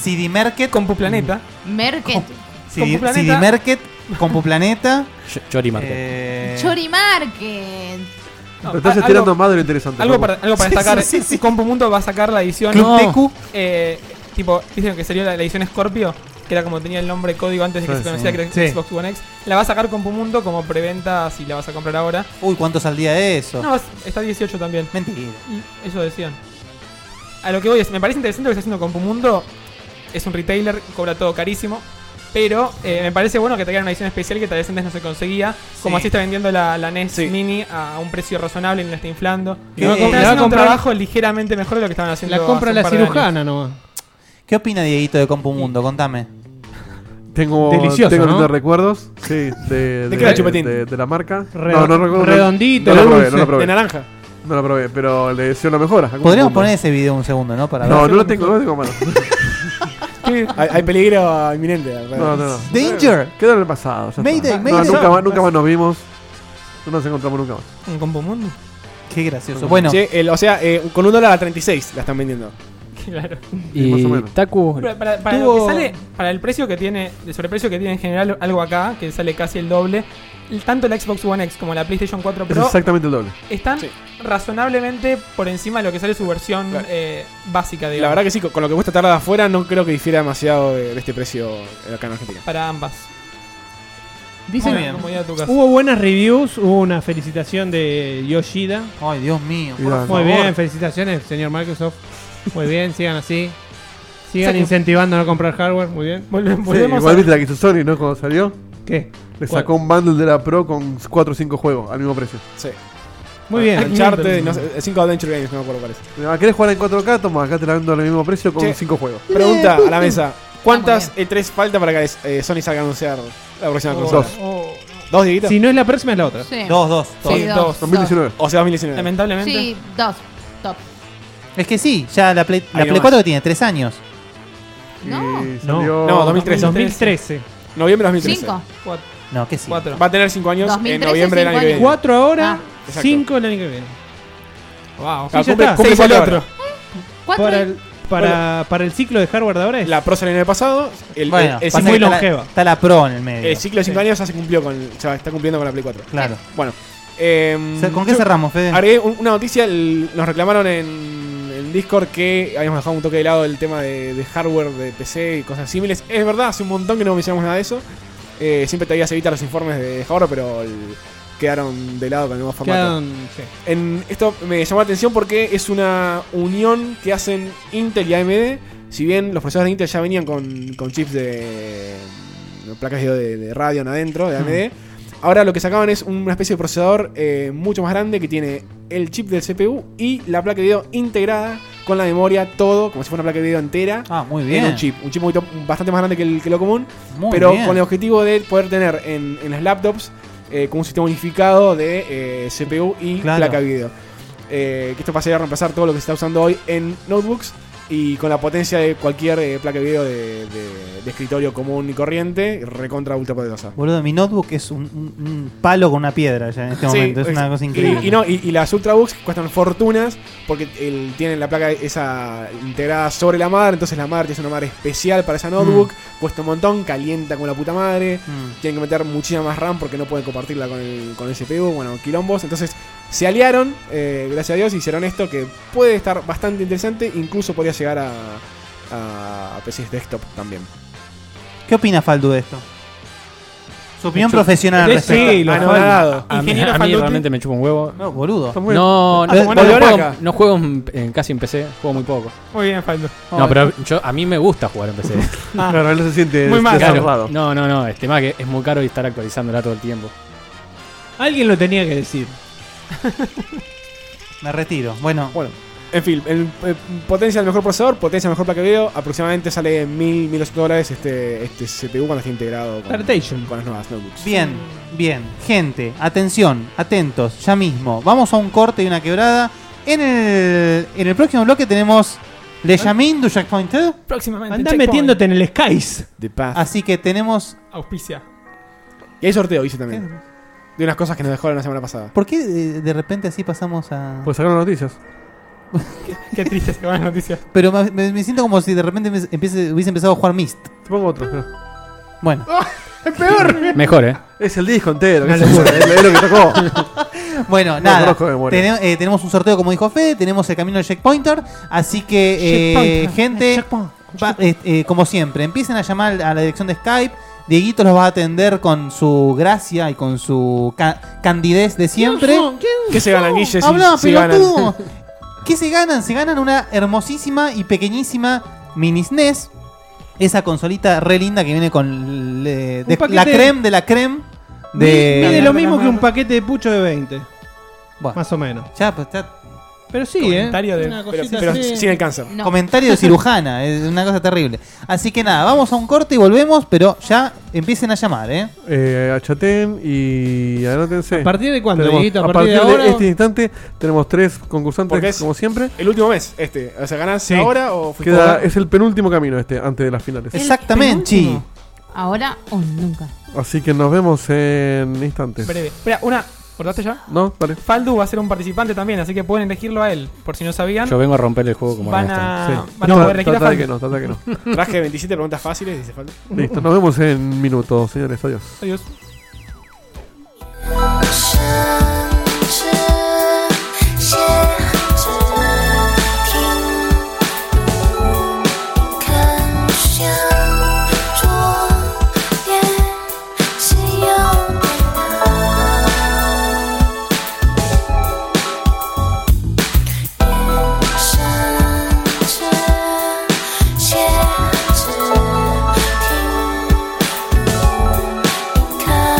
CD Market, Con Puplaneta. Merket. CD, Compuplaneta. CD Market, Compuplaneta, Ch- Chori Market. eh, Chori Market. No, Lo estás a- ah, tirando más de lo interesante. Algo Facu. para, algo para Sí, destacar. sí, sí, sí. Compomundo va a sacar la edición. Club TQ. eh, tipo, dicen que salió la, la edición Scorpio, que era como tenía el nombre código antes de que Sí, se conociera sí. que era Sí. Xbox One X. La vas a sacar con Pumundo como preventa si la vas a comprar ahora. Uy, ¿cuánto saldría eso? No, es- está 18 también. Mentira. Y Eso decían. A lo que voy es, me parece interesante lo que está haciendo con Pumundo. Es un retailer, cobra todo carísimo. Pero eh, me parece bueno que traigan una edición especial que tal vez antes no se conseguía. Como Sí. así está vendiendo la, la NES Sí. Mini a un precio razonable y no la está inflando. Le va a comprar- Están le va a haciendo un comprar- trabajo ligeramente mejor de lo que estaban haciendo. La compra hace un la par de años. cirujana nomás. ¿Qué opina Dieguito de Compu Mundo? Contame. Tengo, Delicioso, tengo ¿no? lindos recuerdos. Sí, de, qué era chupetín? de- de la marca. Redo- redondito, No lo probé, dulce. no lo probé. De naranja. No lo probé, pero le deseo lo mejor. a Facu Podríamos Mundo. poner ese video un segundo, ¿no? Para No, ver. no lo tengo, no lo tengo a mano. Hay, hay peligro inminente. No, no, no. Danger. Quedó en el pasado. ya está. Mayday, No, Mayday. nunca, más, nunca más nos vimos. No nos encontramos nunca más. ¿Un compomundo? Qué gracioso. Bueno, Che, el- o sea, eh, con un dólar a 36 la están vendiendo. Claro. Sí, más o Y menos. Taku, Para, para- para lo Tuvo- que sale, para el precio que tiene, el sobreprecio que tiene en general algo acá, que sale casi el doble, el- tanto la Xbox One X como la PlayStation 4 Es Pro exactamente el doble. están Sí. razonablemente por encima de lo que sale su versión Claro. eh, básica, La digamos, verdad que sí, con con lo que cuesta tarda afuera, no creo que difiera demasiado de, de este precio eh, acá en Argentina. para ambas. Dicen, Muy bien. Como diga tu caso. hubo buenas reviews, hubo una felicitación de Yoshida. ay, Dios mío. Mirá, no. Muy bien, felicitaciones, señor Microsoft. Muy bien, sigan así. Sigan incentivando a no comprar hardware, muy bien. Volve- Sí, volvemos igual a- viste la que hizo Sony, ¿no? Cuando salió. ¿Qué? Le ¿Cuál? sacó un bundle de la Pro con 4 o 5 juegos al mismo precio. Sí. Muy bien. Uncharted, no sé, 5 Adventure Games, no me acuerdo cuál es. Ah, ¿Querés jugar en 4K? Toma, acá te la vendo al mismo precio con Che. 5 juegos. Pregunta a la mesa. ¿Cuántas Ah, E3 falta para que eh, Sony salga a anunciar la próxima Oh, consola? Dos. oh, ¿Dos, Dieguito? Si no es la próxima, es la otra. Sí. Dos, dos, dos. Sí, dos. 2019. O sea, 2019. lamentablemente. Sí, dos. Top. Es que sí, ya la Play, la Ahí Play nomás. 4 que tiene tres años. Y No. salió- No, 2013. 2013. Noviembre de 2013. Cinco. cuatro, No, que sí. cuatro. Va a tener 5 años en 2013, noviembre del año que cinco viene. años. 4 ahora, Ah, exacto. 5 el año que viene. Wow. Ah, Sí, ya cumple- está. cumple Seis al cuatro otro. ahora. Cuatro. Para el, para, para el ciclo de hardware de ahora es. La Pro salió el año pasado. El, Bueno, el- el pasa ciclo, que muy está, la, longeva. está la Pro en el medio. el ciclo de 5 años ya se cumplió con. O sea, está cumpliendo con la Play 4. Claro. Bueno. eh, O sea, ¿Con qué yo cerramos, Fede? Agregué un- una noticia. el- nos reclamaron en, en Discord que habíamos dejado un toque de lado el tema de, de hardware de PC y cosas similares. Es verdad, hace un montón que no mencionamos nada de eso. Eh, siempre te habías evitado los informes de hardware, pero el- quedaron de lado con el nuevo formato. Quedaron- sí. En, esto me llamó la atención porque es una unión que hacen Intel y AMD. Si bien los procesadores de Intel ya venían con, con chips de, de placas de, de, de Radeon adentro, de AMD, ahora lo que sacaban es una especie de procesador eh, mucho más grande que tiene el chip del CPU y la placa de video integrada con la memoria, todo, como si fuera una placa de video entera. Ah, muy en bien. un chip, un chip muy to- bastante más grande que, el, que lo común Muy pero bien. con el objetivo de poder tener en, en las laptops eh, como un sistema unificado de eh, CPU y Claro. placa video. Eh, que esto pasaría a reemplazar todo lo que se está usando hoy en notebooks y con la potencia de cualquier eh, placa video de, de- de escritorio común y corriente, recontra ultra poderosa. Boludo, mi notebook es un, un- un palo con una piedra ya en este Sí, momento. Es una es- cosa increíble. Y, y no, y, y las ultrabooks cuestan fortunas porque el- tienen la placa esa integrada sobre la madre, entonces la madre es una madre especial para esa notebook, cuesta un montón, calienta como la puta madre. Mm. tienen que meter muchísima más RAM porque no pueden compartirla con el, con el CPU, bueno, quilombos. Entonces se aliaron, eh, gracias a Dios, hicieron esto que puede estar bastante interesante, incluso podría llegar a, a PCs desktop también. ¿Qué opina Faldu de esto? Su opinión profesional al Sí, respecto. Ah, sí, lo Anonadado. A mí, Ingeniero Ah, a mí Falduti. realmente me chupa un huevo. No, boludo. No, Ah, no, como una no juego, baraca. no juego en- en- casi en PC, juego muy poco. Muy bien, Faldo. No, pero yo, a mí me gusta jugar en PC. Claro, él se siente Muy mal. Claro. desarmado. No, no, no. El tema que es muy caro y estar actualizándola todo el tiempo. Alguien lo tenía que decir. Me retiro. Bueno, Bueno, en fin, el, eh, potencia del mejor procesador, potencia del mejor placa de video, aproximadamente sale 1000, 1200 dólares este, este CPU cuando esté integrado con, Partation. con las nuevas notebooks. bien, bien. Gente, atención, atentos, ya mismo. Vamos a un corte y una quebrada. En el, en el próximo bloque tenemos Le llamé Indujack Pointer, Próximamente. Andá Checkpoint. metiéndote en el Skies. The Path. así que tenemos... Auspicia. y hay sorteo, hice también. De unas cosas que nos dejaron la semana pasada. ¿Por qué de, de repente así pasamos a...? Pues sacaron noticias. Qué triste se van las noticias. Pero me, me- me siento como si de repente me empiece- hubiese empezado a jugar Mist. Te pongo otro. espera. Bueno, Mejor, ¿eh? Es el disco entero. qué sé yo, es lo- es lo que tocó. bueno, No, nada. conozco de memoria. Tene- eh, tenemos un sorteo, como dijo Fede, tenemos el camino del checkpointer. Así que, eh, gente, va- eh, eh, como siempre, empiecen a llamar a la dirección de Skype. Dieguito los va a atender con su gracia y con su ca- candidez de siempre. ¿Qué se ganan, Guille? si- Habla, si ganan? pelotudo. ¿Qué se ganan? Se ganan una hermosísima y pequeñísima mini SNES. Esa consolita re linda que viene con le- de- paquete. la creme de la creme. De, De, mide lo mismo que un paquete de pucho de 20. Bueno. Más o menos. Ya, pues, ya. Pero sí, ¿eh? Comentario de. Una Pero, cosita pero así. sin el cáncer. No. Comentario de cirujana, es una cosa terrible. Así que nada, vamos a un corte y volvemos, pero ya empiecen a llamar, ¿eh? Eh, achaten y anótense. ¿A partir de cuándo, Tenemos- Dieguito? a partir de, ahora? este instante tenemos tres Porque concursantes, es- como siempre. El último mes, este. O sea, ¿ganás Sí. ahora o fuiste Queda, ahora? es el penúltimo camino este, antes de las finales. Exactamente, chi. Ahora o nunca. Así que nos vemos en instantes. Breve. Espera, una. ¿Cortaste ya? ¿No? Vale. Faldu va a ser un participante también, así que pueden elegirlo a él. Por si no sabían, Yo vengo a romper el juego como van Ernesto. a, este, Sí. van No, a poder elegir a trata de que Faldu. no, trata de que no. Traje 27 preguntas fáciles, dice falta. Listo, nos vemos en minutos, señores. Adiós. Adiós. 看。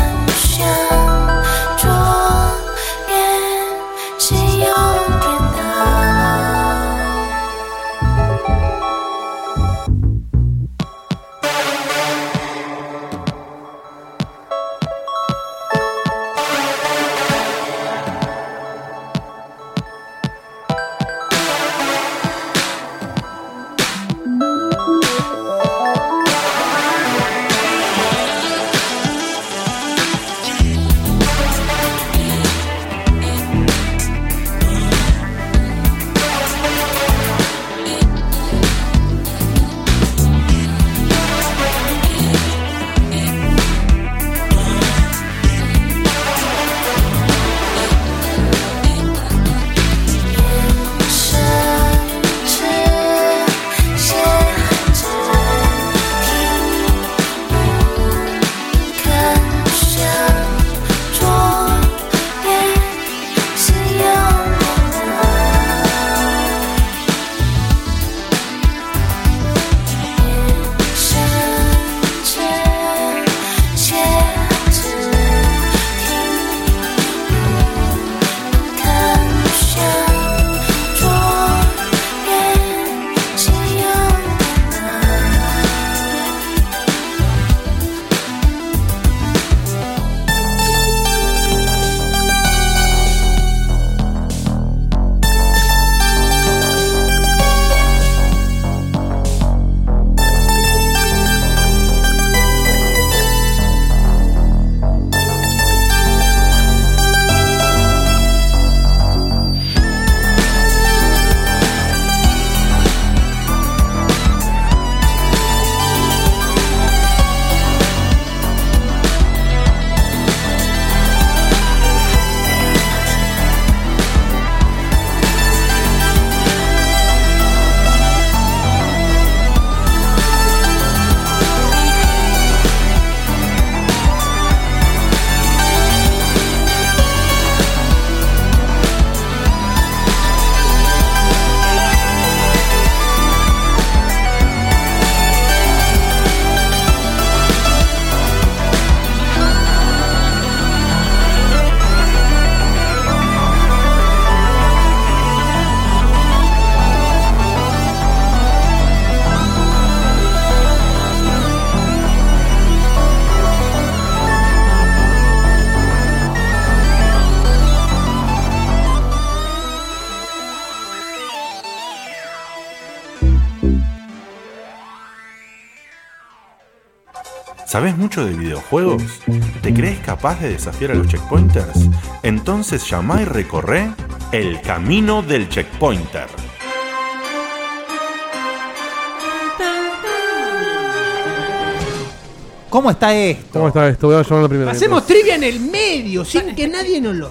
¿Sabes mucho de videojuegos? ¿Te crees capaz de desafiar a los checkpointers? Entonces llama y recorre el camino del checkpointer. ¿Cómo está esto? ¿Cómo está esto? Voy a llamar a la primera. Hacemos trivia en el medio, sin que nadie nos lo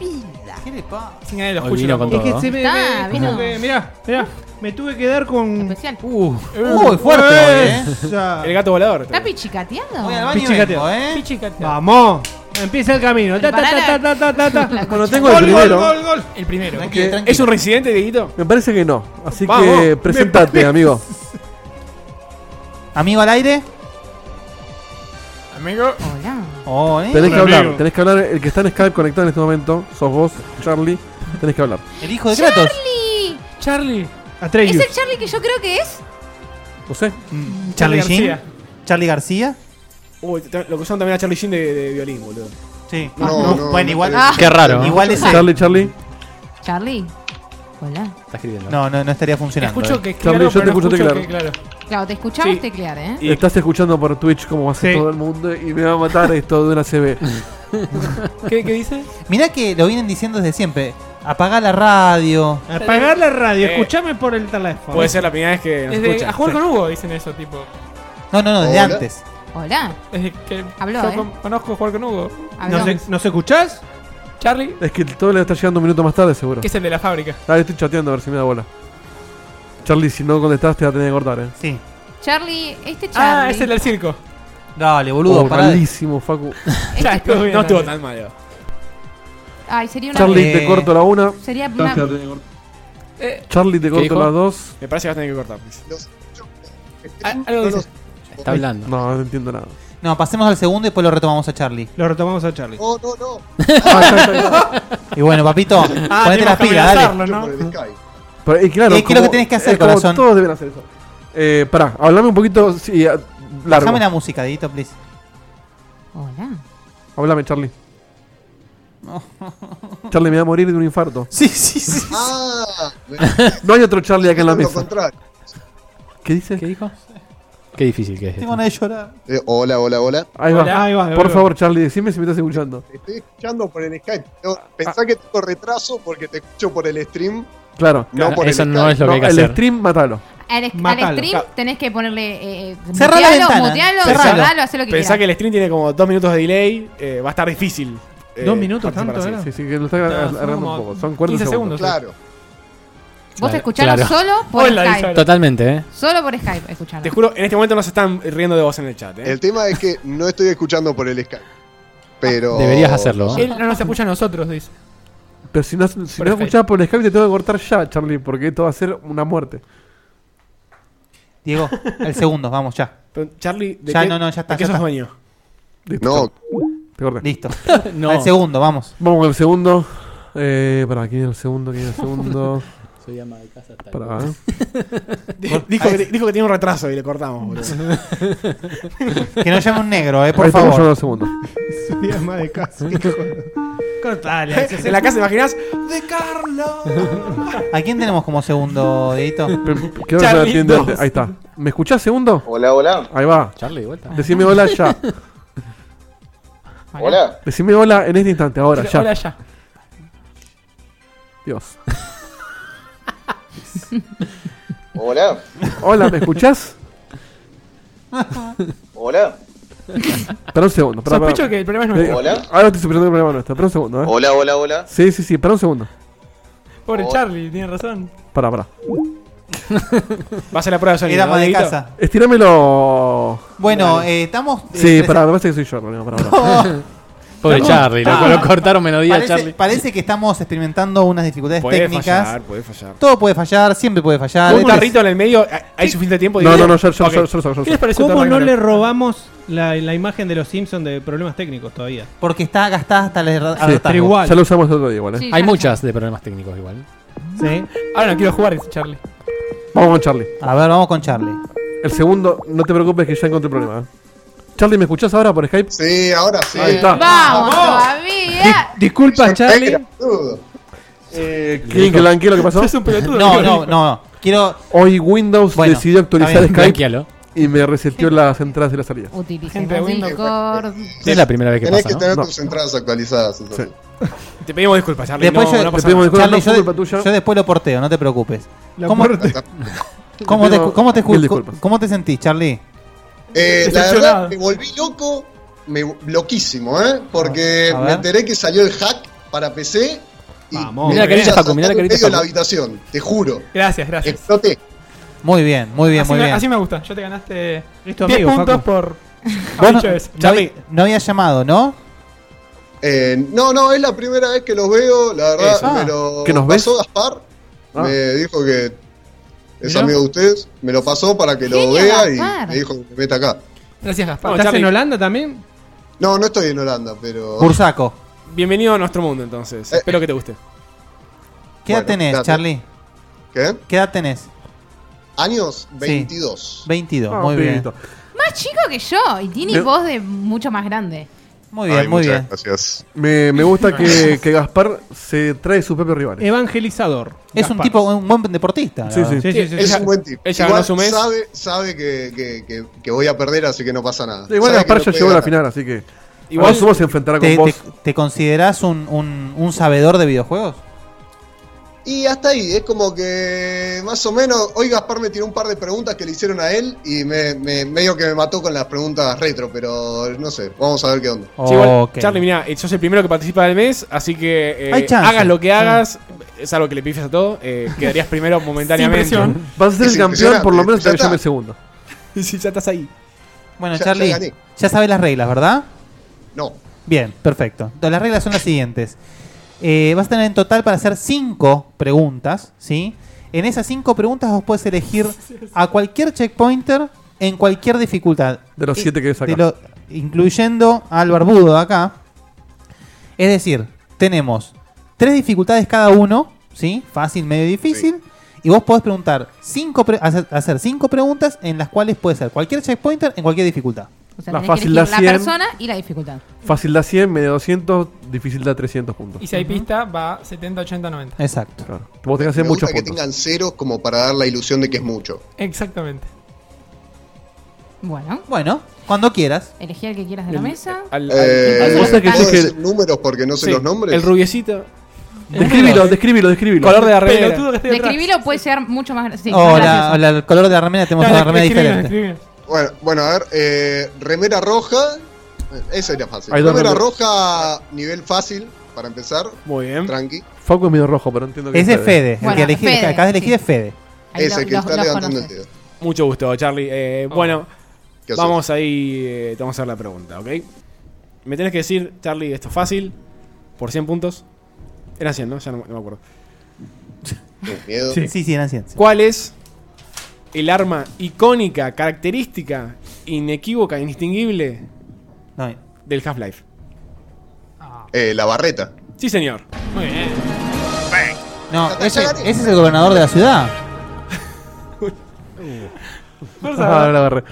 ¿Qué le pasa? Sin nadie lo Hoy escuche. vino lo con pongo. Es todo. que se me. Ah, me- vino. como que, mirá, mirá. Me tuve que dar con. Uh, Especial. Uy, fuerte hoy, eh. Esa. El gato volador. ¿Está pichicateando? Voy al baño y Pichicateo. vengo, eh. Pichicata. Vamos. Empieza el camino. Ta, ta, ta, ta, ta, ta, ta. Bueno, tengo el primero. El primero. Tranquilo, tranquilo. ¿Es un residente, Dieguito? Me parece que no. Así Vamos, que me presentate, parece. amigo. Amigo al aire. ¿eh? Amigo. Hola. Oh, eh. Tenés que Hola, hablar. amigo. Tenés que hablar. El que está en Skype conectado en este momento, sos vos, Charlie. Tenés que hablar. El hijo de Kratos. Charlie. Charlie. ¿Es Atreyu. el Charlie que yo creo que es? No sé. Mm. Charlie Charlie Sheen. García. Charlie García. Uy, te- lo usaron también a Charlie Sheen de, de violín, boludo. Sí. No, Ah, no, bueno, no igual. parece. Ah. Qué raro. ¿eh? Igual ese. Charlie, Charlie. Charlie. Hola. Está escribiendo. No, no, no estaría funcionando. Escucho que Charlie, claro, yo te pero no escucho escucho teclar. que claro. Claro, te escuchamos Sí. teclear, ¿eh? Y- Estás escuchando por Twitch como hace Sí. todo el mundo y me va a matar esto de una CB. ¿Qué, qué dice? Mirá que lo vienen diciendo desde siempre. Apagá la radio. Apagar la radio. Eh. Escuchame por el teléfono. Puede ser la primera vez que nos Desde- escucha. a jugar Sí. con Hugo dicen eso, tipo. No, no, no, desde Hola. antes. Hola. Desde que Habló, yo eh. con- conozco jugar con Hugo. Habló. ¿Nos, e- nos escuchás? Charlie, Es que todo le está llegando un minuto más tarde, seguro. que es el de la fábrica. Dale, estoy chateando a ver si me da bola. Charlie, si no contestaste, te la tenés que cortar, eh. Sí. Charlie, este Charlie. Ah, es el del circo. Dale, Oh, boludo, pará. de- malísimo, Facu. Este- Ya, estuvo bien, No estuvo Daniel. tan malo. Ay, sería una. Charlie, Eh. te corto la una. Sería Ah, una. Eh, Charlie, te corto dijo? la dos. Me parece que vas a tener que cortar. pues. please. Los- yo- a- algo no dice. los- Está hablando. No, no entiendo nada. No, pasemos al segundo y después lo retomamos a Charlie. Lo retomamos a Charlie. Oh, No, no, no. Y bueno, papito, ponete tenemos las que pilas, dale. amenazarlo, Yo ¿no? por el Skype. Pero, y claro, Es que lo que tenés que hacer, es como corazón. Todos deben hacer eso. Eh, pará, hablame un poquito. Sí, a- largo. Bájame la música, Didito, please. Hola. Háblame, Charlie. Charlie me va a morir de un infarto. Sí, sí, sí. Ah, me- No hay otro Charlie acá en la lo mesa. contrario. ¿Qué dice? ¿Qué dijo? Qué difícil que es. Tengo esto. ganas de llorar. Eh, hola, hola, hola. Ahí va. Ahí va, ahí Por va. favor, Charlie, decime si me estás escuchando. Te estoy escuchando por el Skype. No, Ah. pensá que tengo retraso porque te escucho por el stream, Claro. no Claro, por eso el no Skype. es lo No, que hay que el hacer. stream, matalo. Al, al Matalo. stream tenés que ponerle. Eh, eh, Cerrá la mutealo, ventana. mutealo, Cerralo. cerralo, hacé lo que Pensá quieras. que el stream tiene como dos minutos de delay. eh, va a estar difícil. eh, ¿Dos minutos participar tanto así. era? Sí, sí, que lo está No, son agarrando un como poco. Son 40 15 segundos. segundos. Claro. Vos Claro, escuchalo claro. solo por Hola, Skype. Isabel. Totalmente, ¿eh? Solo por Skype, escuchalo. Te juro, en este momento no se están riendo de vos en el chat. ¿eh? El tema es que no estoy escuchando por el Skype. Pero. Deberías hacerlo. ¿eh? Él no nos apoya a nosotros, dice. Pero si no, si no Perfecto. escuchás por el Skype, te tengo que cortar ya, Charlie, porque esto va a ser una muerte. Diego, el segundo, vamos, ya. Pero, Charlie, ¿de Ya, qué, no, no, ya está, de qué ya sos está. dueño? Listo, No, te corté. Listo. No. Al segundo, vamos. Vamos con el segundo. Eh, pará, ¿quién es el segundo? ¿Quién es el segundo? Soy ama de casa. tal. Pará, ¿eh? Dijo que, dijo que tiene un retraso y le cortamos, boludo. Que no llame un negro, eh, por Ahí estamos llegando favor. al segundo. Día más de casa. Cortale. en la casa, ¿te imaginás? ¡De Carlos! ¿A quién tenemos como segundo, Didito? Pero, Creo que se Charlie atiende dos. antes. Ahí está. ¿Me escuchás segundo? Hola, hola. Ahí va. Charlie, de vuelta. Decime hola ya. Hola. Decime hola en este instante, ahora, ya. Hola, ya. Dios. Hola. Hola, ¿me escuchás? Hola. Espera un segundo. Espera, Eh, Sospecho que el problema es nuestro. Hola. Ahora estoy superando el problema nuestro. Espera un segundo, ¿eh? Hola, hola, hola. Sí, sí, sí. Espera un segundo. Pobre Hola. Charlie, tiene razón. Pará, pará. Va a ser la prueba de sonido. Era ¿no, más de Dieguito? Ah. casa. Estirámelo. Bueno, eh, estamos. eh, Sí, presen- pará, me parece que soy yo, problema. Pará, pará. Pobre Charlie, lo, lo cortaron melodía a Ah. Parece, Charlie. parece que estamos experimentando unas dificultades Puede técnicas. fallar, puede fallar. Todo puede fallar, siempre puede fallar. ¿Un tarrito en el medio? eh, ¿Hay suficiente tiempo? pues, No, no, Dieguito? no, yo, yo, Ok. yo, yo lo saco, yo lo ¿Qué les saco. pareció ¿Cómo Thor no le Ragnarok? robamos la, la imagen de los Simpsons de problemas técnicos todavía? Porque está gastada hasta el ra- Sí, hartazgo. pero igual. Ya lo usamos el otro día, igual, ¿eh? Sí, Hay ya muchas de problemas técnicos igual. Sí. Ahora no quiero jugar, dice Charlie. Vamos con Charlie. A ver, vamos con Charlie. El segundo, no te preocupes que ya encontré el problema. ¿eh? Charlie, ¿me escuchás ahora por Skype? Sí, ahora sí. Ahí está. está. Vamos todavía. Disculpa, Charlie. Negra, boludo. Eh, ¿Quién que blanqueó lo que pasó? Es un pelotudo. No, no, no, no. Quiero. Hoy Windows Bueno, decidió actualizar está Skype Blanquealo. y me reseteó las entradas y las salidas. Utilicen Gente de Windows. Discord. Es la primera vez que Tenés pasa, que ¿no? tener No. tus entradas actualizadas. entonces. Te pedimos disculpas, Charlie. Después no, yo, no pasa Charlie, nada. yo- yo después lo porteo, no te preocupes. La ¿Cómo, porte- ¿cómo, te, Pido cómo, te, mil disculpas. ¿Cómo te sentís, Charlie? Eh, la Decepcionado. verdad, me volví loco, me, loquísimo, ¿eh? Porque Ah, A ver. me enteré que salió el hack para PC. Y Vamos. me Mirá la carita, puse Facu, a saltar mirá la en carita, medio de la Facu. habitación, te juro. Gracias, gracias. Exploté. Muy bien, muy bien, así, muy me, bien. así me gusta. Yo te ganaste 10 amigo, puntos Facu. por. Vos no, dicho eso. no había- no había llamado, ¿no? Eh, no, no, es la primera vez que los veo, la verdad, Eso. me lo ¿Que nos ves? pasó Gaspar, Ah. me dijo que es Mirá. amigo de ustedes, me lo pasó para que lo Genio, vea Gaspar. y me dijo que me meta acá. Gracias, Gaspar. ¿Estás en Holanda también? No, no estoy en Holanda, pero... Bursaco. Bienvenido a nuestro mundo, entonces. Espero que te guste. ¿Qué edad Bueno, tenés, date. Charlie? ¿Qué? ¿Qué edad tenés? Años Sí. 22. 22, Ah, muy bien. pibito. Más chico que yo. Y tiene Bien. voz de mucho más grande. Muy bien, muy bien. Gracias. Me, me gusta que, que Gaspar se trae sus propios rivales. Eh, Evangelizador. Es un Gaspar. tipo, un buen deportista. la Sí, verdad. sí. Sí, sí, sí, es un buen tipo. ella Igual ganó su mes. sabe, sabe que, que- que- que voy a perder, así que no pasa nada. Igual Sabe Gaspar que ya no llegó puede a la ganar. final, así que. Igual- Ahora Sumo se enfrentará con ¿Te, vos. te- te considerás un, un- un sabedor de videojuegos? Y hasta ahí, es como que más o menos, hoy Gaspar me tiró un par de preguntas que le hicieron a él y me, me- medio que me mató con las preguntas retro, pero no sé, vamos a ver qué onda. Oh, Sí, igual, Charlie, mira, sos el primero que participa del mes, así que eh, Hay chance. hagas lo que hagas, es algo que le pifes a todo, eh, quedarías primero momentáneamente. presión. Vas a ser el Es campeón, eh, por lo menos, impresionante. hasta que yo me segundo. si ya estás ahí. Bueno, Ya- ya Charlie, gané. ya, sabes las reglas, ¿verdad? No. Bien, perfecto. Entonces, las reglas son las siguientes. Eh, vas a tener en total para hacer cinco preguntas, ¿sí? En esas cinco preguntas vos puedes elegir a cualquier checkpointer en cualquier dificultad. Eh, De los siete que ves acá. de lo- incluyendo al barbudo de acá. Es decir, tenemos tres dificultades cada uno, ¿sí? Fácil, medio y difícil. Y vos podés preguntar cinco pre- hacer, hacer cinco preguntas en las cuales puede ser cualquier checkpointer en cualquier dificultad. O sea, La tenés fácil que da elegir la 100. persona y la dificultad. Fácil da 100, medio 200, difícil da 300 puntos. Y si hay pista, va 70, 80, 90. Exacto. Vos tenés que hacer me muchos gusta que puntos. tengan ceros como para dar la ilusión de que es mucho. Exactamente. Bueno, Bueno, cuando quieras. elegí al que quieras de la El- mesa. Eh, Vos sabés que ¿puedo yo que- decir números porque no sé Sí, los nombres? El rubiecito. Describilo, describilo, describilo. Color de la remera. Describilo puede ser mucho más. sí, o más la- gracioso. o la- el color de la remera, tenemos una remera diferente. Bueno, bueno, a ver, eh, remera roja, eh, esa era fácil. Hay dos Remera remeras. roja, nivel fácil, para empezar. Muy bien. Tranqui. Facu es medio rojo, pero entiendo que. Ese es Fede. el Bueno, que, elegí- el que Fede, acabas de elegir sí. es Fede. Ahí Ese lo- que los- está los levantando el conoces. Mucho gusto, Charlie. Eh, Bueno, ¿Qué haces? vamos ahí, eh, te vamos a hacer la pregunta, ¿ok? Me tenés que decir, Charlie, esto es fácil, por 100 puntos. Eran 100, ¿no? Ya no, no me acuerdo. Miedo. Sí, sí, eran 100. ¿Cuál es el arma icónica, característica, inequívoca, indistinguible No. del Half-Life? Eh, la barreta. Sí, señor. Muy bien. No, ese, ese es el gobernador de la ciudad. Ah, la agarré.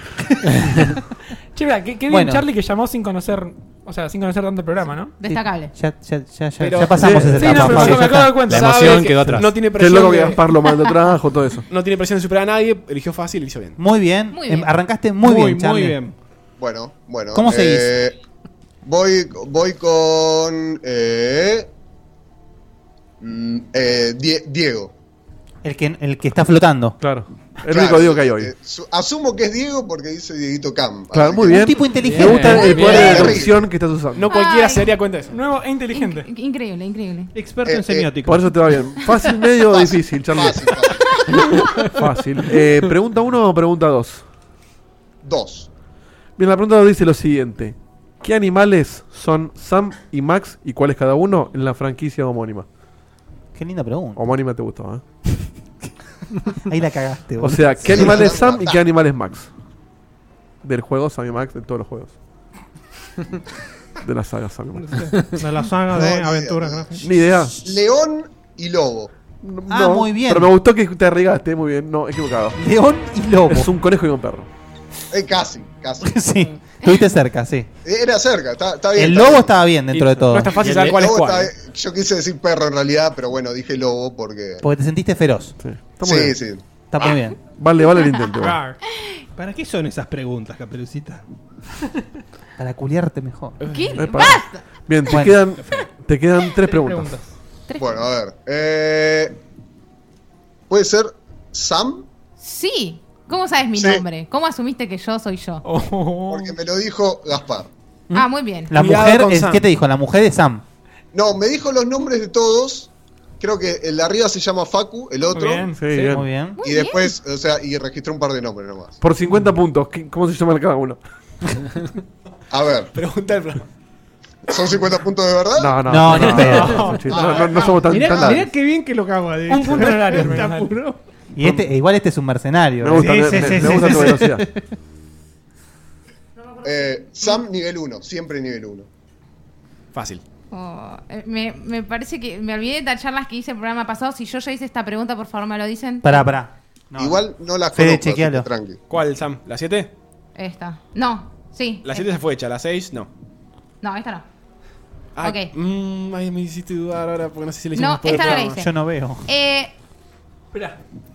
Che, mira, qué, qué bien Bueno. Charlie que llamó sin conocer, o sea, sin conocer tanto el programa, ¿no? Destacable. Ya, ya, ya, ya, ya pasamos esa sí, etapa. no, pero Pablo, me ya acabo de está. cuenta. La emoción Sabe que quedó atrás. No tiene Qué presión. loco que de- Gaspar lo manda atrás, todo eso. No tiene presión de superar a nadie, eligió fácil, eligió bien. Muy bien. Muy bien. em, Arrancaste muy, bien, Charlie. Bueno, bueno. ¿Cómo seguís? eh, voy, voy con. Eh, mm, eh, Die- Diego. El que, el que está flotando. Claro. El Claro, único Diego que hay hoy. eh, su- asumo que es Diego porque dice Dieguito Camp. Claro, así muy que- bien. Me gusta el poder de Terrible. deducción que estás usando. No cualquiera Ay. se daría cuenta de eso. Nuevo e inteligente. Increíble, increíble. Experto Eh, eh, Por eso te va bien. Fácil, medio o difícil, Charlie. Fácil. Eh, pregunta uno o pregunta dos. Dos. Bien, la pregunta dos dice lo siguiente. ¿Qué animales son Sam y Max y cuál es cada uno en la franquicia homónima? Qué linda pregunta. Homónima te gustó, ¿eh? Ahí la cagaste, O boludo. sea, ¿qué Sí. animal es Sam y qué animal es Max? Del juego Sam y Max, de todos los juegos. De la saga Sam y Max. De la saga No, de ni aventuras idea. gráficas. Ni idea. León y Lobo. Ah, No, Pero me gustó que te arriesgaste, muy bien. No, equivocado. León y lobo. Es un conejo y un perro. Eh, casi, casi. sí, estuviste cerca, sí. Era cerca, está, está bien. El está lobo bien. estaba bien dentro de todo. El lobo está bien. Yo quise decir perro en realidad, pero bueno, dije lobo porque. Porque te sentiste feroz. Sí, Sí, sí. Ah, Está muy bien. Ah, Vale, vale el intento. Rar. ¿Para qué son esas preguntas, Caperucita? Para culiarte mejor. ¿Qué? Epa. Bien, te, Bueno. quedan, te quedan tres, preguntas. Bueno, a ver. eh, ¿Puede ser Sam? Sí. ¿Cómo sabes mi Sí. nombre? ¿Cómo asumiste que yo soy yo? Porque me lo dijo Gaspar. Ah, muy bien. La Cuidado mujer con es, Sam. ¿Qué te dijo? La mujer es Sam. No, me dijo los nombres de todos. Creo que el de arriba se llama Facu, el otro. bien, sí, Sí, bien. muy bien. Y después, o sea, y registró un par de nombres nomás. Por 50 puntos, ¿qué- ¿cómo se llama cada uno? A ver. Pregunta el plan. ¿Son 50 puntos de verdad? No, no, No, no, ni no, pedo. no, no, no, no somos tan- mirá, tan largos. mirá qué bien que lo cago, eh, de Un punto horario, Está menos mal. puro. Y este, e igual este es un mercenario. Me gusta, me- me- me gusta tu velocidad. Eh, Sam nivel 1, siempre nivel 1. Fácil. Oh, eh, me, me parece que me olvidé de tachar las que hice el programa pasado. Si yo ya hice esta pregunta, por favor me lo dicen. Pará, pará. Igual no la Fede, conozco, así chequealo. que tranqui. ¿Cuál, Sam? ¿La 7? Esta. No, sí. La 7 se fue hecha, la 6 no. No, esta no. Ah, Ok. mm, ay, me hiciste dudar ahora porque no sé si le No, hicimos después del esta no la programa. hice. Yo no veo. Eh,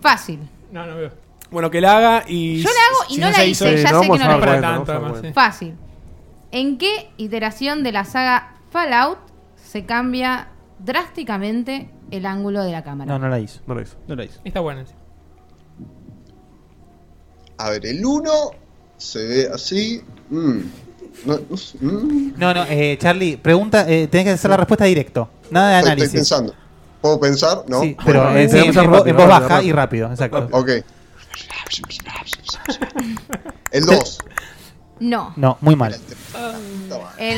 fácil. No, no veo. Bueno, que la haga y. Yo la hago y si no la se hice, ya eh, sé que vamos no a la dar hice. cuenta, Tanto, vamos a además, dar cuenta. Fácil. ¿En qué iteración de la saga Fallout se cambia drásticamente el ángulo de la cámara? No, no la hizo. No la hizo. No la hizo. Está bueno. A ver, el 1 se ve así. Mm. No, no sé, mm. No, no, eh, Charlie, pregunta, eh, tenés que hacer la respuesta directo. Nada de Estoy- análisis. Estoy pensando. ¿Puedo pensar? No. Sí, pero Bueno, eh, sí, en, pensar vo- rápido, en voz rápido, baja rápido. y rápido, exacto. Ok. El 2. No. No, muy mal. El-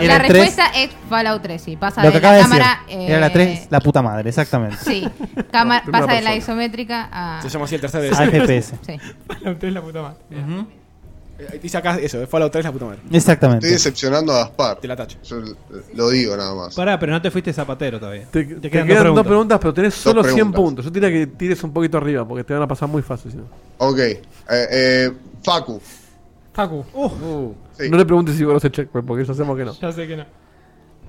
Era la el tres. respuesta es Fallout 3, sí. Pasa Lo de que la acaba de decir. cámara. eh, Era la 3, la puta madre, exactamente. Sí. Cámara- primera pasa de la persona. isométrica a. Se llama así el tercer A FPS. Sí. Fallout 3 la puta madre. Eh, Dice acá eso, Fallout 3 la puta madre. Exactamente. Estoy decepcionando a Gaspar. Te la tacho. Yo eh, lo digo nada más. Pará, pero no te fuiste zapatero todavía. Te, te quedan, dos, preguntas. pero tenés Dos solo 100 preguntas. puntos. Yo diría que tires un poquito arriba porque te van a pasar muy fácil. si no. Ok. Eh, eh, Facu. Facu. Uh. No le preguntes si conoce checkpoint porque ya sabemos que no. Ya sé que no.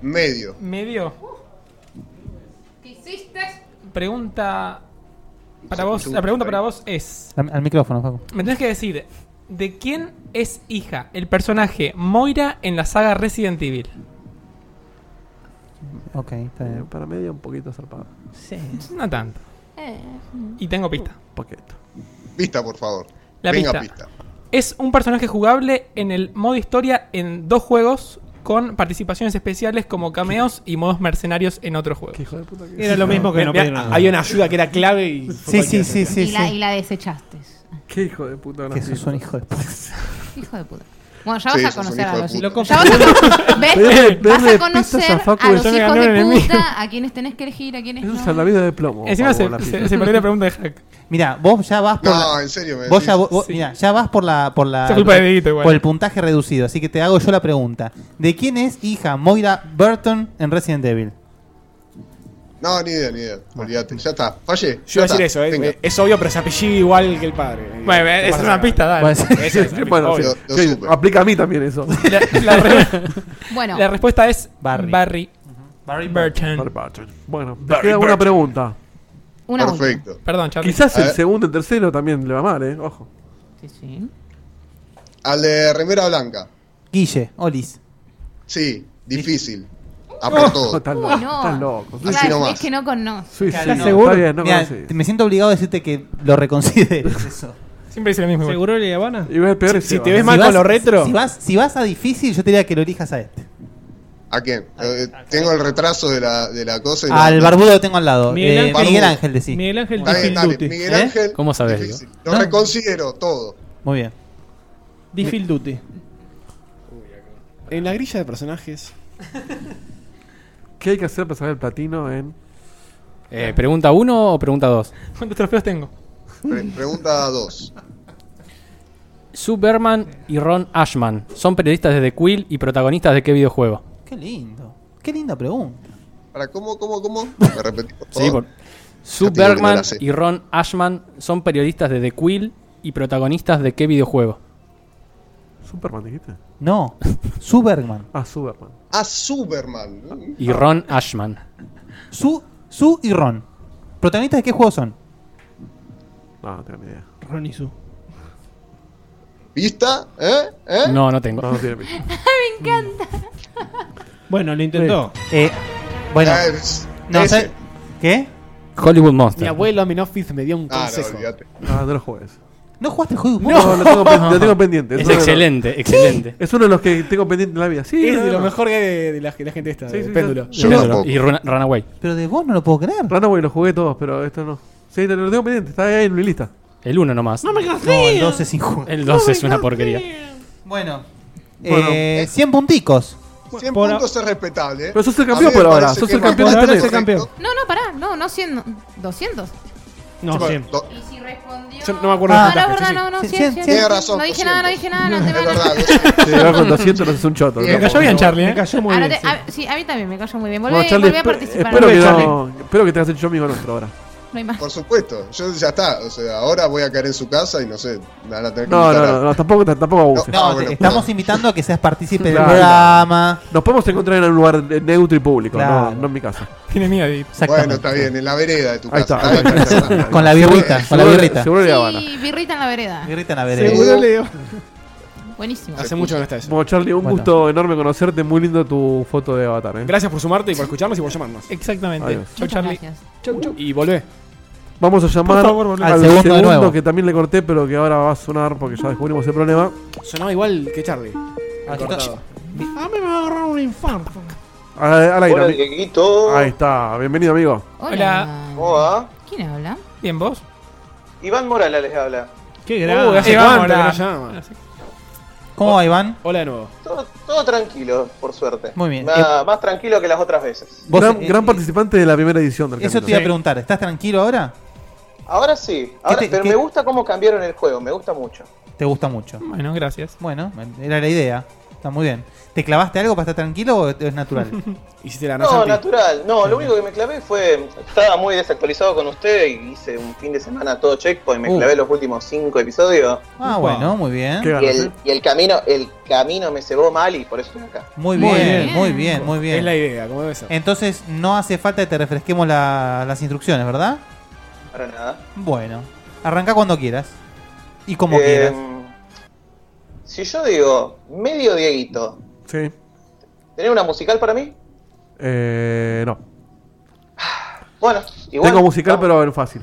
Medio. Medio. ¿Qué hiciste? Pregunta. Para vos. La pregunta para vos es. Al, al micrófono, Facu. Me tenés que decir, ¿de quién es hija el personaje Moira en la saga Resident Evil? Ok, está bien. Para media un poquito zarpada. Sí. No tanto. Y tengo pista. Poquito. Pista, por favor. La Venga, pista. Es un personaje jugable en el modo historia en dos juegos con participaciones especiales como cameos y modos mercenarios en otros juegos. Era lo mismo que no Mirá, pidieron nada. Había una ayuda que era clave y. Sí, sí, sí, sí. y, La, y la desechaste. Qué hijo de puta. Que sos un hijo de puta. Hijo de puta. Bueno, ya Sí, vas a sos un conocer hijo a de los puta. hijos. Ya vas a, ¿ves? Pedile- pedile Vas a pistas conocer a Facu a los de- Ya me hijos ganó el de enemigo. puta, a quienes tenés que elegir, a quienes Eso no. es a la vida de plomo. Encima Vamos, se, la se, pista. se perdió la pregunta de Hack. Mira, vos ya vas por No, la, en serio, me vos decís. ya, vos- vos- mirá, ya vas por la por la Es culpa de Dieguito igual. por el puntaje reducido, así que te hago yo la pregunta. ¿De quién es hija Moira Burton en Resident Evil? No, ni idea, ni idea. Olvídate. Ya está. Fallé. Yo iba a Ya decir está. eso, eh, Venga. eh, es obvio, pero se apellida igual que el padre. Bueno, esa Eh, es una pista, dale. Bueno, sí. Esa es una Bueno, pista, sí, obvio. lo- lo sí, supe. aplica a mí también eso. La, la re- Bueno. la respuesta es Barry. Barry. Barry Burton. Barry Barton. Bueno, me Barry queda una Barton. pregunta. Una última. Perfecto. Perdón, Charlie. Quizás A el ver. segundo y tercero también le va mal, eh. Ojo. Sí, sí. Al de remera blanca. Guille, Olis. Oh, Sí, difícil. A por todo. Estás Uy, loco. no. Estás loco. Así Claro, nomás. es que no conozco. Sí, sí, Claro, no, no. Está bien, no Mirá, conocí. te- me siento obligado a decirte que lo reconsideres eso. Siempre dice lo mismo. igual. ¿Seguro la Habana? Y ves peor Si- ese, si te ¿verdad? ves mal vas- con lo retro. Si vas, si vas a difícil, yo te diría que lo elijas a este. ¿A quién? Ah, Eh, tengo el retraso de la, de la cosa. y no- Al barbudo lo tengo al lado. Miguel Eh, Ángel. Miguel Ángel, decí. Miguel Ángel Está bien, dale. Difficulty. Miguel ¿Eh? Ángel. ¿Cómo sabés, difícil. Lo reconsidero todo. Muy bien. Difficulty. Duty. En la grilla de personajes. ¿Qué hay que hacer para sacar el platino en Eh, ¿Pregunta 1 o pregunta 2? ¿Cuántos trofeos tengo? Pre- pregunta 2. Superman y Ron Ashman son periodistas de The Quill y protagonistas de qué videojuego? Qué lindo. Qué linda pregunta. ¿Para cómo, cómo, cómo? Me repetí, por favor. Sí, por... Sue Oh. Ya te digo que no Bergman la sé. y Ron Ashman son periodistas de The Quill y protagonistas de qué videojuego? Superman, dijiste? No, Su Bergman. Ah, Superman. A Superman. Y Ron Ashman. Su, Su y Ron. ¿Protagonistas de qué juego son? Ah, No, no tengo ni idea. Ronnie Su. ¿Pista? ¿Eh? ¿Eh? No, no tengo. Me encanta. Bueno, lo intentó. Eh, bueno. Eh, No, ese. ¿sabes? ¿Qué? Hollywood Mi Monster. abuelo a mi office me dio un Ah, no, consejo. olvídate. No, no lo juegues. ¿No jugaste el juego? No, lo tengo, pen- lo tengo pendiente. Es uno de los- excelente, excelente. es uno de los que tengo pendiente en la vida. Sí, es de no, lo no. mejor que hay de, de la, de la gente esta, Sí, de sí, péndulo. Yo Péndulo. tampoco. Y Run- Runaway. Pero de vos no lo puedo creer. Runaway lo jugué todos, pero esto no. Sí, lo lo tengo pendiente. Está ahí en mi lista. El 1 nomás. No me No, el cansé. 12 sin jugar. El 2 es una porquería. Bueno. Bueno. Eh, 100 punticos. 100 Por- puntos es respetable. ¿eh? Pero sos el A mí campeón me por ahora, parece sos que el es campeón bastante de tres. correcto. No, no, pará. No, no 100. no, 200. No, Bueno, siempre. do- Y si respondió. Yo no me acuerdo Ah, no, del la puntaje, verdad, sí, no, no, Sí, 100. cien, 100. tiene razón, No dije cien. nada, no dije nada, no te Es van a- verdad, vos- Si vas con 200 no es un choto. Me ¿no? cayó bien, Charlie, Me ¿eh? cayó muy Ahora bien. te- sí. a- sí, a mí también me cayó muy bien. Volví, Bueno, Charlie, volví a espe- participar. espero, no, que Charlie. no, espero que te hayas hecho amigo nuestro ahora. no hay más. Por supuesto, yo ya está. O sea, ahora voy a caer en su casa y no sé, me van a tener que No, invitar no, a- no, no, tampoco, tampoco abuses. No, No, ah, Ah, bueno, te- estamos claro. invitando a que seas partícipe del Claro. programa. Nos podemos encontrar en un lugar eh, neutro y público, Claro. no, no en mi casa. Tiene miedo, Edith. Bueno, Exactamente. está bien, en la vereda de tu Ahí casa. está, ahí está, está bien. Con la birrita, con la Seguro- birrita. Seguro de La Habana. Sí, birrita en la vereda. Birrita en la vereda. Seguro leo. Buenísimo. Hace mucho que no está eso. Bueno, Charlie, un Bueno. gusto enorme conocerte. Muy lindo tu foto de avatar. ¿eh? Gracias por sumarte y por escucharnos y por llamarnos. Exactamente. Adiós. Chau, Muchas Charlie. gracias. Y volvé. Vamos a llamar Por favor, volvé. al, Al segundo segundo, de nuevo. que también le corté, pero que ahora va a sonar porque ya descubrimos el problema. Sonaba igual que Charlie. Ah, Cortado. A mí me va a agarrar un infarto. Al- al aire, Hola, ami- Dieguito. Ahí está, bienvenido, amigo. Hola. ¿Cómo va? ¿Quién habla? Bien, vos. Iván Morala les habla. Qué Uy, grande. hace Eh, vamos, cuánto que la- no llama. ¿Cómo va, Iván? Hola de nuevo. Todo, todo tranquilo, por suerte. Muy bien. Nada, Eh, más tranquilo que las otras veces. Vos, gran eh, gran eh, participante de la primera edición del Eso te Camino. iba a preguntar. ¿Estás tranquilo ahora? Ahora sí, ahora, te- pero qué- me gusta cómo cambiaron el juego, me gusta mucho. Te gusta mucho. Bueno, gracias. Bueno, era la idea. Está muy bien. ¿Te clavaste algo para estar tranquilo o es natural? Hiciste la No, Nasanti. natural. No, lo único que me clavé fue. Estaba muy desactualizado con usted y hice un fin de semana todo checkpoint. Me Uh. clavé los últimos cinco episodios. Ah, bueno, muy bien. Qué Y ganas, el, ¿eh? y el camino el camino me cebó mal y por eso estoy acá. Muy Muy bien, bien. muy bien, muy Es la bien. idea, como debe ser. Entonces no hace falta que te refresquemos la- las instrucciones, ¿verdad? Para nada. Bueno, arranca cuando quieras. Y como Eh, quieras. Si yo digo medio Dieguito, Sí. ¿tenés una musical para mí? Eh, no. Bueno, igual. Tengo musical, no. pero en fácil.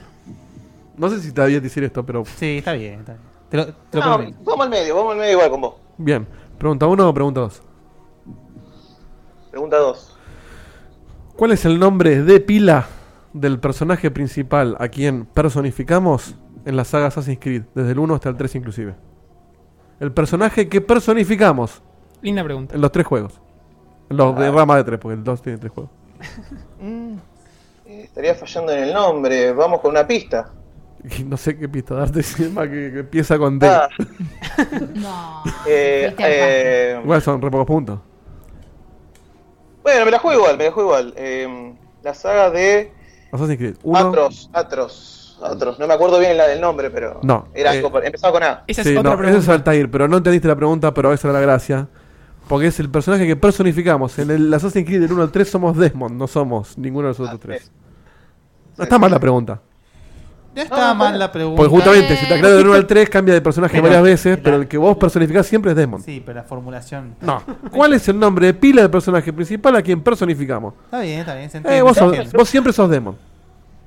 No sé si te había decir esto, pero Sí, está bien. Está bien. Te lo, te lo No, prometo. vamos al medio, vamos al medio igual con vos. bien. Pregunta uno o pregunta dos. Pregunta 2. ¿Cuál es el nombre de pila del personaje principal a quien personificamos en la saga Assassin's Creed, desde el 1 hasta el 3 inclusive? El personaje que personificamos Linda pregunta. en los tres juegos. En los Ah. de rama de tres, porque el 2 tiene tres juegos. Mm. Eh, estaría fallando en el nombre, vamos con una pista. Y no sé qué pista darte, encima que, que empieza con D. Ah, No. eh, Fuiste al eh, Igual son re pocos puntos. Bueno, me la juego igual, me la juego igual. Eh, la saga de Assassin's Creed 1. Atros, Atros, Atros. No me acuerdo bien la del nombre, pero No, era eh, algo por- empezaba con A. Esa Sí, es otra no, pregunta. Eso es Altair, pero no entendiste la pregunta, pero esa era la gracia. Porque es el personaje que personificamos. En el Assassin's Creed del 1 al 3 somos Desmond, no somos ninguno de los otros Ah, tres. sí. No está mal la pregunta. No está no, mal no. la pregunta. Porque Pues justamente, Eh. si te aclaro del 1 al 3, cambia de personaje Pero- varias veces, la- pero el que vos personificás siempre es Desmond. Sí, pero la formulación. No. ¿Cuál es el nombre de pila del personaje principal a quien personificamos? Está bien, está bien. Se entiende, Eh, vos, se sos- entiende. vos siempre sos Desmond.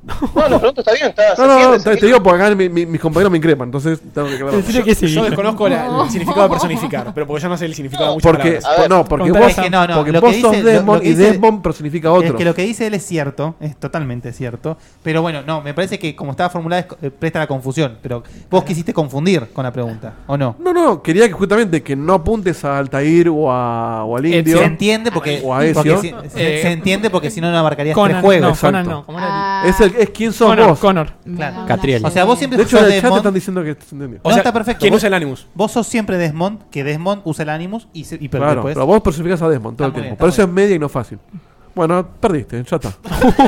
No, la pregunta está bien, está. se No, no, no, entiende, se te, te entiende. digo porque acá mi- mi- mis compañeros me increpan, entonces tengo que aclararlo. Decirle que sí. Yo desconozco la- No. el significado de personificar, pero porque yo no sé el significado de muchas Porque, palabras. A ver, no, porque contale. vos, Es que no, no, porque lo vos que sos dice- lo- lo Desmond que y dice- Desmond personifica a otro. Es que lo que dice él es cierto, es totalmente cierto. Pero bueno, no, me parece que como estaba formulada es co- eh, presta la confusión. Pero vos quisiste confundir con la pregunta, ¿o no? No, no, quería que justamente que no apuntes a Altair o, a, o al indio. Eh, Se entiende porque, O a Ezio. porque si- se, Eh, se entiende porque si no no abarcarías Conan, tres juegos. no, Conan exacto. no. ¿Cómo era? Ah, Es, el, es quién sos Connor, vos. Connor. me Claro. da una Catriel. O sea, vos siempre De hecho, sos en el chat te Desmond. están diciendo que se entendió. No, está perfecto. ¿Quién Vos- usa el Animus? Vos sos siempre Desmond, que Desmond usa el Animus y, se- y pero Claro, después. pero vos personificás a Desmond Está todo el muy tiempo. bien, Por está eso es media y no fácil. Bueno, perdiste, ya está.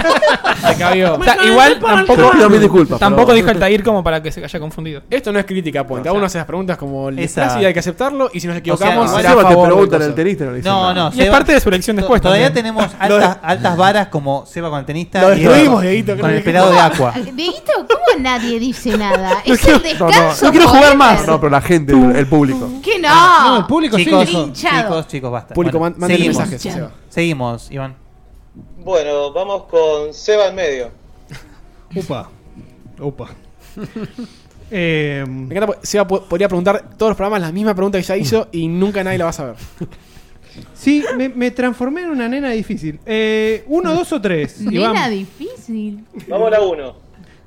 Se cabió. Me Ta- cagué igual para el Te tampoco, pido mil disculpas. tampoco pero- dijo Altair como para que se haya confundido. Esto no es crítica point. A uno hace las preguntas como el Esa- disfraz y hay que aceptarlo. Y si nos equivocamos, no, Ah, será Seba a te favor del preguntan coso. el tenista. le dicen No, nada. no, Y es Seba- parte de su elección después. Todavía también. tenemos altas, altas varas como Seba con el tenista Lo y Eva destruimos, con- Dieguito, con creo el que- pelado de Aqua. Dieguito, ¿cómo nadie dice nada. No es quiero- el descanso. forever. No, pero la gente, el público. ¿Qué no? No, el público chicos, sí. chicos, chicos, basta. Público, Bueno, man- mándenle seguimos. mensajes, Hinchado. Seba. Seguimos, Iván. Bueno, vamos con Seba en medio. Upa. Upa. Eh, Me encanta pues, porque Seba po- podría preguntar todos los programas la misma pregunta que ya hizo y nunca nadie la va a saber. Sí, me, me transformé en una nena difícil. Eh, uno, dos o tres. Nena Iván. difícil. Vamos a la 1.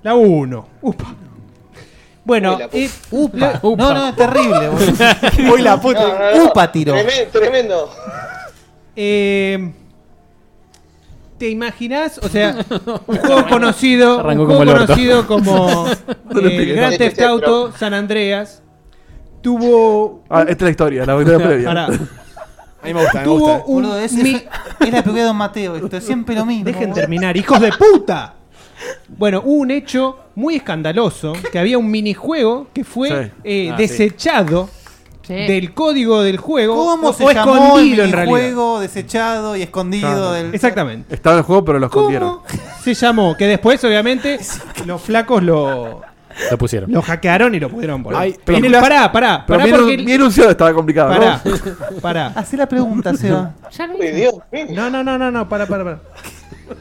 La uno. Upa. Bueno, Uy, la eh, upa. la- No, no, es terrible. boludo. Uy, la puta. Upa, tiro. Tremendo. tremendo. Eh, ¿Te imaginás? O sea, un juego conocido, un Arrancó juego como el orto. conocido como No le eh, pegues. Grand Theft Auto San Andreas tuvo Ah, esta es la historia, la historia previa. Pará. A mí me gusta, Tuvo un Boludo, es, mi- es la película de Don Mateo, esto es siempre lo mismo. Dejen boludo. terminar, hijos de puta. Bueno, hubo un hecho muy escandaloso, que había un minijuego que fue Sí. eh, Ah, desechado Sí. del código del juego ¿Cómo o, se o llamó escondido el en realidad. juego desechado y escondido Claro. del Exactamente. Estaba en el juego, pero lo escondieron. Se llamó, que después obviamente los flacos lo, Lo pusieron. lo hackearon y lo pudieron poner. Ay, pero viene la- pará, pará, Pero pará bien, porque... bien anunciado estaba complicado, Pará, ¿no? pará. Hacé la pregunta, Seba. Ya lo Uy, hice. Dios mío. No, no, no, no, no, pará, pará, pará.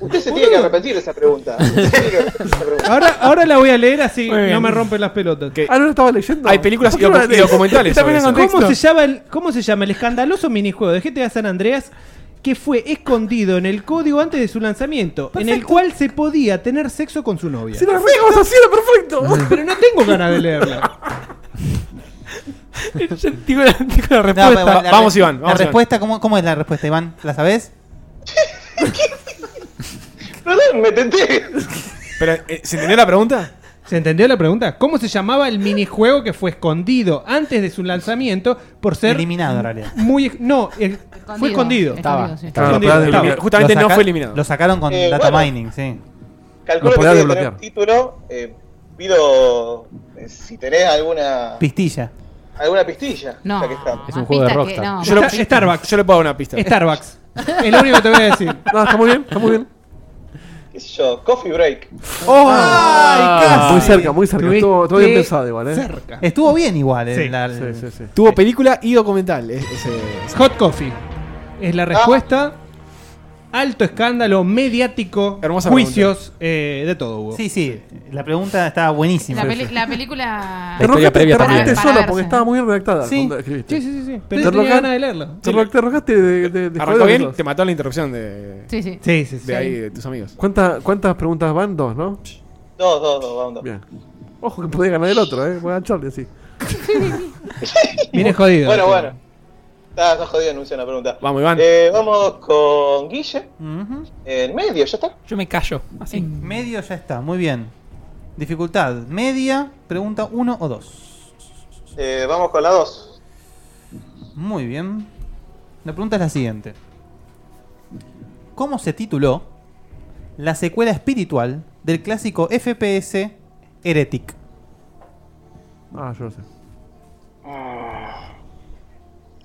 Usted se tiene que arrepentir de esa pregunta. Usted tiene que arrepentir de esa pregunta. Ahora, ahora la voy a leer así, Muy bien. no me rompen las pelotas. Ah, no lo estaba leyendo. Hay películas ¿Por y, qué no docu- la y lees? documentales. Está bien sobre en eso. ¿Cómo se, llama el, ¿Cómo se llama el escandaloso minijuego de GTA San Andreas que fue escondido en el código antes de su lanzamiento, en el cual se podía tener sexo con su novia? Si lo regamos así era perfecto. Pero no tengo ganas de leerla. Yo digo la, digo la No, respuesta. pero la Vamos, re- Iván, la vamos, respuesta, ¿cómo, ¿cómo es la respuesta, Iván? ¿La sabés? Perdón, me tenté. Pero, eh, ¿se entendió la pregunta? ¿Se entendió la pregunta? ¿Cómo se llamaba el minijuego que fue escondido antes de su lanzamiento por ser Eliminado, en realidad. muy... No, el- fue escondido. Estaba. Fue Claro, escondido, pero estaba. eliminado. Justamente Lo no saca- fue eliminado. Lo sacaron con Eh, data bueno. mining, sí. Calculo Lo que tiene podía que tener desbloquear. título. eh, pido eh, si tenés alguna, Pistilla. alguna pistilla. No, ya que estamos. Es un juego de pista que- Rockstar. no, Yo lo- Está- Starbucks. Yo le puedo dar una pista. Starbucks. Es lo único que te voy a decir. No, está muy bien, está muy bien. ¿Qué sé yo? Coffee break. Oh, Ah, muy cerca, muy cerca. Tuviste Estuvo, estuvo bien pensado igual, ¿eh? Cerca. Estuvo bien igual. eh, Sí, la- Sí, sí, sí. Tuvo película y documental. es- ese- Hot Coffee. Es la respuesta. Alto escándalo mediático, Hermosa juicios, eh, de todo hubo. sí, sí, La pregunta estaba buenísima. La, peli- la película. Te historia rogaste, previa te también. rogaste Para solo verse. porque estaba muy bien redactada. Sí. cuando escribiste. Sí, sí, sí, sí. Pero Te tenía rogan- ganas de leerlo. Te, ro- te rogaste de, de, de Arrancó joder bien, los te dos. mató la interrupción de, Sí, sí. Sí, sí, sí. de ahí, de tus amigos. ¿Cuánta- ¿Cuántas preguntas van? Dos, ¿no? Dos, dos, dos, vamos. dos. Bien. Ojo que podía ganar el otro, ¿eh? Voy a Charlie así. Viene jodido. Bueno, bueno. Está, está jodido anunciar una pregunta. Vamos, Iván. Eh, vamos con Guille. Ujú. En medio, ya está. Yo me callo. Así. Mm. Medio ya está, muy bien. Dificultad, media, pregunta 1 o 2. Eh, vamos con la 2. Muy bien. La pregunta es la siguiente. ¿Cómo se tituló la secuela espiritual del clásico FPS Heretic? Ah, yo lo sé.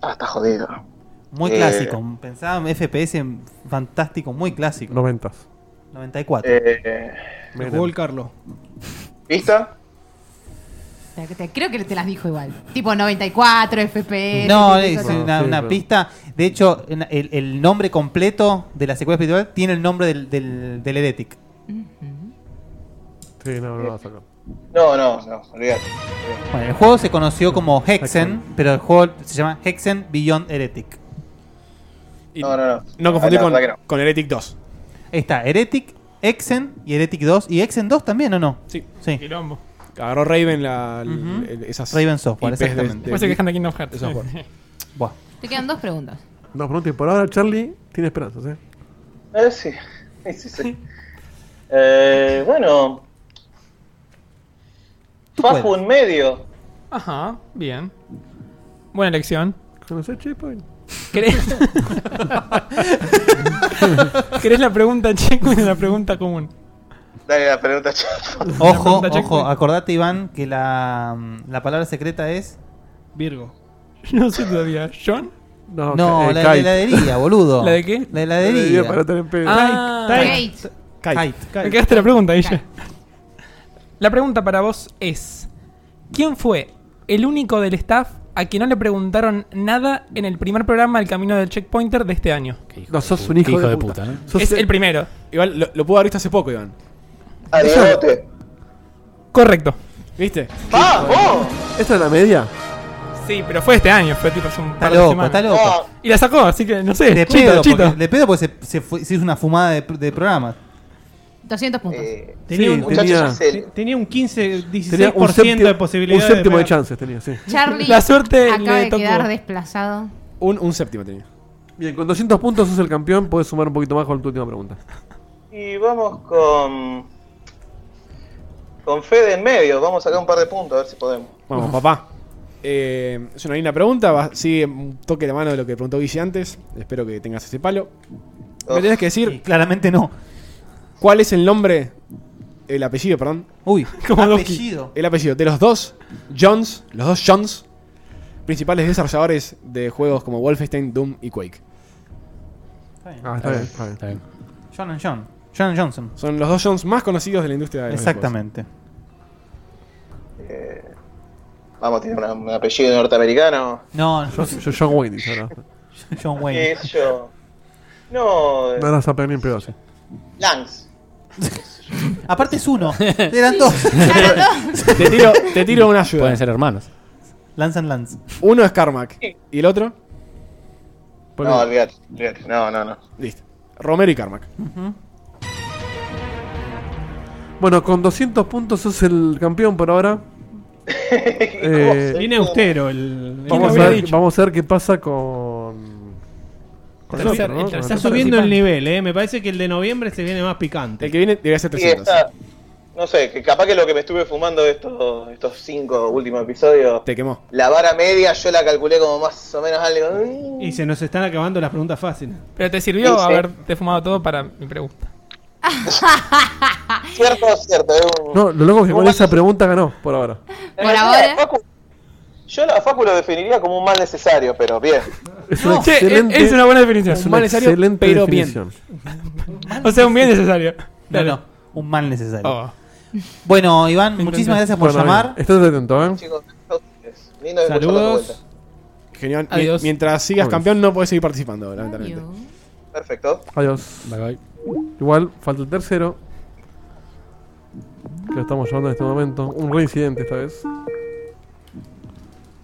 Ah, está jodido. Muy Eh. clásico. Pensaba en FPS fantástico, muy clásico. Noventas. 94. Eh, Lo Menem. jugó el Carlos. ¿Pista? Te- te- Creo que te las dijo igual. Tipo 94, Eh, FPS. No, tipo es eso. Ah, sí, una, una pero- pista. De hecho, en- el, el nombre completo de la secuela espiritual tiene el nombre del, del, del Heretic. Sí, no, Eh, no lo vas a sacar. No, no, no, olvídate. Bueno, el juego se conoció como Hexen, pero el juego se llama Hexen Beyond Heretic. Y- No, no, no. No confundir Ah, La con, verdad que no. con Heretic 2. Ahí Está Heretic, Hexen y Heretic 2. ¿Y Hexen 2 también o no? Sí. Sí. Quilombo. Agarró Raven la, el- Ujú. el- esas. Raven Software, IPs de- exactamente. Puede ser que dejan de Kingdom Hearts. Eso fue. Buah. Te quedan dos preguntas. No, pregunten por ahora, Charlie tiene esperanzas, ¿eh? Eh, sí. Sí, sí, sí. Eh, bueno. Fafu puedes. en medio. Ajá, bien. Buena elección. ¿Conoces Checkpoint? ¿Querés? ¿Querés la pregunta checkpoint o la pregunta común? Dale la pregunta, chato. Ojo, pregunta ojo, checkpoint. acordate Iván que la, la palabra secreta es... Virgo. No sé todavía. ¿John? No, No, eh, la Kite. de la heladería, boludo. ¿La de qué? La La heladería heladería. para estar en pedo. Ah, Gates. Kite. me cagaste la pregunta, Guille. La pregunta para vos es: ¿Quién fue el único del staff a quien no le preguntaron nada en el primer programa El Camino del Checkpointer de este año? No, sos un hijo, Hijo de, de puta. puta, ¿no? Sos- Es el primero. Igual lo, lo pudo haber visto hace poco, Iván. Al rebote. Correcto. ¿Viste? ¡Vamos! ¿Esta es la media? Sí, pero fue este año, fue tipo hace un par de loco, semanas. está Ah, loco. Y la sacó, así que no sé. De chito, pedo, chito. porque, de pedo porque se, se fue- se hizo una fumada de, de programas. 200 puntos. Eh, Tenía, Sí, un, muchachos, tenía- ya sé. te- tenía un 15, 16% Tenía un séptimo, de posibilidades. un séptimo de, pegar. chances tenía, sí. Charlie La suerte acaba le de tocó. quedar desplazado. Un, un séptimo tenía. Bien, con 200 puntos sos el campeón, puedes sumar un poquito más con tu última pregunta. Y vamos con. Con Fede en medio. Vamos a sacar un par de puntos, a ver si podemos. Vamos, papá. Eh, es una linda pregunta. Va, sigue un toque la mano de lo que preguntó Guille antes. Espero que tengas ese palo. Me tenés que decir. claramente no. ¿Cuál es el nombre? El apellido, perdón. Uy, apellido. El apellido de los dos Jones, los dos Jones, principales desarrolladores de juegos como Wolfenstein, Doom y Quake. Ah, está bien, está Eh, bien. John and John. John and Johnson. Son los dos Jones más conocidos de la industria de los Exactamente. Eh, vamos a tener una- un apellido norteamericano. No, Yo, yo John Wayne, dije ahora. John ¿Qué sé yo? No. eh, No, no, se pegó ni en pedo así. Lance. Aparte es uno. Eran dos. videojuegos. Te tiro, te tiro una ayuda. Pueden ser hermanos. Lance and Lance. Uno es Carmack. ¿Y el otro? No, olvídate, olvídate. No, no, no. Listo. Romero y Carmack. Bueno, con 200 puntos sos el campeón por ahora. Eh, Viene austero el. vamos, el- a ver, vamos a ver qué pasa con. con el otro, Tercer- ¿no? el Con el tercer- Está otro. subiendo el nivel, eh. Me parece que el de noviembre se viene más picante. El que viene debería ser Y está. No sé, que capaz que lo que me estuve fumando estos, estos cinco últimos episodios, Te quemó. la vara media yo la calculé como más o menos algo. mm, Y se nos están acabando las preguntas fáciles. Pero te sirvió Sí, sí. haberte fumado todo para mi pregunta. Cierto, cierto. es un- No, lo loco es que con un esa pregunta ganó por ahora. En Por realidad, ahora- la Facu- yo la Facu lo definiría como un mal necesario, pero bien. Es una Che, es- excelente. es una buena definición. es Un una mal necesario, excelente pero bien. definición. O sea, un bien necesario. No, Dale. no. Un mal necesario. Oh. Bueno, Iván, muchísimas gracias por Bueno, llamar. bien. Estás atento, ¿eh? Chicos, es lindo escucharlos de vuelta. Saludos. Genial. Mi- Adiós. Mientras sigas Adiós. campeón no puedes seguir participando, lamentablemente. Perfecto. Adiós. Bye bye. Igual, falta el tercero. Que lo estamos llevando en este momento. Un reincidente esta vez.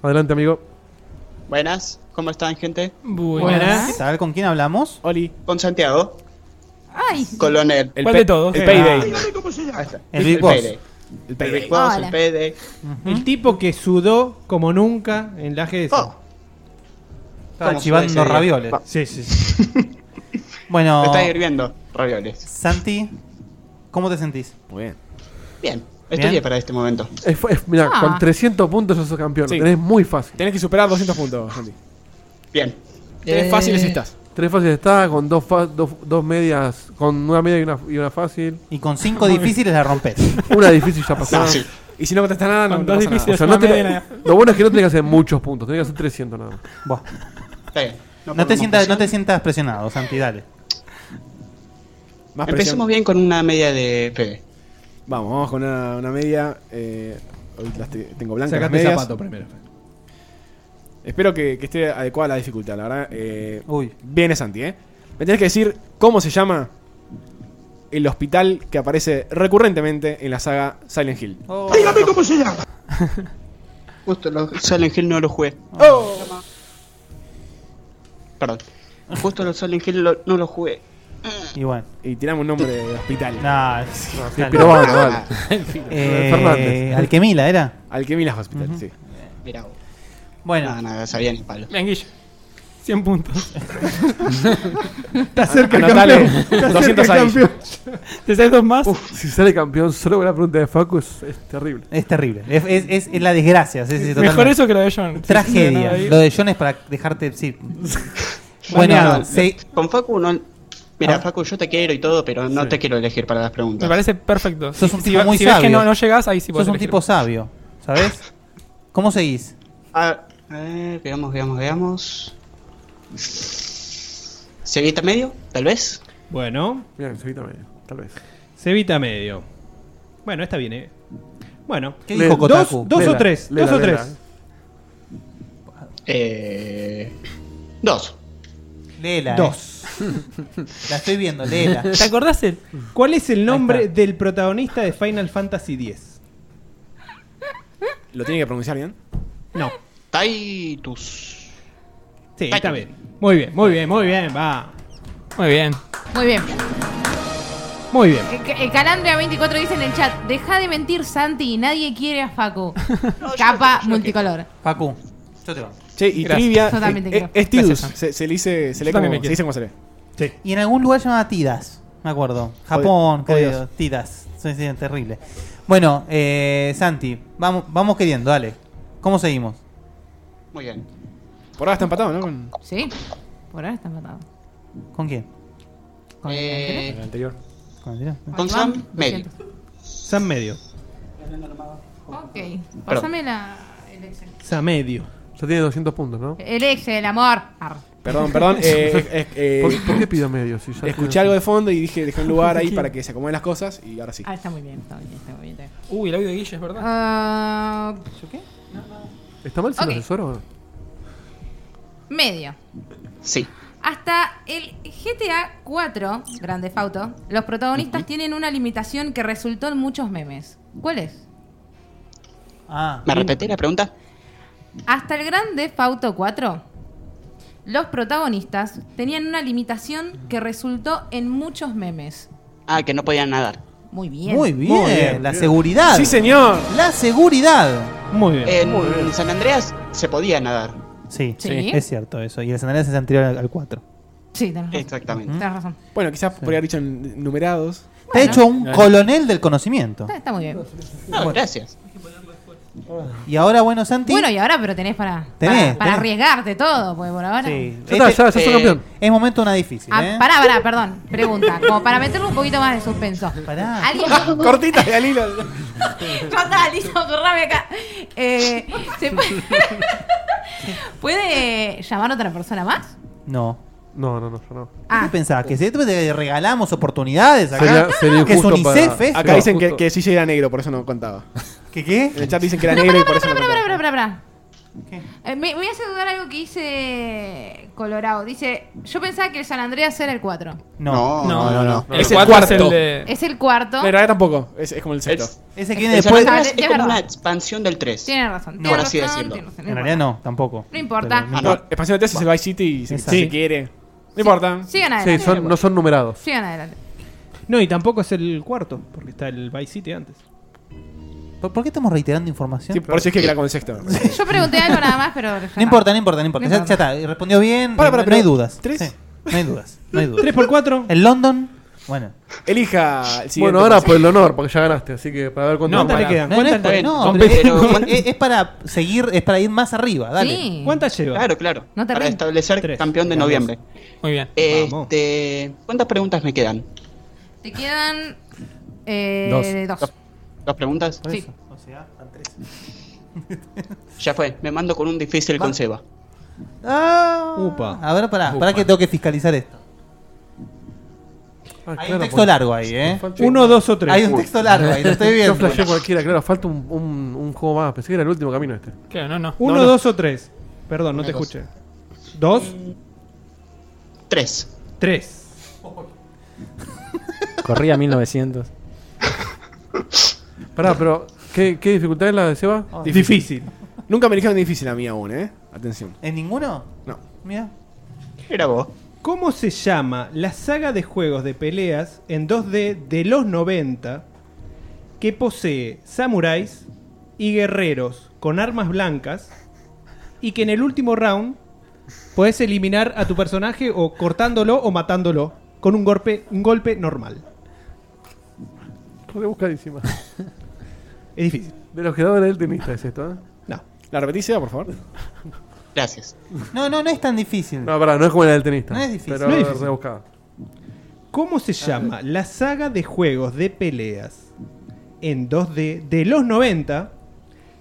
Adelante, amigo. Buenas, ¿cómo están, gente? ¿Qué tal? ¿Con quién hablamos? Oli. Con Santiago, Ay, Colonel. El ¿Cuál pe- de todos? El Ah. payday. El El Big Boss. Payday. El El payday. Big Boss, Hola. el PD. El tipo que sudó como nunca en la GS. Oh. Estaba ¿Cómo chivando sube eh, ese ravioles. día? Sí, sí, sí. Me Bueno, está hirviendo, ravioles. Santi, ¿cómo te sentís? Muy bien. Bien, estoy Bien. bien para este momento. Es, fu- es- mirá, Ah. con 300 puntos ya sos campeón. Sí. Lo Tenés muy fácil. Tenés que superar 200 puntos, Santi. Bien. Tres Eh, fáciles estás. Tres fáciles está, con dos, fa- dos, dos medias, con una media y una, y una fácil. Y con cinco difíciles la rompés. Una difícil ya pasó. Fácil. Y si no contestas nada, no, Con no dos pasa nada. difíciles. O sea, no Una te- media. lo bueno es que no tenés que hacer muchos puntos, tenés que hacer 300 nada más. Buah. Está bien. No, te ponemos sientas, no te presión. sientas presionado, Santi, dale. Más presión. Empecemos bien con una media de PD. Vamos, vamos con una, una media. eh, hoy las te- tengo blancas. las Sacate el medias. zapato primero. Espero que, que esté adecuada la dificultad, la verdad. eh, Uy. viene Santi, ¿eh? Me tenés que decir cómo se llama el hospital que aparece recurrentemente en la saga Silent Hill. Dígame cómo se llama. Justo los Silent Hill no lo jugué. Oh. Perdón. Justo los Silent Hill lo- no lo jugué. Y bueno. Y tiramos un nombre de hospital. Nah, es- Sí, dale. pero bueno, vale. Eh, Fernández. Alquemila era. Alquemilas Hospital, sí. Mirá vos. Nada, Bueno, nada, sabía ni palo. Bien, Guille. 100 puntos. Está cerca el Anotale. campeón. Está 200 cerca el ahí. campeón. ¿Te sabes dos más? Si sale campeón solo con la pregunta de Facu es, es terrible. es terrible. Es, es- es- es la desgracia. sí, sí, Mejor totalmente. eso que lo de John. Tragedia. Lo de John es para dejarte. Sí. bueno, Baneado. se- Con Facu no. Mira, Ah. Facu, yo te quiero y todo, pero no te quiero elegir para las Me preguntas. parece perfecto. Sos un Si- tipo si, muy si ves sabio. que no, no llegás, ahí sí podés sos un elegir. tipo sabio, ¿sabes? ¿Cómo seguís? A ver, veamos, veamos, veamos. ¿Seguita medio? Tal vez. Bueno, Mira, se quita medio, tal vez. Cevita medio. Bueno, está bien, eh. Bueno, ¿Qué dijo Kotaku? dos, dos Lela, o tres, lela, dos o lela. tres. Eh, dos. Lela. eh. Dos. La estoy viendo, Lela. ¿Te acordás el- ¿Cuál es el nombre del protagonista de Final Fantasy X? ¿Lo tiene que pronunciar bien? No. Titus. Sí, está bien. Muy bien, muy bien, muy bien, va. Muy bien. Muy bien. Muy bien. El- El Calandria24 dice en el chat: Deja de mentir, Santi, nadie quiere a Facu. Capa multicolor. Facu, yo te banco. Che, y Gracias. trivia. Yo también eh, te quiero. eh, es Tidus. Gracias, Se, se le dice, se le Yo también me como, se quiero. dice como se lee. Y en algún lugar llamaba Tidas, me acuerdo. Japón, Jodidos. creo, Tidas. Sí, sí, terrible. Bueno, eh, Santi, vamos, vamos queriendo, dale. ¿Cómo seguimos? Muy bien. Por ahora está empatado, ¿no? Con, Sí, por ahora está matado. ¿Con quién? Con el Eh, el anterior. ¿Con el director? Con Sam medio. Sam medio. Ok, pásame la, el Excel. Sam medio. Ya tiene 200 puntos, ¿no? El Excel, amor. Ar. Perdón, perdón. eh, eh, eh, ¿Por, por qué pido medio? Si ya Escuché tiene- algo de fondo y dije, dejé un lugar ahí para que se acomoden las cosas y ahora sí. Ah, está muy bien, está muy bien, está muy bien. está bien. Uy, el audio de Guille es verdad. Ah, qué? ¿Está mal si Ok. lo asesoro? Medio. Sí. Hasta el GTA 4, Grande Fauto, los protagonistas tienen una limitación que resultó en muchos memes. ¿Cuál es? Ah. ¿Me repetí la pregunta? Hasta el Grande Fauto 4, los protagonistas tenían una limitación que resultó en muchos memes. Ah, que no podían nadar. Muy bien. Muy bien, la seguridad. Sí, señor. La seguridad. Muy En San Andreas se podía nadar. Sí, Sí. es cierto eso. Y el San Andreas es anterior al, 4. Sí, tenés razón. Exactamente. Tenés razón. Bueno, quizás podría haber dicho en numerados. Te ha hecho un Bueno. colonel del conocimiento. Está, está muy bien. Ah, gracias. Y ahora, bueno, Santi. Bueno, y ahora, pero tenés para, Tenés, para, para tenés. arriesgarte todo, porque por ahora. Sí. Ya está, Este- ya- ya soy eh, campeón. Es momento una difícil. Ah, ¿eh? pará, pará, perdón. Pregunta, como para meterle un poquito más de suspenso. Pará. ¿Alguien, Cortita de al hilo. Cortá, listo, corrame acá. Eh, ¿se puede, ¿Puede llamar otra persona más? No. No, no, no, yo no. Ah. ¿Qué pensabas? ¿Que se- te regalamos oportunidades acá? Sería- sería ¿Que es injusto para- UNICEF esto? Acá dicen que, que sí era negro, por eso no contaba. ¿Que qué? En el chat dicen que era negro y por eso no Pará, contaba. pará, pará, pará, pará. Eh, me, me hace dudar algo que dice Colorado. Dice, yo pensaba que el San Andreas era el 4. No, no, no. no. El cuatro es el de- Es el cuarto. Pero ahora tampoco. Es, es como el sexto. Ese que El viene San después. Andreas Ah, de- es de como verdad. una expansión del 3. Tiene razón. No, tiene por así razón, decirlo. tiene razón, En no realidad importa. no, tampoco. No importa. Pero no Ah, no. Expansión de 3 es el Vice City y si, Exacto. si Sí. quiere. No importa. Sigan Sí, adelante. son, no son numerados. Sigan adelante. No, y tampoco es el cuarto, porque está el Vice City antes. ¿Por, por qué estamos reiterando información? Sí, por eso es que era con el sexto. Yo pregunté algo nada Ah, más, pero. No importa, no importa, no importa. No Ya, importa. ya está, respondió bien. eh, Para, para, no hay pero- dudas. ¿Tres? Sí, no hay dudas. No hay dudas. 3 por 4 El London, bueno. Elija el siguiente. Bueno, ahora por el honor, porque ya ganaste, así que para ver cuánto. No, ¿Cuántas le quedan? No, no, es, ¿Cuántas- por- no, Son pero- pero- es, es para seguir, eh, es para ir más arriba, dale. Sí. ¿Cuántas lleva? Claro, claro. No te para rindas. establecer Tres. campeón de Vamos. noviembre. Muy bien. Vamos. Este, ¿Cuántas preguntas me quedan? Te quedan. Eh, dos. Dos. ¿Dos preguntas? Por Sí. eso, O sea, al tres. Ya fue, me mando con un difícil con Seba. Ah, Upa. A ver, pará, pará que tengo que fiscalizar esto. Hay Ah, un claro, texto porque- largo ahí, ¿eh? Falta- 1, 2 o 3. Hay un texto largo ahí, lo estoy Yo viendo. flashé cualquiera, claro, falta un, un, un juego más. Pensé que era el último camino este. Claro, no, no. 1, No, no. 2 o 3. Perdón, no Una te cosa. escuché. 2, Tres. 3. Corría 1900. Pará, pero ¿qué, qué dificultad es la de Seba? Oh. Difícil. Nunca me eligieron difícil a mí aún, ¿eh? Atención. ¿En ninguno? No. Mira. Era vos. ¿Cómo se llama la saga de juegos de peleas en 2D de los 90 que posee samuráis y guerreros con armas blancas y que en el último round podés eliminar a tu personaje o cortándolo o matándolo con un golpe, un golpe normal? Rebuscadísima. Es difícil. De los creadores del tenista es esto, ¿eh? No. ¿La repetís, Seba, por favor? Gracias. No, no, no es tan difícil. No, pará, no es como la del tenista. No es difícil. Ah. Pero No es difícil. rebuscada. ¿Cómo se llama la saga de juegos de peleas en 2D de los 90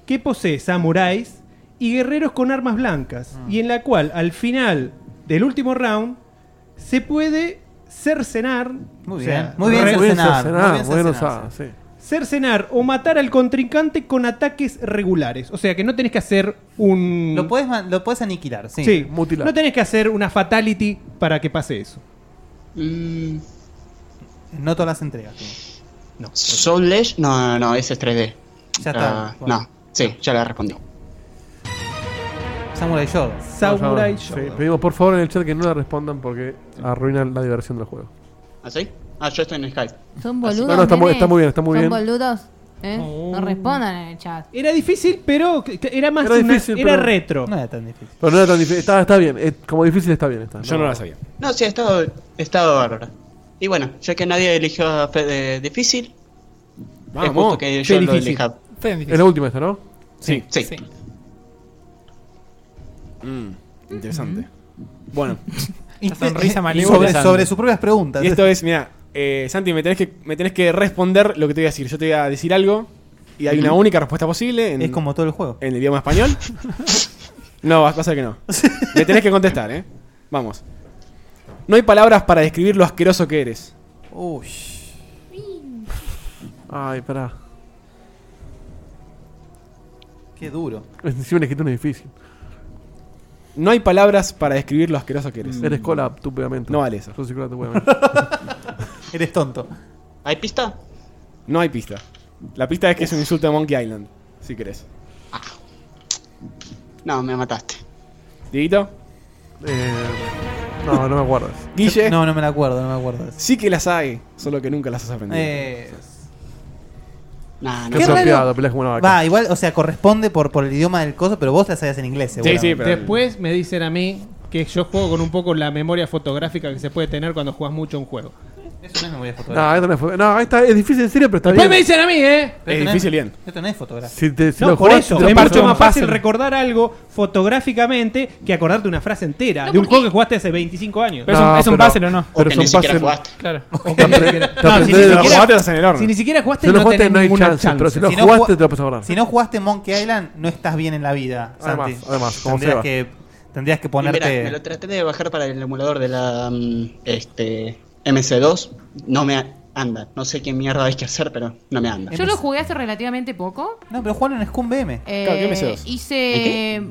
que posee samuráis y guerreros con armas Ah. blancas y en la cual al final del último round se puede cercenar Muy o bien, sea, muy bien Muy bien cercenar, cercenar, muy bien muy bien cercenar, usada, sí. Cercenar o matar al contrincante con ataques regulares. O sea que no tenés que hacer un. Lo puedes, lo puedes aniquilar, sí. mutilar. No tenés que hacer una fatality para que pase eso. Mm. No todas las entregas. tiene. Soul Edge, no, no, no, ese es 3D. Ya está, Ah, bueno. No, sí, ya la respondió. Samurai Shodown. Por favor. Sí, pedimos por favor en el chat que no la respondan porque arruinan la diversión del juego. ¿Ah, sí? Ah, yo estoy en Skype. Son boludos. No, no, está muy- nene. está muy bien, está muy Son bien. boludos. ¿eh? No respondan en el chat. Era difícil, pero que- que era más. Era una- difícil, era pero- retro. No era tan difícil. Pero no era tan difícil. Está, está bien. eh, como difícil está bien. Está, No, Ah, sí, ha estado, ha estado bárbara. Y bueno, ya que nadie eligió a Fede difícil, es Vamos, justo que Fede yo lo difícil. elija. Fede difícil. Es la última esta, ¿no? Sí, sí. Interesante. Mm. Bueno. Y- sonrisa malévola. sobre- sobre sus propias preguntas. Y esto es, mira, eh, Santi, me tenés, que, me tenés que responder lo que te voy a decir. Yo te voy a decir algo y hay una Ujú. única respuesta posible. En, Es como todo el juego. En el idioma español. no, vas a ser que no. Me tenés que contestar, ¿eh? Vamos. No hay palabras para describir lo asqueroso que eres. Uy. Ay, pará. Qué duro. Encima le quité uno difícil. No hay palabras para describir lo asqueroso que eres. Mm. Eres cola, tupidamente. No vale eso. Yo soy cola, tupidamente. Eres tonto. ¿Hay pista? No hay pista. La pista es que es un insulto a Monkey Island, si querés. Ah. No, me mataste. ¿Dieguito? Eh, no, no me acuerdo. Guille. No, no me la acuerdo, no me acuerdo. Sí que las hay, solo que nunca las has aprendido. Eh, Nah, Qué raro. vaca. Va, igual, o sea, corresponde por, por el idioma del coso, pero vos las sabías en inglés, seguro. Después me dicen a mí que yo juego con un poco la memoria fotográfica que se puede tener cuando juegas mucho a un juego. Eso no es memoria No, esta no es fo- no, esta es difícil en serio, pero está Después bien. me dicen a mí, ¿eh? Esto no difícil, bien. Esto no es fotografía. Si te- si no, lo por jugás, eso. te lo Es mucho pasan. más fácil recordar algo fotográficamente que acordarte una frase entera de un juego que jugaste hace 25 años. Pero es un- No, es un pero- puzzle, ¿o no? pero es un puzzle. Claro. O que ni siquiera- Te No, si, aprendés ni de la- siquiera, jugaste, lo hacen enorme. si ni siquiera jugaste, Si no no, jugaste, tenés no hay ninguna chance, pero si no ju- jugaste, te lo puedes ahorrar. Si no jugaste Monkey Island, no estás bien en la vida. Además, Santi. además, como tendrías Seba. que, tendrías que Y mirá, ponerte. me lo traté de bajar para el emulador de la mm, este, MC2. No me a- anda. No sé qué mierda hay que hacer, pero no me anda. Yo lo jugué hace relativamente poco. No, pero jugaron en Scum BM. Eh, Claro, ¿qué MC2? Hice,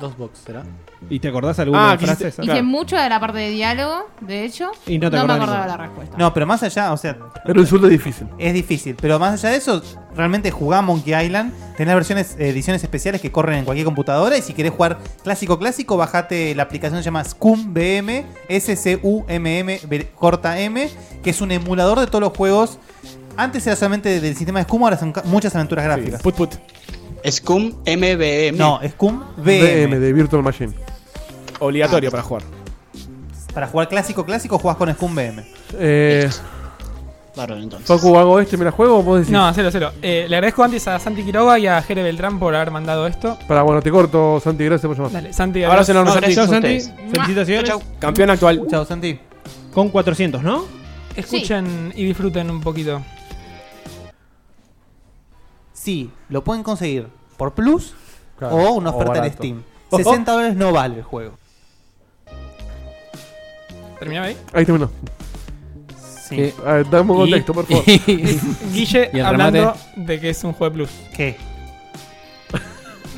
Dos box, ¿será? ¿Y te acordás alguna Ah, que frase? hiciste- esa? hice mucho de la parte de diálogo, de hecho. Y no te me acordás acordaba ninguna. la respuesta. No, pero más allá, o sea. Pero un sueldo difícil. Es difícil, pero más allá de eso, realmente jugá Monkey Island. Tenés versiones, eh, ediciones especiales que corren en cualquier computadora. Y si querés jugar clásico clásico, bajate la aplicación que se llama Scum BM, S-C-U-M-M, B- corta M, que es un emulador de todos los juegos. Antes era solamente del sistema de Scum, ahora son ca- muchas aventuras gráficas. put put. Scum MBM. No, Scum BM BM. de Virtual Machine. Obligatorio para jugar. ah, Para jugar clásico clásico, jugás con Scum BM. Eh, Bárbaro, entonces. Facu, ¿hago este? ¿Me la juego o vos decís? No, cero, cero. Eh, le agradezco antes a Santi Quiroga y a Jere Beltrán por haber mandado esto. Para, bueno, te corto, Santi, gracias por llamar. Dale, Santi, Abrazo enorme, No, Santi. gracias a ustedes. Felicitaciones. Campeón actual. Chao, Santi. Con 400, ¿no? Escuchen y disfruten un poquito. Sí, lo pueden conseguir por Plus Claro, o una o oferta en barato. Steam. 60 dólares no vale el juego. ¿Terminaba ahí? Ahí terminó. Sí. Eh, A ver, dame un contexto, por favor. Guille Y el hablando remate. de que es un juego de plus. ¿Qué?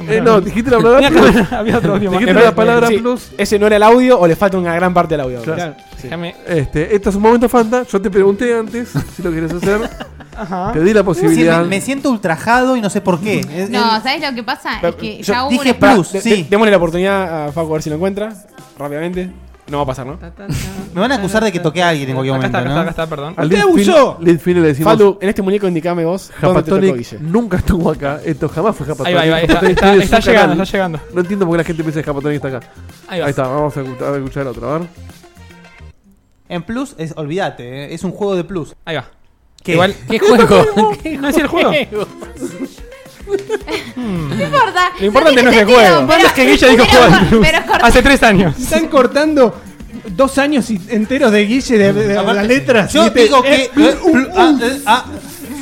Eh, no, dijiste la palabra plus. Había otro audio más. Dijiste la palabra Sí, plus. Ese no era el audio o le falta una gran parte del audio. Claro. Sí. Este, este es un momento fanta. Yo te pregunté antes si lo querías hacer. Ajá. Te di la Sí, posibilidad. me, me siento ultrajado y no sé por qué. Es- No, es- ¿sabes lo que pasa? es que Yo- ya hubo dije una- plus, de- de- sí. Démosle la oportunidad a Facu a ver si lo encuentra. Rápidamente. No va a pasar, ¿no? me van a acusar de que toqué a alguien en cualquier momento. ¿no? Al ¡Usted Lead Fin- abusó! Lead Fin le decimos- Facu, en este muñeco indicame vos. ¿dónde te tocó, Japatonic Guille? nunca estuvo acá. Esto jamás fue Japatonic. Ahí va, ahí va, está- Ustedes está- tienen está su llegando, está llegando. No entiendo por qué la gente piensa que Japatonic está acá. Ahí va. está, vamos a escuchar, a escuchar otro. A ver. En Plus, es, olvídate, eh, es un juego de Plus. Ahí va. ¿Qué? Igual- ¿Qué juego? ¿No es el juego? Hmm. No importa. Lo importante no es el juego. Lo importante es que Guille dijo juego de plus. Hace tres años. Están cortando dos años y- enteros de Guille de, de- de Aparte, las letras. Yo ¿viste? digo que. Eh, eh, plu- ah, eh, ah,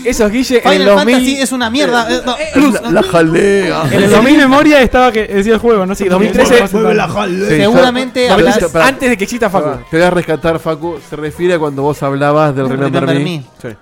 Eso es Guille en el Final 2000. Fantasy es una mierda. eh, no, plus. La, la jalea. En el 2000 memoria estaba que decía el juego, no sé. Sí, 2013. eh. Sí, Seguramente yo- hablas- Pará, Antes de que exista Facu. pará, Te voy a rescatar, Facu. Se refiere a cuando vos hablabas del Remember, Remember Me. Sí.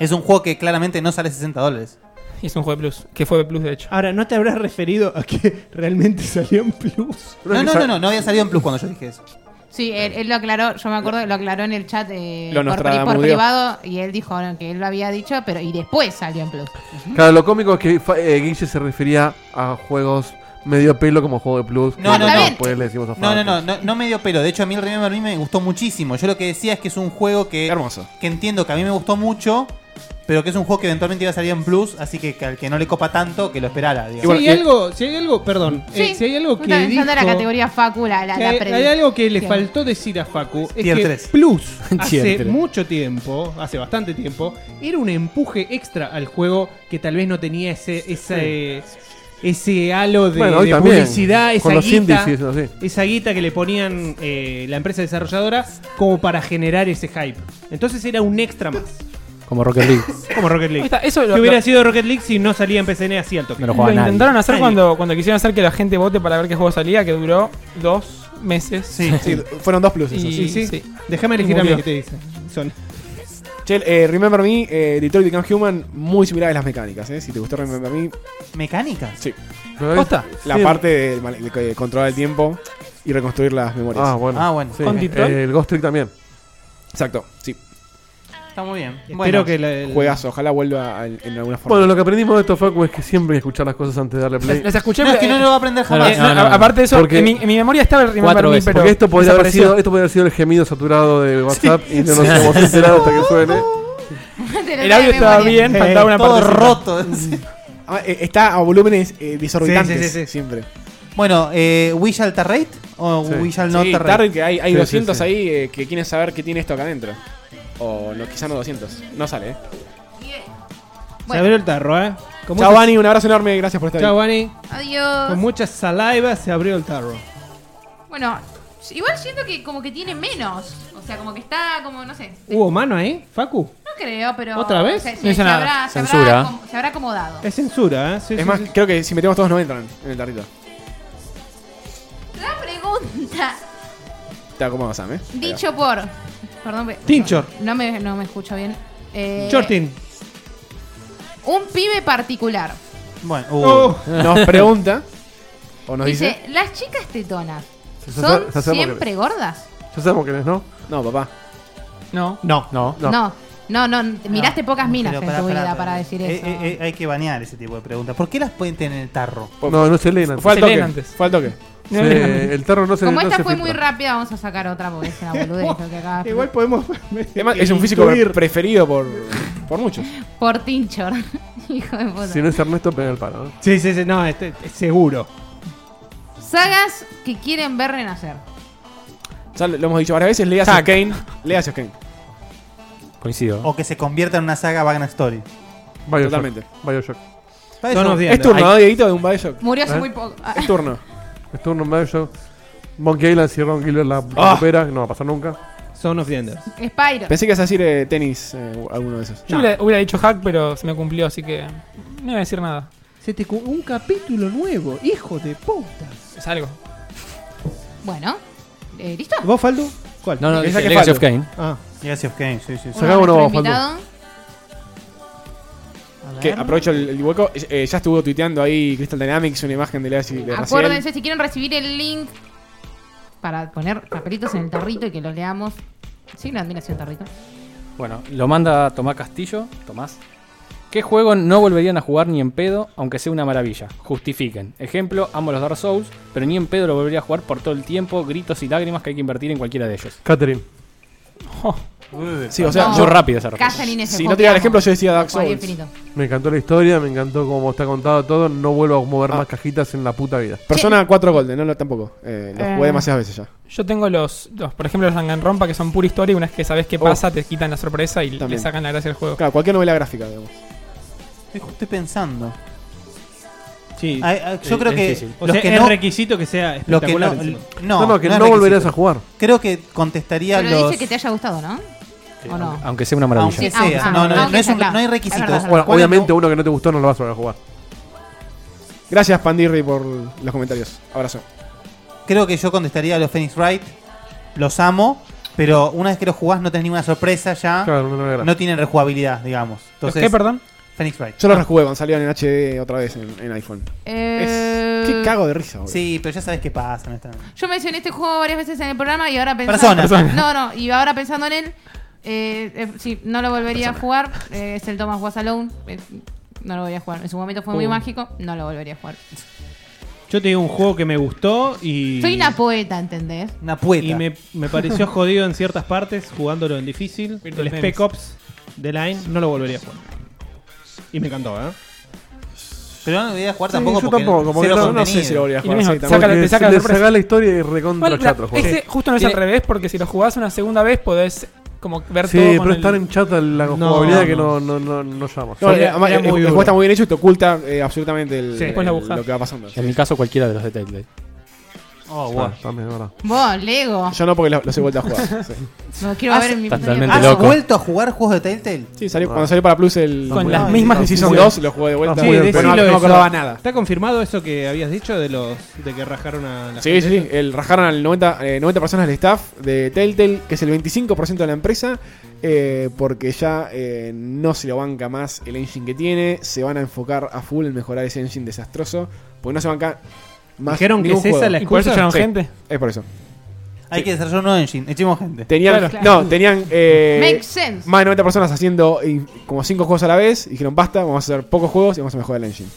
Es un juego que claramente no sale 60 dólares. Y es un juego de Plus, que fue de Plus de hecho. Ahora, ¿no te habrás referido a que realmente salió en Plus? No, no, no, no, no había salido en Plus cuando yo dije eso. Sí, él, él lo aclaró, yo me acuerdo, lo aclaró en el chat eh, Lo por, pri- Nostradamudeó. por privado y él dijo bueno, que él lo había dicho, pero y después salió en Plus. Claro, lo cómico es que fa- eh, Guille se refería a juegos medio pelo como juego de plus. No, no, no. Pues le decimos a No, no, no, Fanta. no, no me dio pelo. De hecho, a mí el Remember Me me gustó muchísimo. Yo lo que decía es que es un juego que. Que entiendo que a mí me gustó mucho, pero que es un juego que eventualmente iba a salir en Plus, así que que al que no le copa tanto, que lo esperara. digamos. Si hay eh, algo, si hay algo, perdón, eh, si hay algo que Está pensando en la dijo- categoría Facu, la, la, que la hay, pre- hay algo que le Bien. faltó decir a Facu. Es Tier que tres. Plus, Ah, Tier hace tres. mucho tiempo, hace bastante tiempo, era un empuje extra al juego que tal vez no tenía ese, ese, ese halo de, Bueno, hoy de también, publicidad, con esa los guita, indies y eso, sí. esa guita que le ponían eh, la empresa desarrolladora como para generar ese hype. Entonces era un extra más. Como Rocket League. Como Rocket League. Ahí está, eso ¿Qué lo- hubiera lo- sido Rocket League si no salía en PCN así al toque? No lo juega Lo nadie. intentaron hacer Nadie. cuando, cuando quisieron hacer que la gente vote para ver qué juego salía, que duró dos meses. Sí, sí, fueron dos plus esos. Y- Sí, sí. Déjame Y elegir a mí murió. que te dicen. Son. Che, eh, Remember Me, eh, Detroit Become Human, muy similares las mecánicas, ¿eh? Si te gustó Remember Me. ¿Mecánicas? Sí. ¿Pero ¿Posta? es- La Sí. parte de, male- de que- controlar el tiempo y reconstruir las memorias. Ah, bueno. Ah, bueno. Sí. ¿Con Detroit? Eh, el Ghost Trick también. Exacto, sí. Está muy bien. Espero Bueno. que la- Juegas, ojalá vuelva al- en alguna forma. Bueno, lo que aprendimos de esto, Facu, es que siempre hay que escuchar las cosas antes de darle play. Las escuché, No, es que pero, no eh, lo va a aprender no, jamás. no, no, no. Aparte de eso, en mi, en mi memoria estaba el Remember Me, pero Porque esto podría, haber desapareció. sido, esto podría haber sido el gemido saturado de WhatsApp y no nos sí. hemos enterado hasta que suene. Te lo El trae audio de estaba memoria. bien, faltaba una parte. Ah, eh, está a volúmenes eh, desorbitantes Sí, sí, sí, sí. siempre. Bueno, eh, ¿We Shall Terrate o Sí. We Shall Not Sí, Terrate? Target, que hay, Sí, hay sí, 200 sí. ahí eh, que quieren saber qué tiene esto acá adentro. O no, quizá no 200. No sale, ¿eh? Se abrió el tarro, ¿eh? Con Chao, muchas- Vani, un abrazo enorme. Gracias por estar Chao, ahí. Vani. Adiós. Con mucha saliva se abrió el tarro. Bueno, igual siento que como que tiene menos. O sea, como que está como, no sé. ¿Hubo mano ahí, Facu? No creo, pero. ¿Otra vez? Se, se- No hizo se nada. habrá, se habrá Censura. acom- se habrá acomodado. Es censura, ¿eh? Sí, es sí, más, sí. creo que si metemos todos no entran en el tarrito. La pregunta, Te acomodo, Sam, ¿eh? dicho por. Perdón, pe- Tinchor. No me, no me escucho bien. Eh, Shortin. Un pibe particular. Bueno, Oh. uh. Nos pregunta. ¿O nos dice, dice? las chicas tetonas Se- se- son se- se- se- siempre gordas. Ya sabemos quién es, ¿no? No, papá. No. No. No. No. no. No, miraste pocas minas Pero en pará, tu pará, vida pará. para decir Eh, eso. eh, eh, hay que banear ese tipo de preguntas. ¿Por qué las pueden tener en el tarro? No, no se leen antes. Fue al Se toque. leen Antes. Fue al toque. Se- el tarro no se Como no esta se fue filtra. muy rápida, vamos a sacar otra porque es una boludez lo que acabas de Igual podemos. Es, más, es un físico Intuir. preferido por, por muchos. Por Tinchor. Hijo de puta. Si no es Ernesto, pega el palo. ¿no? Sí, sí, sí. No, este, es seguro. Sagas que quieren ver renacer. Ya lo lo hemos dicho varias veces. Leas a Kane. Leas a Kane. Coincido. O que se convierta en una saga Wagner Story. Bioshock. Totalmente. Bioshock. Bioshock. Dawn of the Es End. turno, ¿no, Dieguito, de un Bioshock? Murió hace ¿Eh? muy poco. Es turno. Es turno en Bioshock. Monkey Island, si Ron Gilbert la Ah. recupera, que no va a pasar nunca. Son of the Enders. Spyro. Pensé que ibas a decir eh, tenis, eh, alguno de esos. Yo hubiera, hubiera dicho hack, pero se me cumplió, así que no iba a decir nada. Se te cu- un capítulo nuevo, hijo de puta. Es algo. Bueno, eh, ¿listo? ¿Vos, Faldo? ¿Cuál? No, no, Esa dice que Legacy Faldo. of Kain. Ah. Legacy of Kane, sí, sí. sí. Uno de nuestro Uh, invitado. Que aprovecho el, el hueco. Eh, ya estuvo tuiteando ahí Crystal Dynamics una imagen de Legacy de Raziel. Acuérdense, si quieren recibir el link para poner papelitos en el tarrito y que los leamos. Sí, la admiración, tarrito. Bueno, lo manda Tomás Castillo. Tomás. ¿Qué juego no volverían a jugar ni en pedo, aunque sea una maravilla? Justifiquen. Ejemplo, amo los Dark Souls, pero ni en pedo lo volvería a jugar por todo el tiempo, gritos y lágrimas que hay que invertir en cualquiera de ellos. Catherine. Sí, o sea, No, yo rápido esa respuesta. Catherine es el Si juego no que te diera el amo. ejemplo, yo decía Dark Lo jugaría Souls. infinito. Me encantó la historia, me encantó cómo está contado todo. No vuelvo a mover más cajitas en la puta vida. Ah. Persona 4 Golden, no lo tampoco. Eh, lo Eh. jugué demasiadas veces ya. Yo tengo los, los, por ejemplo, los Danganronpa que son pura historia y una vez que sabes qué pasa te quitan la sorpresa y le Oh. También. sacan la gracia al juego. Claro, cualquier novela gráfica, digamos. Estoy, estoy pensando. Sí. Ay, ay, yo Sí, creo es que difícil. O los sea, que es no- requisito que sea los que espectacular no, encima. no, No, no, que es no requisito. volverás a jugar. Creo que contestaría Pero los. dice que te haya gustado, ¿no? ¿O no? Aunque sea una maravilla. Sí, Aunque sea. ah, no, no, ah, no, ok, es un- claro. no hay Es requisitos. verdad, es Bueno, verdad. ¿Cuál es obviamente uno que no te gustó no lo vas a volver a jugar. Gracias, Pandirri, por los comentarios. Abrazo. Creo que yo contestaría a los Phoenix Wright. Los amo. Pero una vez que lo jugás no tenés ninguna sorpresa ya. no tienen rejugabilidad, digamos. Entonces, qué, perdón? Phoenix Wright. Yo lo rejugué cuando salieron en HD otra vez en, en iPhone. Eh, Es- qué cago de risa, boludo. Sí, pero ya sabes qué pasa. honestamente. Yo mencioné este juego varias veces en el programa y ahora pensando. Persona. Persona. No, no, y ahora pensando en él, eh, eh, sí, no lo volvería a jugar. eh, es el Thomas Was Alone. eh, no lo volvería a jugar. En su momento fue muy Uh. mágico, no lo volvería a jugar. Yo te digo un juego que me gustó y. Soy una poeta, ¿entendés? Una pueta. Y me, me pareció jodido en ciertas partes, jugándolo en difícil. Virtual el Tennis. Spec Ops de Line no lo volvería a jugar. Y me encantó, ¿eh? Pero no lo voy a jugar Sí, tampoco yo porque tampoco, como cero que no- contenido. no sé si lo volvería a Y lo mismo, saca la- te saca la le sorpresa. sacás la historia y recontra Igual, chato el la- juego. ese justo no es al Tiene- revés, porque si lo jugás una segunda vez podés como ver Sí, todo con pero el- es tan en chata la No, jugabilidad no. que no, no, no, no llama. No, además, el, el juego está muy bien hecho y te oculta eh, absolutamente el- Sí. Después la el- buscás. lo que va pasando. Ah, En mi caso, cualquiera de los de Telltale. Oh, bueno. también, verdad. Vos, Lego. Yo no, porque lo- los he vuelto a jugar. sí. No quiero ver en mi totalmente ¿Has loco. vuelto a jugar juegos de Telltale? Ah. Sí, salió, cuando salió para Plus el. Con el- las mismas el Season decisiones. 2 lo jugué de vuelta. Sí, Bueno, decilo no, no me eso. acordaba nada. ¿Está confirmado eso que habías dicho de los de que rajaron a la Sí, sí, sí. El, rajaron al 90, eh, 90 personas del staff de Telltale, que es el 25% de la empresa, eh, porque ya eh, no se lo banca más el engine que tiene. Se van a enfocar a full en mejorar ese engine desastroso, porque no se banca más. Dijeron que ningún es esa juego. la ¿Y por eso excusa? echaron Sí, gente? Es por eso. Hay que desarrollar un nuevo engine. Echemos gente. Tenían, No, tenían eh, Makes sense. más de 90 personas haciendo eh, como 5 juegos a la vez. y Dijeron, basta, vamos a hacer pocos juegos y vamos a mejorar el engine.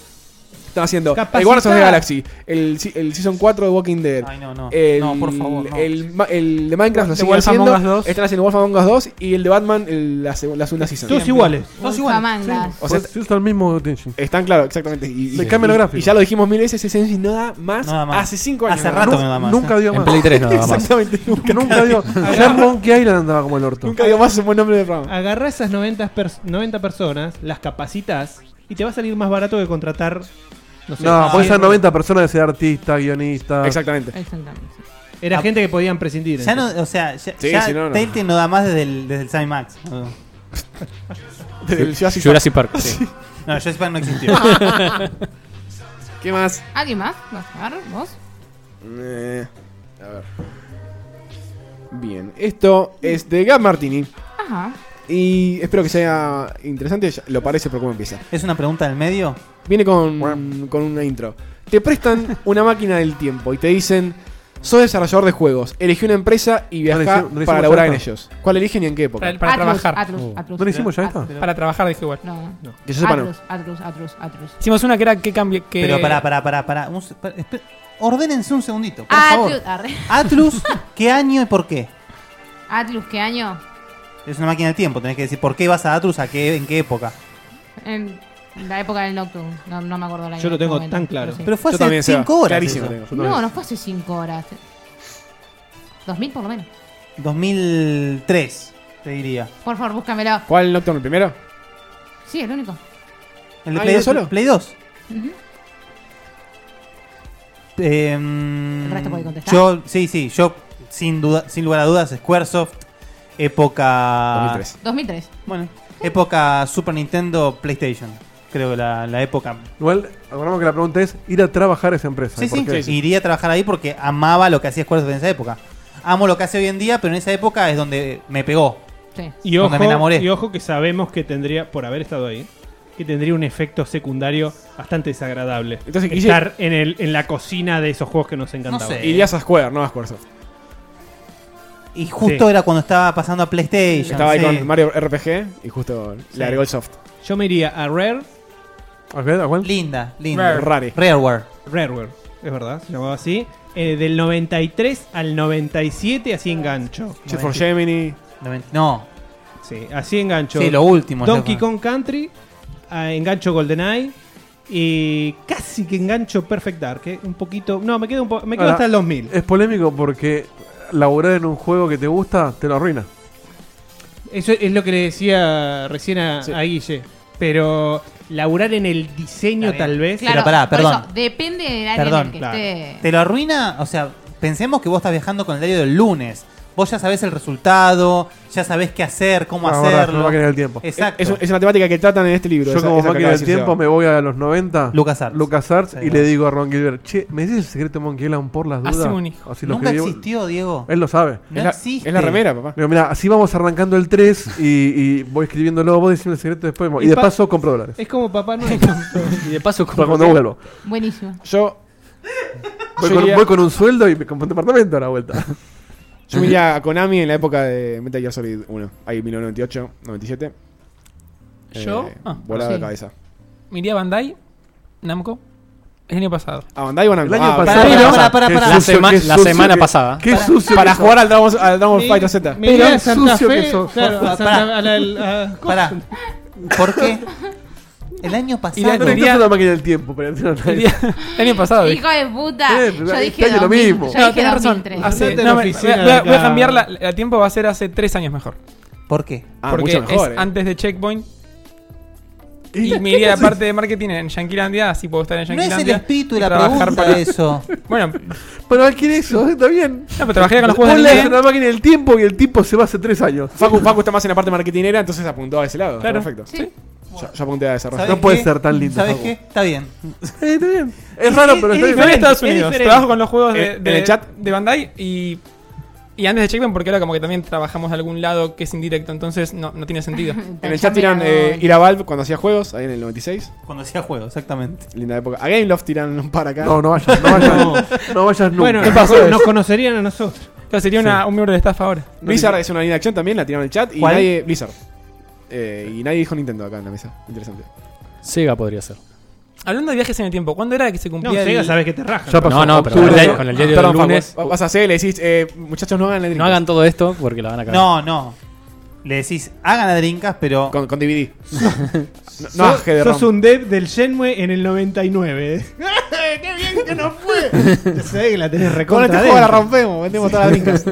Están haciendo el Capacitá. Eh, Guardians of the Galaxy, el, si- el Season 4 de Walking Dead. Ay, no, no. El, No, por favor, no. El, ma- el de Minecraft lo The siguen Wolf haciendo. Among Us 2. Están haciendo Wolf Among Us 2 y el de Batman el- la, seg- la segunda season. Todos iguales. Todos iguales. Mangas. O sea, se usa Pues, el mismo engine. Están, claro, exactamente. Y, Le y- cambian los y- gráficos. y ya lo dijimos mil veces, ese engine no da más, No da más. hace 5 años. Hace rato que no da más. ¿eh? Nunca dio En más. Play 3 no daba más. Exactamente, nunca, Nunca dio. Ya Monkey Island andaba como el orto. nunca dio más un buen nombre de programa. Agarrá esas 90, pers- 90 personas, las capacitas y te va a salir más barato que contratar. No, sé, No, puede cien- ser 90 personas de ser artista, guionista. Exactamente. Exactamente. Era Ah. gente que podían prescindir. Ya no, entonces. o sea, ya, Sí, ya si no, no. Telltale no da más desde el, desde el Sammy Max. No, Desde el Jurassic Park. Jurassic Park, sí. no Jurassic Park no existió. ¿Qué más? Ah. ¿Alguien más? ¿Vas a jugar? ¿Vos? Eh, a ver. Bien, esto es de Gab Martini. Ajá. Y espero que sea interesante. ya- Lo parece por cómo empieza. ¿Es una pregunta del medio? Viene con, con una intro. Te prestan una máquina del tiempo y te dicen: Sos desarrollador de juegos, elegí una empresa y le viajá hicimos- no le para hicimos laburar en oferta. ellos. ¿Cuál eligen y en qué época? para, para Atlus, trabajar. Atlus, Uh. Atlus. ¿No le hicimos Ah, ya esta? Atlus. Para trabajar dije igual. No, no. Que yo sepa, no. Atlus, Atlus, Atlus, Atlus. Hicimos una que era que cambie que Pero pará, pará, pará, pará. Un se- pará, espera. Ordénense un segundito, por favor. Atlus, arre. Atlus, ¿qué año y por qué? Atlus, ¿qué año? Es una máquina del tiempo, tenés que decir por qué vas a Atlus, a qué, en qué época. En la época del Nocturne. No, no me acuerdo el año. Yo en lo este tengo momento, tan claro. sí. Pero fue Yo hace también, Seba. 5 horas. Clarísimo eso. tengo, yo No, también. no fue hace 5 horas. 2000 por lo menos. 2003, te diría. Por favor, búscamelo. ¿Cuál Nocturne? ¿El primero? Sí, el único. ¿El de Ah, Play, ¿y uno solo? Play 2? Ujú. Em, El resto puede contestar. Yo, sí, sí, yo sin duda, sin lugar a dudas, Squaresoft, época. 2003. 2003. Ah. Bueno, época Super Nintendo, PlayStation. Creo que la, la época. Igual, acordamos que la pregunta es ir a trabajar a esa empresa. Sí, ¿Por sí, qué? iría a trabajar ahí porque amaba lo que hacía Squaresoft en esa época. Amo lo que hace hoy en día, pero en esa época es donde me pegó. Sí. Y Donde ojo, me enamoré. y ojo que sabemos que tendría, por haber estado ahí, que tendría un efecto secundario bastante desagradable. Entonces, Guille- Estar en, el, en la cocina de esos juegos que nos encantaban. sé. Irías a Square, no a Squaresoft. Y justo Sí. era cuando estaba pasando a PlayStation. Estaba ahí sí. con Mario RPG y justo le agregó el soft. Yo me iría a Rare, ¿A ver, a cuál? Linda, linda. Rare. Rareware. Rareware, es verdad, se llamaba así. eh, del 93 al 97, así engancho. Jet for Gemini. Noventa- No, Sí, así engancho. sí, lo último. Donkey ya fue. Kong Country, ah, engancho GoldenEye y casi que engancho Perfect Dark. eh, Un poquito. No, me quedo, un po- me quedo Ahora, eh, hasta el 2000. Es polémico porque laburar en un juego que te gusta te lo arruina. Eso es lo que le decía recién a, Sí. a Guille. Pero laburar en el diseño Está bien. tal vez. Pero pará, por perdón. eso, depende del área en Perdón, el que claro. esté. Te lo arruina, o sea, pensemos que vos estás viajando con el diario del lunes. vos ya sabés el resultado, ya sabés qué hacer, cómo Ah, verdad, hacerlo. como máquina del tiempo. Exacto. Es, es una temática que tratan en este libro. Yo esa- como esa que máquina acaba de del decir tiempo Seba. me voy a los 90. Lucas Arts. y le digo a Ron Gilbert, che, ¿me decís el secreto de Monkey Island por las dudas? Haceme un hijo. Así lo Nunca escribí. existió, Diego. Él lo sabe. No Es la- existe. es la remera, papá. Digo, mira, así vamos arrancando el 3 y, y voy escribiéndolo, vos decime el secreto después. Y, Y de pa- paso compro dólares. Es como Papá Noel. y de paso Para cuando vuelvo. Buenísimo. Yo. Voy, Yo con, iría- voy con un sueldo y me compro un departamento a la vuelta. Yo me iría a Konami en la época de Metal Gear Solid 1. Ahí 1998, 97. Yo, ah, volado sí. de Eh, cabeza. Miré a Bandai, Namco, el año pasado. A Bandai o Namco. El año Ah, pasado. pero- Pará, pará, pará, Qué pará. La sucio, sema- qué la sucio semana que- pasada. Qué Para- sucio. Para que jugar sos. al Dragon al Dragon Mi- Fighter Z. mi idea es Santa sucio Fe, que sos. claro, Por a favor, Santa- a la- a la- Pará. ¿Por qué? El año Y la pasado. conectás a la máquina del tiempo. Pero El año pasado. Hijo de puta. Eh, yo dije este año lo 2000, mismo. Yo No, dije tenés razón. 2003. Hace- Andate a la no, me- voy, oficina a- voy a- de voy a acá. cambiar la, la tiempo, va a ser hace tres años mejor. ¿Por qué? Ah, porque mucho mejor, es eh. antes de Checkpoint. Y, Y me iría a la parte de marketing en Yanquilandia, así puedo estar en No es el Yanquilandia. espíritu y de la trabajar pregunta para- eso. Bueno, Pero adquiere eso, está bien. No, pero trabajé con los juegos de Vos lees anime. la máquina del tiempo y el tipo se va hace 3 años. Facu, Facu está más en la parte marketinera, entonces apuntó a ese lado. Claro. Perfecto. Sí. Yo, yo apunté a desarrollo. ¿Sabés No puede qué? ser tan lindo, ¿Sabes Facu. qué? Está bien. Eh, está bien. Es raro, pero está Estoy bien. en Estados Unidos. Trabajo con los juegos de, Eh, En- de- en el chat. de Bandai y, y antes de Checkpoint, porque ahora como que también trabajamos de algún lado que es indirecto, entonces no, no tiene sentido. En el chat tiran eh, ir a Valve cuando hacía juegos, ahí en el 96. Cuando hacía juegos, exactamente. Linda época. A Game Loft tiran un par acá. No, no vayas, no vayas. no vayas nunca. Bueno, ¿Qué Pues, pasó? nos conocerían a nosotros. Claro, sería una- un miembro de staff ahora. Blizzard es una línea de acción también, la tiraron en el chat. Y ¿Cuál? nadie. Blizzard. Eh, y nadie dijo Nintendo acá en la mesa. Interesante. Sega podría ser. Hablando de viajes en el tiempo, ¿cuándo era que se cumplía No, el- Sega sabes que te raja. Ya pasó. No, no, pero Octubre. con el- con el diario del Perdón, Facu, lunes- va- Vas a hacer y le decís, eh, muchachos, no hagan la No hagan todo esto porque la van a cagar. No, no. Le decís, hagan a Drinkas, pero. Con, DVD. no, sos, sos un dev del Shenmue en el 99. ¡Qué bien que no fue! eh. Ya sé que la tenés Con recontra este juego la adentro. rompemos, vendemos todas las brincas.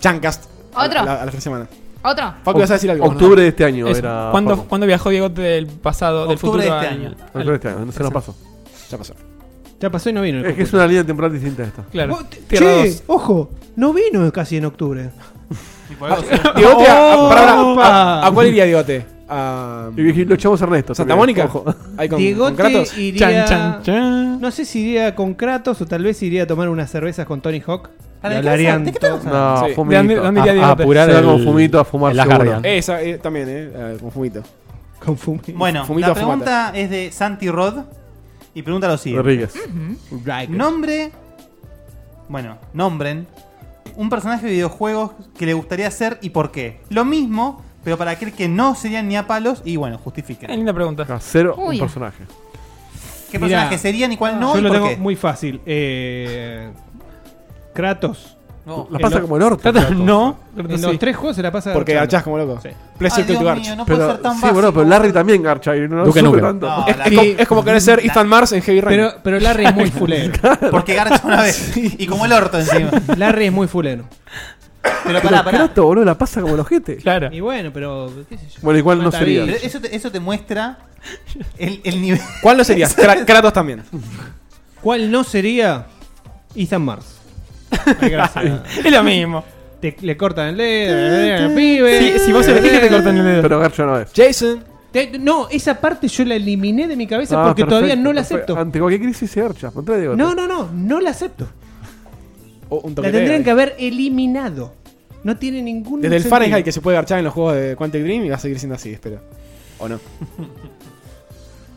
Chancast. A- ¿Otro? A la, a la fin de semana. ¿Otro? Facu, ibas a decir algo. Octubre de este año Eso. era. ¿Cuándo, Facu. cuándo viajó Diego del pasado, del futuro Octubre de al- este año. al- Octubre de este año, no se nos pasó. Ya pasó. Ya pasó y no vino. el Es que es computo. una línea temporal distinta a esta. Claro. Oh, Vos- Tierra che, 2. ojo, no vino casi en octubre. Ah, Digote, a, a- pará, pará, Opa. a- a cuál iría Digote? A, Y vi- lo echamos a Ernesto. ¿Santa también, Mónica? ojo. Ahí con, con Diegote Kratos. iría- Chan, chan, chan. No sé si iría con Kratos o tal vez iría a tomar unas cervezas con Tony Hawk. Y ¿de qué vas hablarían a- de qué te todo- vas a- No, Sí. fumito. ¿Dónde- dónde iría A- a Diego? apurar Se va el- con fumito a fumar el Last seguro. Guardian. Eh, Esa eh, también, eh, eh, con fumito. Con Fumi. Bueno, Fumito la a fumata. pregunta es de Santi Rod. Y pregunta lo siguiente: Rodríguez. Nombre. Bueno, nombren. Un personaje de videojuegos que le gustaría ser y por qué. Lo mismo, pero para aquel que no serían ni a palos. Y bueno, Qué justifiquen. linda pregunta. Casero, Ah, un Uy. personaje. ¿Qué Mirá, personaje serían y cuál no? Yo y lo por tengo qué? muy fácil. Eh, Kratos. No. La pasa El- como el orto. Kratos, Kratos. no. Kratos En sí. los tres juegos se la pasa. Porque garchando. garchás como loco. Sí. Placer Ay, to Dios garch. mío, no puede Pero, ser tan sí, básico. bueno, pero Larry también garcha y no lo Duke sube Nukem. tanto. No, Es, la- es como, es como querer ser la- Ethan Mars en Heavy Rain. Pero, pero Larry es muy fulero. Porque garcha una vez. Y como el orto encima. Larry es muy fulero. Pero Pero pará, pará. Kratos, boludo, la pasa como los jetes. Claro. Y bueno, pero qué sé yo. Bueno, igual no Está sería. bien. Pero eso te, eso te muestra el, el nivel. ¿Cuál lo serías? Kra- Kratos también. ¿Cuál no sería Ethan Mars? Ay, Ah, gracias. Es lo mismo. Te- le cortan el dedo, eh, pibe. Si, si vos elegís que te cortan el dedo. Pero garcha no es. Jason. Te- no, esa parte yo la eliminé de mi cabeza Ah, porque perfecto, todavía no la perfecto. acepto. Ante cualquier crisis se garcha. Ponte de No, no, no, no la acepto. O un La toqueteo tendrían ahí. que haber eliminado. No tiene ningún Desde el sentido. Fahrenheit que se puede garchar en los juegos de Quantic Dream y va a seguir siendo así, espero. ¿O no?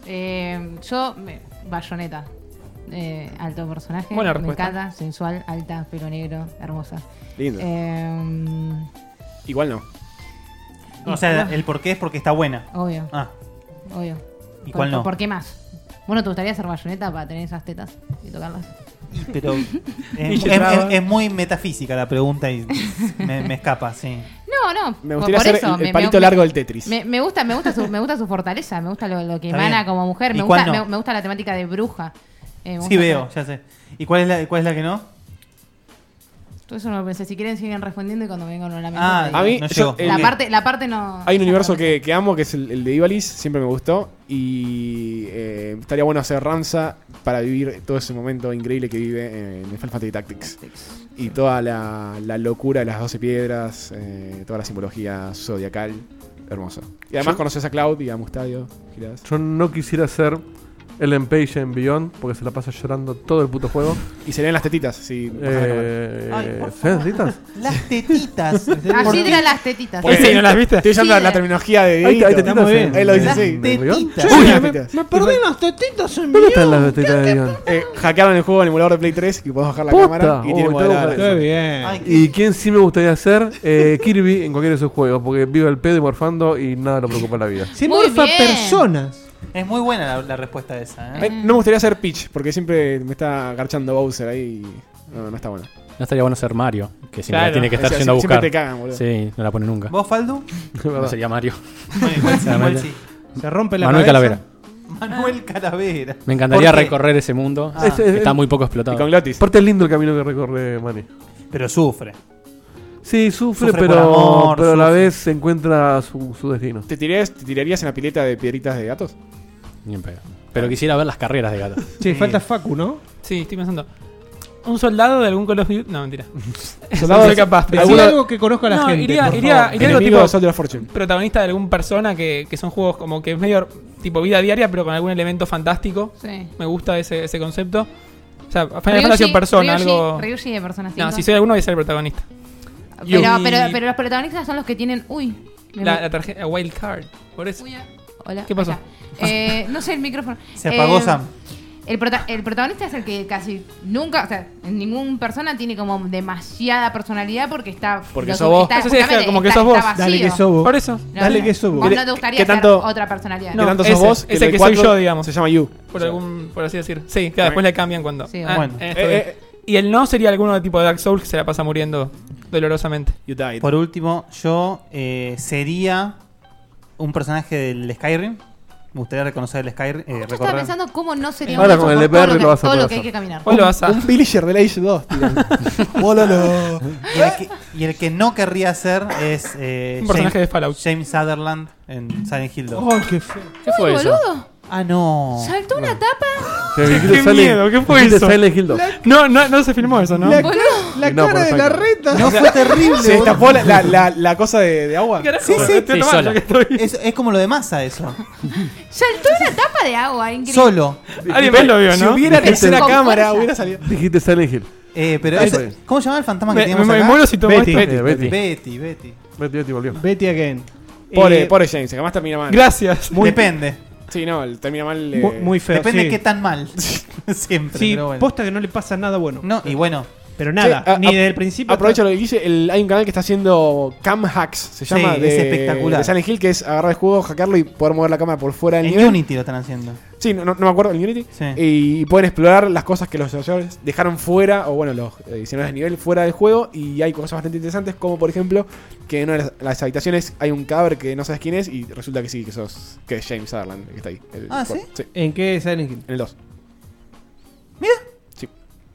Eh, yo, me- Bayoneta. Eh, alto personaje. Buena me respuesta. encanta, sensual, alta, pelo negro, hermosa. Lindo. Mm. Eh, Igual no. O sea, el por qué es porque está buena. obvio, Ah, obvio. ¿Y ¿Por- cuál no? ¿Por qué más? Bueno, ¿te gustaría ser bayoneta para tener esas tetas y tocarlas? pero. es, es- traba. es- es muy metafísica la pregunta y me, me escapa, sí. No, no. Me por- gustaría por ser eso, el, me- el palito me- largo del Tetris. Me, me gusta, me gusta su, me gusta su fortaleza, me gusta lo, lo que Está emana bien. como mujer, ¿Y me cuál gusta, no? me, me gusta la temática de bruja. Eh, me Sí, gusta- veo, ya sé. ¿Y cuál es la, cuál es la que no? Todo eso no lo pensé. Si quieren siguen respondiendo y cuando vengan con la mente. Ah, te A mí, No yo- eh, llegó. el- la parte, la parte no. hay un no universo se que, que amo, que es el, el de Ivalice, siempre me gustó. Y eh, estaría bueno hacer Ramsa, para vivir todo ese momento increíble que vive en Final Fantasy Tactics. Y toda la, la locura de las 12 piedras, eh, toda la simbología zodiacal, hermoso. Y además Yo- conoces a Cloud y a Mustadio. girás. Yo no quisiera ser Ellen Page en Beyond porque se la pasa llorando todo el puto juego. Y se leen las tetitas, sí. Eh, Ay, por ¿Se ven las tetitas? Las tetitas. Así eran las tetitas. Porque Sí, Pues, no las viste. Estoy usando la terminología de Ahí está, hay Dieguito. tetitas Está muy bien. en- Él lo dice en- así. en Beyond. Uy, las tetitas. Me perdí las tetitas en mi ¿Dónde están las tetitas de Beyond? Eh, hackearon el juego en el emulador de Play 3 y podemos bajar la Posta, cámara y oh, tiene tengo que moderada. buscar eso. Eh, ¿Y quién sí me gustaría ser? Eh, Kirby en cualquiera de sus juegos, porque vive el pedo y morfando y nada lo preocupa en la vida. Se morfa personas. Es muy buena la, la respuesta esa. Ay, ¿eh? No me gustaría ser Peach porque siempre me está agarchando Bowser ahí. y No, no está bueno. No estaría bueno ser Mario, que siempre Claro. la tiene que estar Sí, yendo a siempre buscar. te cagan, boludo. Sí, no la pone nunca. ¿Vos, Faldu? no sería Mario. Bueno, igual sí, igual sí. Se rompe la Manuel cabeza. Calavera. Manuel Calavera. Me encantaría ¿Por qué? recorrer ese mundo. Ah. Es- es- Está muy poco explotado. Glotis. Aparte es lindo el camino que recorre Mani. Pero sufre. Sí, sufre, Sufre pero, por amor, pero a la sufre. vez se encuentra su, su destino. ¿Te, tirarías, ¿Te tirarías en la pileta de piedritas de gatos? Ni en pedo. Pero quisiera ver las carreras de gato. Che, falta Facu, ¿no? Sí, estoy pensando. Un soldado de algún Call of Duty. No, mentira. Soldado No soy de- capaz. Decí algo que conozca a la gente, Iría, por iría, favor. iría algo Enemigo tipo de Soldier of Fortune. protagonista de algún persona que, que son juegos como que es medio tipo vida diaria, pero con algún elemento fantástico. Sí. Me gusta ese, ese concepto. O sea, Final Ryushi- Fantasy en persona, Ryushi- algo. Ryushi de Persona No, 5. si soy alguno voy a ser el protagonista. Pero, Y- pero, pero los protagonistas son los que tienen. Uy. me- La, la tarjeta Wild Card. Por eso. Hola. ¿Qué pasó? Ahí está. Eh, no sé el micrófono. Se apagó Eh, Sam. El, prota- el protagonista es el que casi nunca, o sea, ningún persona tiene como demasiada personalidad porque está. Porque lo- sos vos. está- Eso sí, es justamente como que está- sos vos. está vacío. Dale que sos vos. Por eso. No, Dale no. que sos vos. Vos no te gustaría ¿Qué ser tanto- otra personalidad. ¿Qué No, tanto sos ese, vos? ese del que soy cuatro yo, digamos. Se llama You. Por algún, por así decir. Sí, claro, después le cambian cuando. Sí, ah, bueno. eh, Eh, estoy bien. eh, Y el no sería alguno de tipo de Dark Souls que se la pasa muriendo dolorosamente. You died. Por último, yo eh, sería un personaje del Skyrim. Me gustaría reconocer el Skyrim. eh, Yo estaba recorrer. pensando cómo no sería Ahora un con el oso por todo EPR que- lo vas a todo lo poder que hay que hacer. caminar. Vos lo vas a. Un villager del Age 2, tiran. Bólalo. Y el, que, y el que no querría ser es eh, Un personaje de James, Fallout. James Sutherland en Silent Hill 2. Oh, qué feo. ¿Qué fue Uy, eso? boludo. Ah, no. Saltó una tapa. Se me Qué Silent- miedo, ¿qué fue dijiste eso? Silent Hill 2. No, no, no se filmó eso, ¿no? La, ¿Qué cara- la Y no, cara por de la defecto. reta. No fue terrible. Se destapó la, la, la, la cosa de, de agua. carajo? Sí, sí. Estoy Sí, tomando, sola. que estoy- Es, es como lo de masa eso. Saltó una tapa de agua, increíble. Solo. Alguien más lo vio, Si ¿no? hubiera Dijiste- tercera Con cámara, fuerza. hubiera salido. Dijiste Silent Hill. Eh, pero Ahí eso- está. ¿Cómo se llamaba el fantasma que Me, me, teníamos me acá? muero si tomo Betty. esto. Eh, Betty. Betty, Betty. Betty, Betty volvió. Betty again. Pobre, Eh, pobre James, jamás termina mal. Gracias. Depende. Sí, no, el- termina mal. eh, Muy, muy feo. Depende sí. de qué tan mal. Siempre. Sí, pero bueno. posta que no le pasa nada bueno. No, y bueno. Pero Sí, nada, a- ni a- desde el principio. Aprovecho lo que dice. el- hay un canal que está haciendo Cam Hacks, se Sí, llama. es de, espectacular. De Silent Hill, que es agarrar el juego, hackearlo y poder mover la cámara por fuera del En nivel. Unity lo están haciendo. Sí, no, no- no me acuerdo, en Unity. Sí. Y pueden explorar las cosas que los desarrolladores dejaron fuera, o bueno, los eh, diseñadores de nivel fuera del juego. Y hay cosas bastante interesantes, como por ejemplo, que en una de las, las habitaciones hay un cadáver que no sabes quién es, y resulta que sí, que sos que es James Sutherland, que está ahí. el Ah, cuerpo. Sí, ¿En qué Silent Hill? en el 2. Mira. Sí.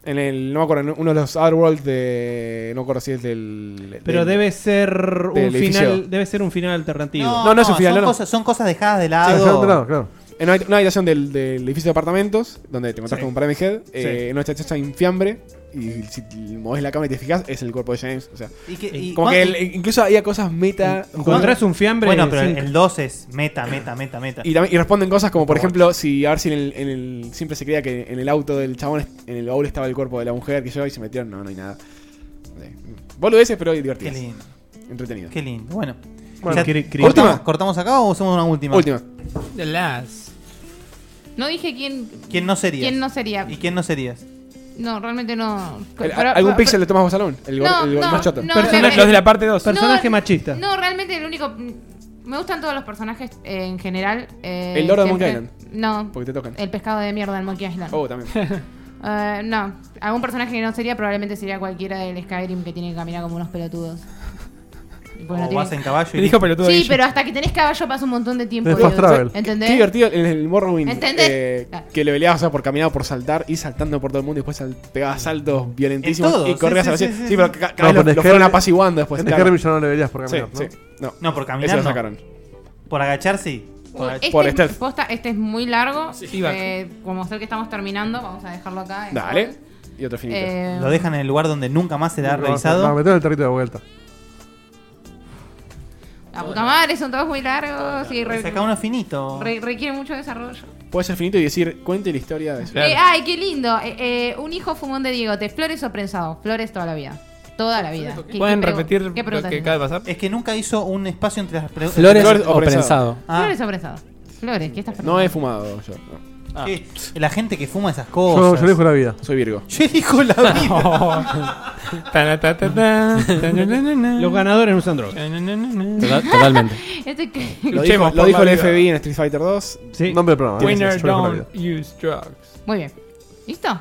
En el, no me acuerdo, en uno de los Otherworlds de. No me acuerdo si es del. Pero del- debe ser un del edificio. final, debe ser un final alternativo. No, no es un final, son, no, no. Cosas, son cosas dejadas de Sí, lado. claro, claro. En una, habit- una habitación del, del edificio de apartamentos, donde te encontrás Sí. con un Pyramid Head, eh, en una estatua infiambre, y si mueves la cámara y te fijas, es el cuerpo de James. O sea, Y que- y- como Juan- que el- incluso había cosas meta. Encontrás un fiambre. Bueno, pero sin- el 2 es meta, meta, meta, meta. Y, también- y responden cosas como, por ejemplo, si a ver si en el, en el- siempre se creía que en el auto del chabón, est- en el baúl estaba el cuerpo de la mujer que yo y se metieron, no, no hay nada. Sí. Vos lo ves, pero Qué divertido. lindo. Entretenido. Qué lindo. Bueno. Ya- Bueno, cri- cri- ¿cortamos, Última. ¿Cortamos acá o hacemos una última? Última. The Last. No dije quién, ¿Quién no sería? quién no sería. ¿Y quién no serías? No, realmente no. El- Pero- ¿Algún pero- pixel le tomas vos salón? El, gor- No, el gor- no, más choto. no, Personas- me- me- los de la parte 2. Personaje No, machista. No, realmente el único. Me gustan todos los personajes eh, en general. eh, El loro de siempre- Monkey No. Porque te tocan. El pescado de mierda en Monkey Island. Oh, también. Eh, no, algún personaje que no sería probablemente sería cualquiera del Skyrim que tiene que caminar como unos pelotudos. Y porque no o tiene- vas en caballo y. Dijo pelotudo. Sí, ella. pero hasta que tenés caballo pasa un montón de tiempo. Después boludo. travel. Qué ¿Entendés? divertido en el Morrowind. ¿Entendés? eh, Ah. que le peleabas o sea, por caminar, por saltar, y saltando por todo el mundo y después sal- pegabas saltos violentísimos En todo, y sí, corrías sí, a la sí, sí, sí, sí, sí. pero ca- No, cada vez pero lo, en lo fueron Skyrim- apaciguando después. En claro. Skyrim ya no le verías por Sí, caminar, ¿no? sí. No, No, por ese caminar. lo No. sacaron. Por agachar sí. Por- Este, por Steph. posta, este es muy largo. Sí, va. Eh, como ser que estamos terminando, vamos a dejarlo acá. en Dale. todos. Y otro finito. Eh, Lo dejan en el lugar donde nunca más será Nunca más revisado. será- no, meter el territorio de vuelta. La puta madre, son todos muy largos y re- Sacá uno finito. re- requiere mucho desarrollo. Puede ser finito y decir, cuente la historia de Eh, ay, qué lindo. Eh, eh, un hijo fumón de Diegote, flores o prensado. Flores toda la vida. Toda la vida. ¿Qué- qué pregu- ¿Qué pregunta tenés? pasar? Es que nunca hizo un espacio entre las preguntas. Flores o prensado. Ah, Flores o prensado. Flores, ¿qué estás No preguntando? he fumado yo. no. ¿qué? La gente que fuma esas Yo, cosas. yo elijo la vida. Soy Virgo. Yo elijo la vida. Los ganadores no usan drogas. totalmente. Este que- Lo dijo, lo dijo el FBI en Street Fighter 2. Sí. Nombre del programa. Winner Winner down. don't use drugs. Muy bien. ¿Listo?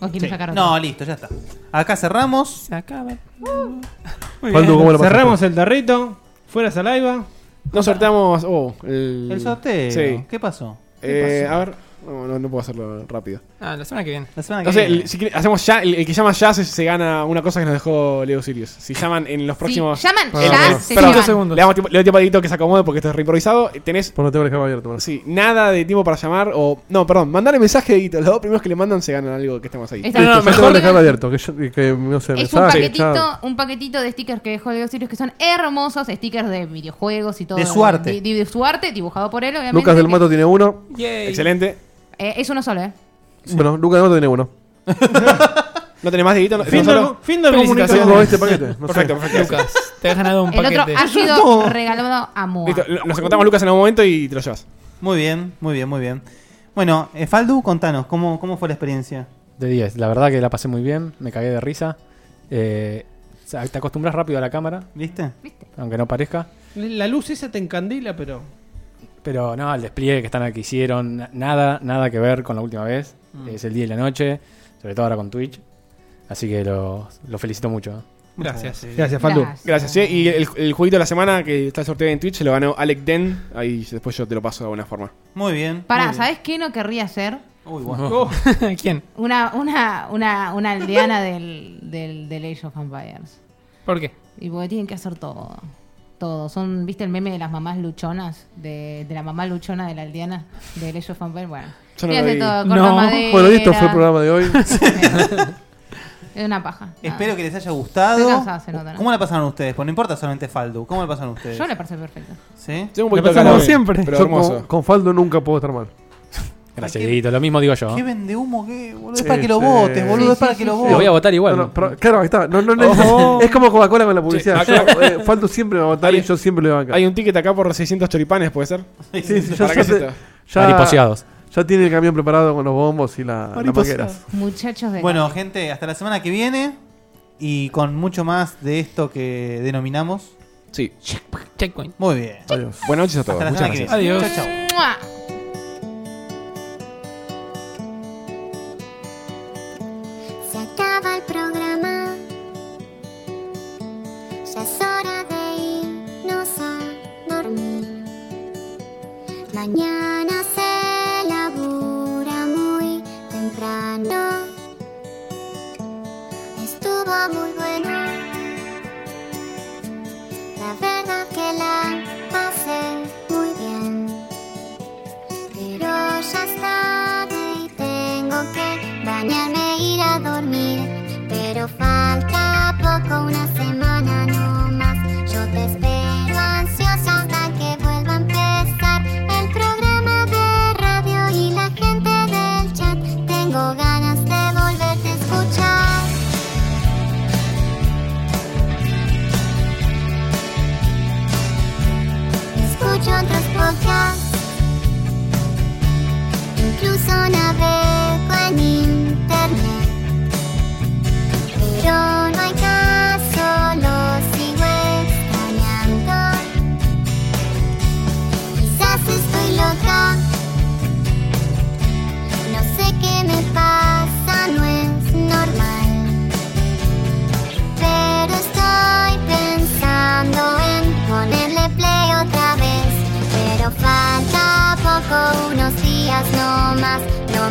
¿O quieren Sí. sacar otro? No, listo, ya está. Acá cerramos. Se acaba. Muy Faldu, bien. ¿cómo lo pasaste? Cerramos el tarrito. Fuera saliva. Nos sorteamos. Oh, el... El sorteo. Sí. ¿Qué pasó? ¿Qué Eh, pasó? a ver. No, no, no puedo hacerlo rápido. Ah, la semana que viene. La semana que No sé, viene. el- si quiere- hacemos ya. El, el que llama ya se, se gana una cosa que nos dejó Leo Sirius. Si llaman en los próximos. llaman el- ya, el- se perdón, llevan. segundos. Le damos tiempo, le doy tiempo a Dieguito que se acomode porque esto es reimprovisado. Tenés. Por no tengo el escape abierto. Sí, nada de tiempo para llamar o. No, perdón, mandar el mensaje a Dieguito. Los dos primeros que le mandan se ganan algo que estemos ahí. Está bien. No, no, Yo tengo mejor- el escape abierto. Que, yo- eh, que no sé, Es un mensaje, chao. paquetito, un paquetito de stickers que dejó Diego Sirius que son hermosos, stickers de videojuegos y todo. De su arte. Di- di- De, su arte, dibujado por él, obviamente. Lucas del que- Mato tiene uno. Excelente. Eh, es uno solo, ¿eh? Bueno, Lucas del Mato tiene uno. ¿No tenés más, Dieguito? Fin del- fin del Felicitaciones. comunicado. Este paquete, no Perfecto, sé. perfecto. Lucas, te has ganado un El otro paquete. ha sido No. regalado a Moa. Listo, lo- nos encontramos Lucas en algún momento y te lo llevas. Muy bien, muy bien, muy bien. Bueno, eh, Faldu, contanos, ¿cómo, ¿cómo fue la experiencia? De 10. La verdad que la pasé muy bien. Me cagué de risa. Eh, o sea, te acostumbras rápido a la cámara, ¿Viste? aunque no parezca. La luz esa te encandila, pero. Pero no, el despliegue que están aquí hicieron, na- nada, nada que ver con la última vez. Mm. Es el día y la noche, sobre todo ahora con Twitch. Así que los los felicito mucho. ¿eh? Gracias. Gracias, Faldu. Gracias, sí. Y el, el jueguito de la semana que está sorteado en Twitch se lo ganó Alec Den. Ahí después yo te lo paso de alguna forma. Muy bien. Pará, ¿sabes qué no querría ser? Uy, bueno. Oh. ¿Quién? Una, una, una, una aldeana del, del, del Age of Empires. ¿Por qué? Y porque tienen que hacer todo. Todo. Son, ¿viste el meme de las mamás luchonas? De, de la mamá luchona de la aldeana del Age of Empires. Bueno. Yo no tienen que lo hacer vi. todo, No. corta madera. Bueno, y esto fue el programa de hoy. es una paja. nada. Espero que les haya gustado. Estoy cansada, se nota, ¿no? ¿Cómo la pasaron ustedes? Pues no importa solamente Faldu. ¿Cómo la pasaron ustedes? Yo le parece perfecto. ¿Sí? Tengo un La poquito de pasamos calor, siempre. Pero Yo hermoso. con, con Faldo nunca puedo estar mal. Gracias, Dieguito. Lo mismo digo yo. ¿Qué ¿eh? vende humo? ¿Qué, boludo? Es Ah. Sí, para que lo sí. votes, boludo. Este, Sí, es para sí, que sí, lo sí. votes. Lo voy a votar igual. No, no, pero- claro, ahí está. No, no, no, Ojo. Es como Coca-Cola con la publicidad. Sí, Yo, acá- eh, Faldo siempre me va a votar y yo siempre le voy a bancar. Hay un ticket acá por 600 choripanes, ¿puede ser? Sí, sí, ya, ¿Para qué es se- esto? ya- Mariposeados. ya tiene el camión preparado con los bombos y la, las mangueras. Muchachos de. Bueno, gente, hasta la semana que viene. Y con mucho más de esto que denominamos. Sí. Checkpoint. Muy bien. Adiós. Buenas noches a todos. Hasta la semana Muchas que gracias. viene. Adiós. Chau, chau. ¡Mua! Se acaba el programa. Ya es hora de irnos a dormir. Mañana se labura muy temprano. Estuvo muy bueno. La verdad que la pasé muy bien. Pero ya es tarde y tengo que bañarme e ir a dormir. Pero falta poco, una semana no más. Yo te espero ansiosa hasta que vuelva a empezar el programa de radio y la gente del chat. Tengo ganas de volverte a escuchar. Escucho otros podcasts. Incluso navego en internet Pero no hay caso, lo sigo extrañando Quizás estoy loca No sé qué me pasa, no es normal Pero estoy pensando en ponerle play otra vez pero falta poco, unos días no más. No